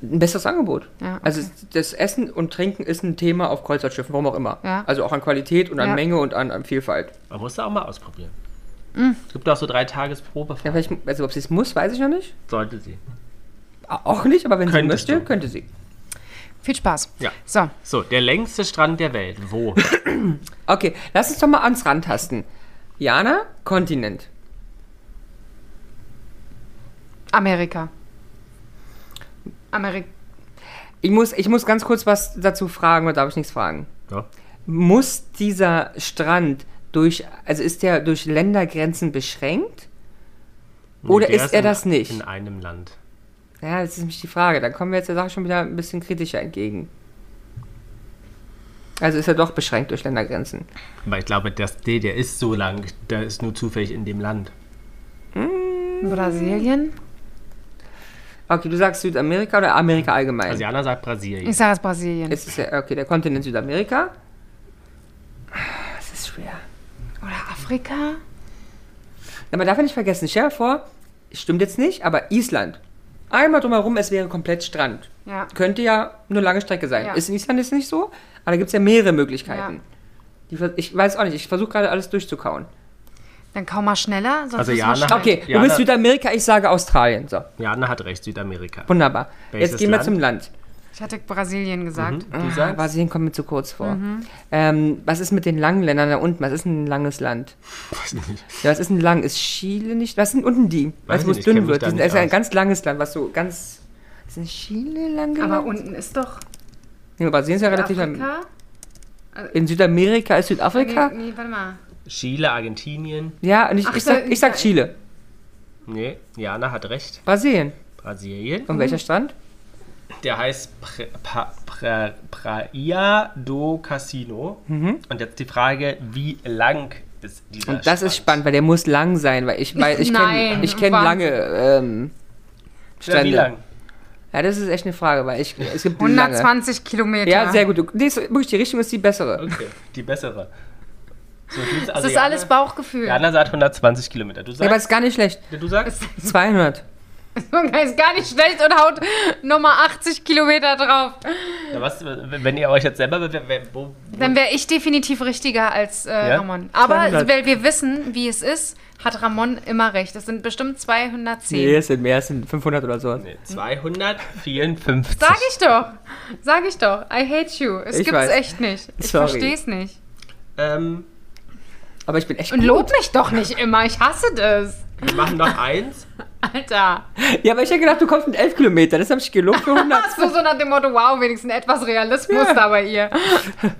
[SPEAKER 3] ein besseres Angebot.
[SPEAKER 2] Hm? Ja, okay.
[SPEAKER 3] Also es- das Essen und Trinken ist ein Thema auf Kreuzfahrtschiffen, warum auch immer.
[SPEAKER 2] Ja.
[SPEAKER 3] Also auch an Qualität und an
[SPEAKER 2] Ja.
[SPEAKER 3] Menge und an, an Vielfalt.
[SPEAKER 1] Man muss da auch mal ausprobieren.
[SPEAKER 2] Hm.
[SPEAKER 1] Es gibt auch so drei Tages Probe.
[SPEAKER 3] Ja, vielleicht, also ob sie es muss, weiß ich noch nicht.
[SPEAKER 1] Sollte sie.
[SPEAKER 3] Auch nicht, aber wenn
[SPEAKER 1] Könntest
[SPEAKER 3] sie möchte,
[SPEAKER 1] du.
[SPEAKER 3] könnte sie.
[SPEAKER 2] viel Spaß.
[SPEAKER 1] Ja.
[SPEAKER 2] So,
[SPEAKER 1] So, der längste Strand der Welt. Wo?
[SPEAKER 3] Okay, lass uns doch mal ans Rantasten. Jana, Kontinent.
[SPEAKER 2] Amerika. Amerika.
[SPEAKER 3] Ich muss, ich muss ganz kurz was dazu fragen oder darf ich nichts fragen?
[SPEAKER 1] ja.
[SPEAKER 3] Muss dieser Strand durch, also ist der durch Ländergrenzen beschränkt? Oder
[SPEAKER 1] der
[SPEAKER 3] ist er
[SPEAKER 1] in-
[SPEAKER 3] das nicht?
[SPEAKER 1] In einem Land.
[SPEAKER 3] Ja, das ist nämlich die Frage. Dann kommen wir jetzt der Sache schon wieder ein bisschen kritischer entgegen. Also ist er doch beschränkt durch Ländergrenzen.
[SPEAKER 1] Aber ich glaube, das, der, der ist so lang, der ist nur zufällig in dem Land.
[SPEAKER 2] Brasilien?
[SPEAKER 3] Okay, du sagst Südamerika oder Amerika
[SPEAKER 2] Äh.
[SPEAKER 3] allgemein?
[SPEAKER 1] Also Jana sagt Brasilien.
[SPEAKER 2] Ich sage es Brasilien.
[SPEAKER 3] es ist ja, okay, der Kontinent Südamerika. Das ist schwer.
[SPEAKER 2] Oder Afrika?
[SPEAKER 3] Ja, man darf ja nicht vergessen, stell dir vor, stimmt jetzt nicht, aber Island. Einmal drumherum, es wäre komplett Strand.
[SPEAKER 2] Ja.
[SPEAKER 3] Könnte ja eine lange Strecke sein.
[SPEAKER 2] Ja.
[SPEAKER 3] Ist in Island jetzt nicht so, aber da gibt es ja mehrere Möglichkeiten.
[SPEAKER 2] Ja.
[SPEAKER 3] Die ver- ich weiß auch nicht, ich versuche gerade alles durchzukauen.
[SPEAKER 2] Dann kaum mal schneller. Sonst
[SPEAKER 1] Also
[SPEAKER 2] müssen wir
[SPEAKER 1] Jana-
[SPEAKER 2] schneiden.
[SPEAKER 3] Okay,
[SPEAKER 1] Ja,
[SPEAKER 3] du bist
[SPEAKER 1] da-
[SPEAKER 3] Südamerika, ich sage Australien. So,
[SPEAKER 1] Jana hat recht, Südamerika.
[SPEAKER 3] wunderbar.
[SPEAKER 1] Welches
[SPEAKER 3] jetzt gehen wir
[SPEAKER 1] Land?
[SPEAKER 3] zum Land.
[SPEAKER 2] Ich hatte Brasilien gesagt.
[SPEAKER 1] Du
[SPEAKER 3] Ah,
[SPEAKER 1] sagst?
[SPEAKER 3] Brasilien kommt mir zu kurz vor.
[SPEAKER 2] Mhm.
[SPEAKER 3] Ähm, was ist mit den langen Ländern da unten? Was ist ein langes Land?
[SPEAKER 1] Weiß nicht.
[SPEAKER 3] Ja, was ist ein lang? Ist Chile nicht? Was sind unten die?
[SPEAKER 1] Weiß
[SPEAKER 3] Was,
[SPEAKER 1] ich
[SPEAKER 3] wo es
[SPEAKER 1] nicht,
[SPEAKER 3] dünn
[SPEAKER 1] kenn mich
[SPEAKER 3] wird.
[SPEAKER 1] da
[SPEAKER 3] Das ist
[SPEAKER 1] nicht
[SPEAKER 3] also ein
[SPEAKER 1] aus.
[SPEAKER 3] ganz langes Land, was so ganz. Ist ein Chile lang
[SPEAKER 2] Aber
[SPEAKER 3] genannt?
[SPEAKER 2] unten ist doch
[SPEAKER 3] Nee, Brasilien ist ja relativ.
[SPEAKER 2] Afrika.
[SPEAKER 3] In Südamerika ist Südafrika?
[SPEAKER 2] Nee, nee, warte mal.
[SPEAKER 1] Chile, Argentinien.
[SPEAKER 3] Ja, und ich,
[SPEAKER 2] Ach,
[SPEAKER 3] ich, sag,
[SPEAKER 2] da-
[SPEAKER 3] ich sag
[SPEAKER 2] da-
[SPEAKER 3] Chile.
[SPEAKER 1] Nee, Jana hat recht.
[SPEAKER 3] Brasilien.
[SPEAKER 1] Brasilien.
[SPEAKER 3] Und um welcher Strand?
[SPEAKER 1] Der heißt Pre- Pa- Pra- Praia do Casino. Und jetzt die Frage, wie lang ist dieser
[SPEAKER 3] Mhm. Und das ist spannend, weil der muss lang sein, weil ich weil ich kenne
[SPEAKER 2] Nein,
[SPEAKER 3] ich kenn
[SPEAKER 2] Wahnsinn.
[SPEAKER 3] lange ähm,
[SPEAKER 1] Ja,
[SPEAKER 3] Strände.
[SPEAKER 1] wie lang?
[SPEAKER 3] Ja, das ist echt eine Frage, weil ich es gibt lange.
[SPEAKER 2] 120 Kilometer.
[SPEAKER 3] Ja, sehr gut. Du- Nee, ist wirklich die Richtung ist die bessere.
[SPEAKER 1] Okay, die bessere. So, du, also
[SPEAKER 2] Das ist alles Bauchgefühl.
[SPEAKER 1] Jana sagt 120 Kilometer. Du
[SPEAKER 3] Ja, aber
[SPEAKER 1] sagst,
[SPEAKER 3] ist gar nicht schlecht.
[SPEAKER 1] du sagst
[SPEAKER 3] 200.
[SPEAKER 2] Junge, ist gar nicht schlecht und haut nochmal 80 Kilometer drauf.
[SPEAKER 1] ja, was, wenn ihr euch jetzt selber bewerbt, wer- wo,
[SPEAKER 2] Dann wäre ich definitiv richtiger als äh,
[SPEAKER 1] Ja?
[SPEAKER 2] Ramon. Aber
[SPEAKER 3] 200.
[SPEAKER 2] weil wir wissen, wie es ist, hat Ramon immer recht. Es sind bestimmt 210.
[SPEAKER 3] Nee, es sind mehr, es sind 500 oder so.
[SPEAKER 1] Nee, 254.
[SPEAKER 2] Sag ich doch. Sag ich doch. I hate you. Es
[SPEAKER 3] Ich
[SPEAKER 2] gibt's
[SPEAKER 3] weiß.
[SPEAKER 2] echt nicht. Ich
[SPEAKER 3] Sorry.
[SPEAKER 2] verstehe es nicht.
[SPEAKER 1] Ähm,
[SPEAKER 3] Aber ich bin echt
[SPEAKER 2] Und
[SPEAKER 3] gut.
[SPEAKER 2] lob mich doch nicht immer. Ich hasse das.
[SPEAKER 1] wir machen noch eins.
[SPEAKER 2] Alter.
[SPEAKER 3] Ja, aber ich hätte gedacht, du kommst mit 11 Kilometern. Das habe ich gelobt für 100.
[SPEAKER 2] Hast du so nach dem Motto, wow, wenigstens etwas Realismus
[SPEAKER 3] Ja.
[SPEAKER 2] da bei ihr.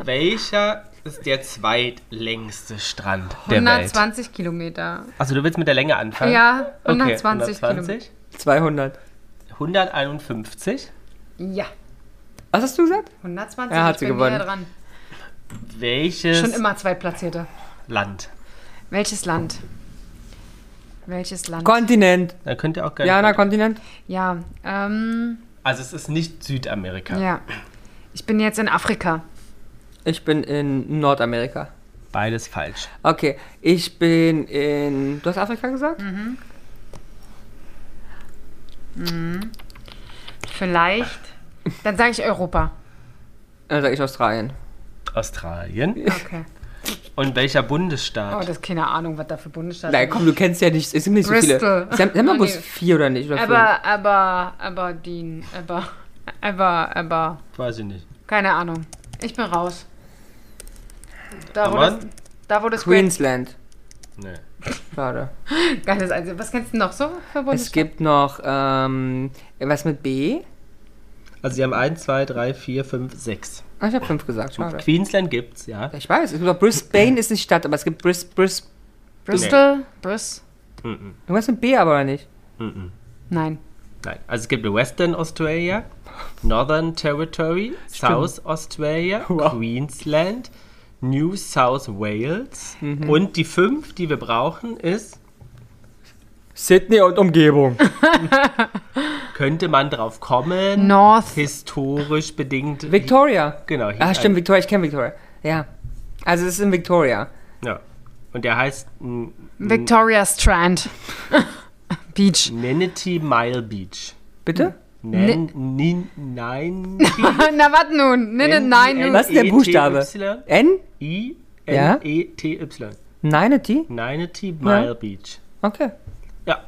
[SPEAKER 1] Welcher ist der zweitlängste Strand der Welt?
[SPEAKER 2] 120 Kilometer.
[SPEAKER 1] Also du willst mit der Länge anfangen?
[SPEAKER 2] Ja,
[SPEAKER 1] Okay,
[SPEAKER 2] 120 Kilometer.
[SPEAKER 1] 120,
[SPEAKER 3] 200.
[SPEAKER 1] 151.
[SPEAKER 2] Ja,
[SPEAKER 3] Was hast du gesagt?
[SPEAKER 2] 120
[SPEAKER 3] Ja, hat
[SPEAKER 2] ich
[SPEAKER 3] sie
[SPEAKER 2] bin
[SPEAKER 3] gewonnen.
[SPEAKER 2] näher dran.
[SPEAKER 1] Welches
[SPEAKER 2] Schon immer Zweitplatzierte.
[SPEAKER 1] Land?
[SPEAKER 2] Welches Land? Welches Land?
[SPEAKER 3] Kontinent.
[SPEAKER 1] Da könnt ihr auch gerne.
[SPEAKER 3] Jana, Kontinent.
[SPEAKER 2] ja, ähm,
[SPEAKER 1] also es ist nicht Südamerika.
[SPEAKER 2] ja. Ich bin jetzt in Afrika.
[SPEAKER 3] Ich bin in Nordamerika.
[SPEAKER 1] Beides falsch.
[SPEAKER 3] Okay, ich bin in. Du hast Afrika gesagt?
[SPEAKER 2] Vielleicht. Dann sage ich Europa.
[SPEAKER 3] Dann sage ich Australien.
[SPEAKER 1] Australien.
[SPEAKER 2] Okay.
[SPEAKER 1] Und welcher
[SPEAKER 2] Oh,
[SPEAKER 1] Bundesstaat?
[SPEAKER 2] das ist keine Ahnung, was da für Bundesstaaten
[SPEAKER 3] Nein, komm, du kennst ja nicht. Es sind nicht so viele.
[SPEAKER 2] Bristol.
[SPEAKER 3] Sie haben, sie haben
[SPEAKER 2] Oh,
[SPEAKER 3] wir bloß
[SPEAKER 2] nee.
[SPEAKER 3] vier oder nicht? Oder
[SPEAKER 2] Aber, aber, aber, Dean, aber, aber, aber,
[SPEAKER 1] Weiß ich nicht.
[SPEAKER 2] keine Ahnung. Ich bin raus. Da, wo
[SPEAKER 1] Amman?
[SPEAKER 2] das, da, wo das
[SPEAKER 3] fünf. Queensland.
[SPEAKER 1] Nee.
[SPEAKER 3] Schade.
[SPEAKER 2] Geiles Einzel. Was kennst du noch so für
[SPEAKER 3] Es
[SPEAKER 2] Bundesstaaten?
[SPEAKER 3] gibt noch ähm, was mit B.
[SPEAKER 1] Also sie haben 1, 2, 3, 4, 5, 6.
[SPEAKER 3] Ah, ich habe fünf gesagt, schade.
[SPEAKER 1] Queensland gibt's, ja.
[SPEAKER 3] Ich weiß, es gibt auch Brisbane ist nicht Stadt, aber es gibt Bris, Bris,
[SPEAKER 2] Bristol? Bris?
[SPEAKER 3] irgendwas mit B aber oder nicht?
[SPEAKER 2] Nein.
[SPEAKER 1] Nein. Also es gibt Western Australia, Northern Territory, South Australia, Queensland, New South Wales.
[SPEAKER 3] Mhm.
[SPEAKER 1] Und die fünf, die wir brauchen, ist,
[SPEAKER 3] Sydney und Umgebung.
[SPEAKER 1] könnte man drauf kommen,
[SPEAKER 2] North.
[SPEAKER 1] historisch bedingt.
[SPEAKER 3] Victoria.
[SPEAKER 1] Genau. hier
[SPEAKER 3] Ah,
[SPEAKER 1] ein-
[SPEAKER 3] stimmt, Victoria, ich kenne Victoria. Ja. Also es ist in Victoria.
[SPEAKER 1] Ja. Und der heißt mm,
[SPEAKER 2] Victoria Strand. Beach.
[SPEAKER 1] Nanity Mile Beach.
[SPEAKER 3] Bitte?
[SPEAKER 1] Nen, nin, nein.
[SPEAKER 2] Na, was nun? Nee, nee, nein,
[SPEAKER 1] N-
[SPEAKER 2] nun.
[SPEAKER 3] Was ist der
[SPEAKER 1] E, T,
[SPEAKER 3] Buchstabe?
[SPEAKER 1] Y,
[SPEAKER 3] N?
[SPEAKER 1] I,
[SPEAKER 3] Ja?
[SPEAKER 1] N, E, T, Y.
[SPEAKER 3] Nein, T?
[SPEAKER 1] Nanity Mile Beach.
[SPEAKER 3] Okay.
[SPEAKER 1] Ja.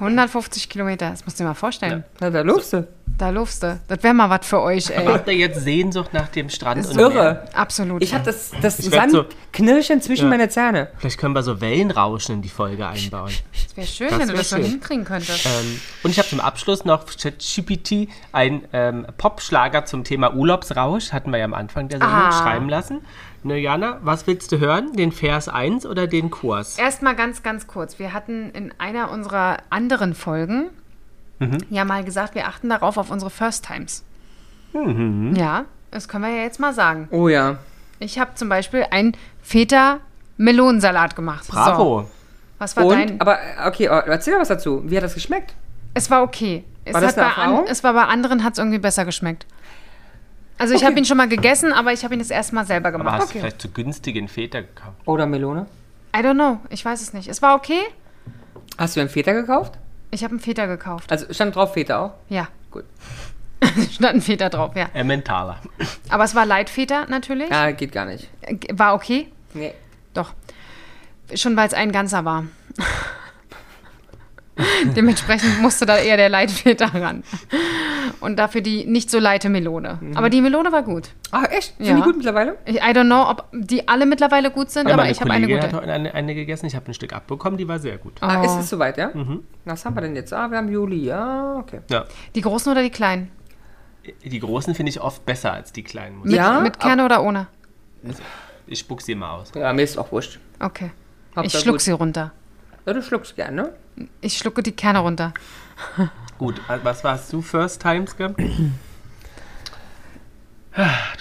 [SPEAKER 2] 150 Kilometer. Das musst du dir mal vorstellen.
[SPEAKER 3] Na, da lobst du.
[SPEAKER 2] Da lufst du. Das wäre mal was für euch, ey.
[SPEAKER 1] Habt ihr jetzt Sehnsucht nach dem Strand?
[SPEAKER 2] Ist
[SPEAKER 1] und
[SPEAKER 3] Irre.
[SPEAKER 1] Meer?
[SPEAKER 2] Absolut.
[SPEAKER 3] Ich habe das, das
[SPEAKER 1] Ich werd so-
[SPEAKER 3] Sandknirschen zwischen
[SPEAKER 1] Ja.
[SPEAKER 3] meine Zähne.
[SPEAKER 1] Vielleicht können wir so Wellenrauschen in die Folge einbauen.
[SPEAKER 2] das wäre schön,
[SPEAKER 1] Das
[SPEAKER 2] wenn du
[SPEAKER 1] wär
[SPEAKER 2] das so
[SPEAKER 1] schön.
[SPEAKER 2] hinkriegen könntest.
[SPEAKER 1] Ähm, und ich habe zum Abschluss noch ChatGPT, ein ähm, Popschlager zum Thema Urlaubsrausch, hatten wir ja am Anfang der Sendung
[SPEAKER 2] Ah.
[SPEAKER 1] schreiben lassen. Ne, Jana, was willst du hören? Den Vers 1 oder den Kurs?
[SPEAKER 2] Erstmal ganz, ganz kurz. Wir hatten in einer unserer anderen Folgen
[SPEAKER 1] Mhm.
[SPEAKER 2] ja mal gesagt, wir achten darauf auf unsere First Times.
[SPEAKER 1] Mhm.
[SPEAKER 2] Ja, das können wir ja jetzt mal sagen.
[SPEAKER 3] Oh ja.
[SPEAKER 2] Ich habe zum Beispiel einen Feta-Melonensalat gemacht. So,
[SPEAKER 1] Bravo.
[SPEAKER 2] was war
[SPEAKER 3] und,
[SPEAKER 2] dein?
[SPEAKER 3] aber okay, aber erzähl doch was dazu. Wie hat das geschmeckt?
[SPEAKER 2] es war okay. Es,
[SPEAKER 3] War das
[SPEAKER 2] hat
[SPEAKER 3] eine
[SPEAKER 2] bei an,
[SPEAKER 3] Erfahrung?
[SPEAKER 2] es war bei anderen hat es irgendwie besser geschmeckt. Also ich habe ihn schon mal gegessen, aber ich habe ihn das erste Mal selber
[SPEAKER 1] Aber
[SPEAKER 2] gemacht.
[SPEAKER 1] hast du vielleicht zu günstigen Väter gekauft?
[SPEAKER 3] Oder Melone?
[SPEAKER 2] I don't know, ich weiß es nicht. Es war okay.
[SPEAKER 3] Hast du einen Feta gekauft?
[SPEAKER 2] Ich habe einen Feta gekauft.
[SPEAKER 3] Also stand drauf Feta auch?
[SPEAKER 2] Ja.
[SPEAKER 3] Gut.
[SPEAKER 2] Stand ein Feta drauf, ja.
[SPEAKER 1] Äh, Emmentaler.
[SPEAKER 2] Aber es war Leitfeta natürlich.
[SPEAKER 3] Ah, geht gar nicht.
[SPEAKER 2] Äh, War okay,
[SPEAKER 3] Nee.
[SPEAKER 2] doch. Schon weil es ein ganzer war. Dementsprechend musste da eher der Leitfeta ran. Und dafür die nicht so leite Melone.
[SPEAKER 3] Mhm.
[SPEAKER 2] Aber die Melone war gut.
[SPEAKER 3] Ah, echt? Sind
[SPEAKER 2] Ja.
[SPEAKER 3] die gut mittlerweile?
[SPEAKER 2] Ich, I don't know, ob die alle mittlerweile gut sind, aber
[SPEAKER 1] Äh, meine
[SPEAKER 2] ich habe eine
[SPEAKER 1] Kollegin
[SPEAKER 2] gute.
[SPEAKER 1] hat eine, eine gegessen, ich habe ein Stück abbekommen, die war sehr gut.
[SPEAKER 3] Ah, ist
[SPEAKER 2] Oh.
[SPEAKER 3] es soweit, ja?
[SPEAKER 1] Mhm.
[SPEAKER 3] Was haben wir denn jetzt? Ah, wir haben Juli. Ja, okay.
[SPEAKER 1] Ja.
[SPEAKER 2] Die großen oder die kleinen?
[SPEAKER 1] Die großen finde ich oft besser als die kleinen. muss ich-
[SPEAKER 2] Mit,
[SPEAKER 3] Ja,
[SPEAKER 2] mit Kerne oder ohne?
[SPEAKER 1] Ich spuck sie immer aus.
[SPEAKER 3] Ja, mir ist auch wurscht.
[SPEAKER 2] Okay.
[SPEAKER 3] Hauptsache
[SPEAKER 2] Ich schluck
[SPEAKER 3] gut.
[SPEAKER 2] sie runter.
[SPEAKER 3] Ja, du schluckst gern, ne?
[SPEAKER 2] Ich schlucke die Kerne runter.
[SPEAKER 1] Gut, äh, was warst du First Times gehabt? Du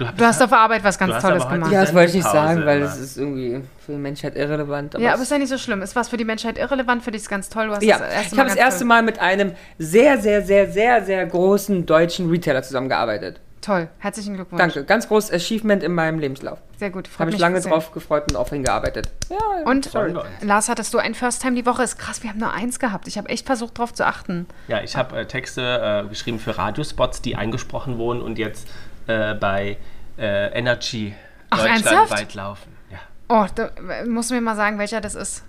[SPEAKER 1] hast,
[SPEAKER 2] Du hast auf der Arbeit was ganz
[SPEAKER 1] hast
[SPEAKER 2] Tolles
[SPEAKER 1] aber heute-
[SPEAKER 2] gemacht.
[SPEAKER 3] Ja, das wollte ich nicht
[SPEAKER 1] Pause
[SPEAKER 3] sagen, weil
[SPEAKER 1] immer.
[SPEAKER 3] das ist irgendwie für die Menschheit irrelevant.
[SPEAKER 2] Ja,
[SPEAKER 3] es-
[SPEAKER 2] aber ist ja nicht so schlimm. Es war für die Menschheit irrelevant, für dich ist ganz toll. Du hast
[SPEAKER 3] Ja,
[SPEAKER 2] das
[SPEAKER 3] ich
[SPEAKER 2] erste
[SPEAKER 3] habe das
[SPEAKER 2] ganz
[SPEAKER 3] erste Mal mit einem sehr, sehr, sehr, sehr, sehr großen deutschen Retailer zusammengearbeitet.
[SPEAKER 2] Toll. Toll. Herzlichen Glückwunsch.
[SPEAKER 3] Danke, ganz großes Achievement in meinem Lebenslauf.
[SPEAKER 2] Sehr gut. Freut
[SPEAKER 3] Habe ich
[SPEAKER 2] mich
[SPEAKER 3] lange
[SPEAKER 2] sehr.
[SPEAKER 3] drauf gefreut und auch hingearbeitet. Ja,
[SPEAKER 2] Und
[SPEAKER 1] Sorry.
[SPEAKER 2] Lars, hattest du ein First Time die Woche? Ist krass, wir haben nur eins gehabt. Ich habe echt versucht, drauf zu achten.
[SPEAKER 1] Ja, ich habe äh, Texte äh, geschrieben für Radiospots, die eingesprochen wurden und jetzt äh, bei äh, Energy
[SPEAKER 2] Ach, ernsthaft?
[SPEAKER 1] deutschlandweit laufen. Ja.
[SPEAKER 2] Oh, da äh, musst du mir mal sagen, welcher das ist.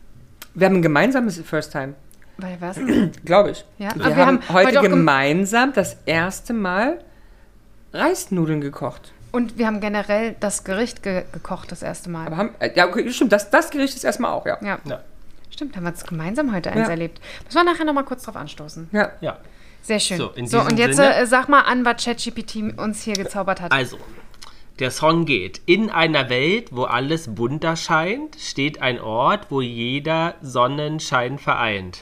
[SPEAKER 3] wir haben ein gemeinsames First Time,
[SPEAKER 2] Weil was?
[SPEAKER 3] glaube ich.
[SPEAKER 2] Ja,
[SPEAKER 3] Wir,
[SPEAKER 2] aber wir
[SPEAKER 3] haben,
[SPEAKER 2] haben heute
[SPEAKER 3] heute
[SPEAKER 2] auch gem-
[SPEAKER 3] gemeinsam das erste Mal Reisnudeln gekocht.
[SPEAKER 2] Und wir haben generell das Gericht ge gekocht das erste Mal.
[SPEAKER 3] Aber haben, äh, ja, okay, stimmt, das, das Gericht ist erstmal auch, ja.
[SPEAKER 2] ja.
[SPEAKER 1] Ja.
[SPEAKER 2] Stimmt, haben wir es gemeinsam heute eins
[SPEAKER 3] Ja.
[SPEAKER 2] erlebt. Müssen wir nachher nochmal kurz drauf anstoßen.
[SPEAKER 3] Ja.
[SPEAKER 1] ja.
[SPEAKER 2] Sehr schön.
[SPEAKER 1] So, in diesem
[SPEAKER 2] und jetzt
[SPEAKER 1] Sinne-
[SPEAKER 2] äh, sag mal an, was ChatGPT uns hier gezaubert hat.
[SPEAKER 1] Also, der Song geht. In einer Welt, wo alles bunter scheint, steht ein Ort, wo jeder Sonnenschein vereint.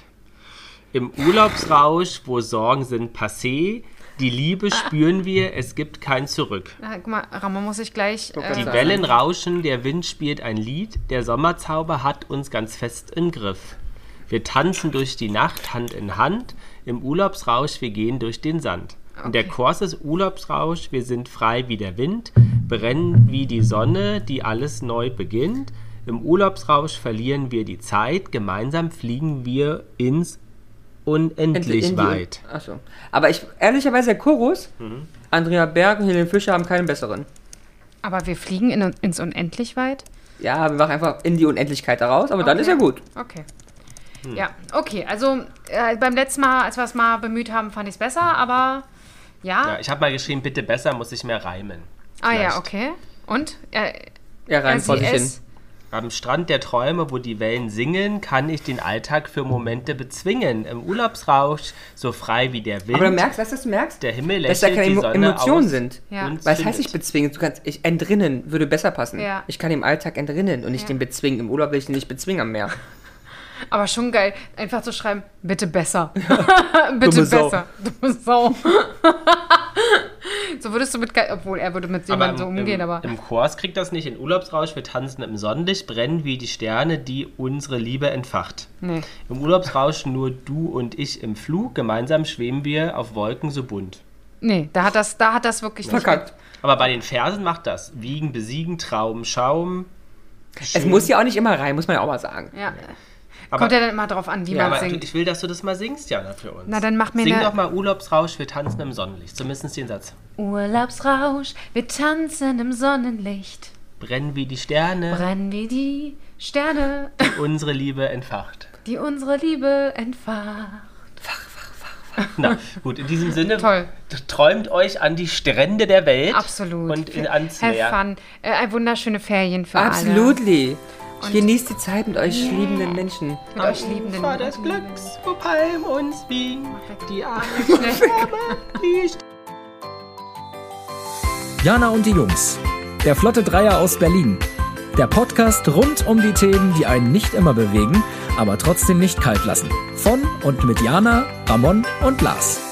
[SPEAKER 1] Im Urlaubsrausch, wo Sorgen sind passé, die Liebe spüren wir, es gibt kein Zurück.
[SPEAKER 2] Na, guck mal, Ramon muss ich gleich.
[SPEAKER 3] Die
[SPEAKER 1] Die
[SPEAKER 2] Äh,
[SPEAKER 3] Ja.
[SPEAKER 1] Wellen rauschen, der Wind spielt ein Lied, der Sommerzauber hat uns ganz fest im Griff. Wir tanzen durch die Nacht Hand in Hand. Im Urlaubsrausch, wir gehen durch den Sand. Und der Chor ist Urlaubsrausch, wir sind frei wie der Wind, brennen wie die Sonne, die alles neu beginnt. Im Urlaubsrausch verlieren wir die Zeit, gemeinsam fliegen wir ins Unendlich
[SPEAKER 3] Indien.
[SPEAKER 1] weit. Mhm.
[SPEAKER 3] Ach so. Aber ich, ehrlicherweise, der Chorus, Andrea Berg und Helene Fischer haben keinen besseren.
[SPEAKER 2] Aber wir fliegen in, ins Unendlich weit?
[SPEAKER 3] Ja, wir machen einfach in die Unendlichkeit daraus, aber dann
[SPEAKER 2] Okay.
[SPEAKER 3] ist ja gut.
[SPEAKER 2] Okay.
[SPEAKER 1] Hm.
[SPEAKER 2] Ja, okay. Also äh, beim letzten Mal, als wir es mal bemüht haben, fand ich es besser, aber ja.
[SPEAKER 1] Ja, ich habe mal geschrieben, bitte besser, muss ich mehr reimen.
[SPEAKER 2] ah
[SPEAKER 1] vielleicht.
[SPEAKER 2] ja, okay. Und? Äh,
[SPEAKER 3] Ja, rein vor sich hin.
[SPEAKER 2] SES?
[SPEAKER 1] Am Strand der Träume, wo die Wellen singen, kann ich den Alltag für Momente bezwingen. Im Urlaubsrausch, so frei wie der Wind.
[SPEAKER 3] Aber du merkst, weißt du, was du merkst?
[SPEAKER 1] der Himmel
[SPEAKER 3] Dass da
[SPEAKER 1] lächelt
[SPEAKER 3] keine
[SPEAKER 1] die
[SPEAKER 3] Emo
[SPEAKER 1] Sonne
[SPEAKER 3] Emotionen
[SPEAKER 1] aus
[SPEAKER 3] sind.
[SPEAKER 2] Ja.
[SPEAKER 1] uns
[SPEAKER 3] Was heißt
[SPEAKER 1] findet.
[SPEAKER 3] ich bezwingen? Du kannst, ich entrinnen würde besser passen.
[SPEAKER 2] Ja.
[SPEAKER 3] Ich kann dem Alltag entrinnen und nicht
[SPEAKER 2] Ja.
[SPEAKER 3] den bezwingen. Im Urlaub will ich den nicht bezwingen mehr.
[SPEAKER 2] Aber schon geil, einfach zu schreiben, bitte besser. bitte
[SPEAKER 3] Dumme Sau.
[SPEAKER 2] besser. Dumme Sau. so würdest du mit, Ge- obwohl er würde mit jemandem so umgehen,
[SPEAKER 1] im,
[SPEAKER 2] aber
[SPEAKER 1] Im Chors kriegt das nicht. In Urlaubsrausch, wir tanzen im Sonnenlicht, brennen wie die Sterne, die unsere Liebe entfacht.
[SPEAKER 2] nee.
[SPEAKER 1] Im Urlaubsrausch nur du und ich im Flug, gemeinsam schweben wir auf Wolken so bunt.
[SPEAKER 2] Nee, da hat das, da hat das wirklich
[SPEAKER 3] Verkackt.
[SPEAKER 1] Aber bei den Versen macht das. Wiegen, besiegen, Traum, Schaum.
[SPEAKER 3] Es muss ja auch nicht immer rein, muss man ja auch mal sagen.
[SPEAKER 2] nicht. Ja.
[SPEAKER 1] Aber-
[SPEAKER 2] Kommt ja dann immer drauf an, wie
[SPEAKER 1] Ja,
[SPEAKER 2] man
[SPEAKER 1] aber
[SPEAKER 2] singt.
[SPEAKER 1] ich will, dass du das mal singst, Jana, für uns.
[SPEAKER 2] Na, dann mach mir
[SPEAKER 1] Sing
[SPEAKER 2] ne-
[SPEAKER 1] doch mal Urlaubsrausch, wir tanzen im Sonnenlicht. Zumindest den Satz.
[SPEAKER 2] Urlaubsrausch, wir tanzen im Sonnenlicht,
[SPEAKER 1] Brennen wie die Sterne,
[SPEAKER 2] brennen wie die Sterne,
[SPEAKER 1] unsere Liebe entfacht.
[SPEAKER 2] die unsere Liebe entfacht.
[SPEAKER 1] Na, gut, in diesem Sinne
[SPEAKER 2] Toll.
[SPEAKER 1] träumt euch an die Strände der Welt.
[SPEAKER 2] Absolut.
[SPEAKER 1] Und in, ans
[SPEAKER 2] Have
[SPEAKER 1] Meer.
[SPEAKER 2] fun. Äh, ein wunderschöne Ferien für alle.
[SPEAKER 3] Absolutely. Genießt die Zeit mit euch liebenden Menschen.
[SPEAKER 2] Mit euch liebenden
[SPEAKER 1] Ufer des Glücks, wo Palm uns wiegen, die Arme, die
[SPEAKER 4] Jana und die Jungs. Der Flotte Dreier aus Berlin. Der Podcast rund um die Themen, die einen nicht immer bewegen, aber trotzdem nicht kalt lassen. Von und mit Jana, Ramon und Lars.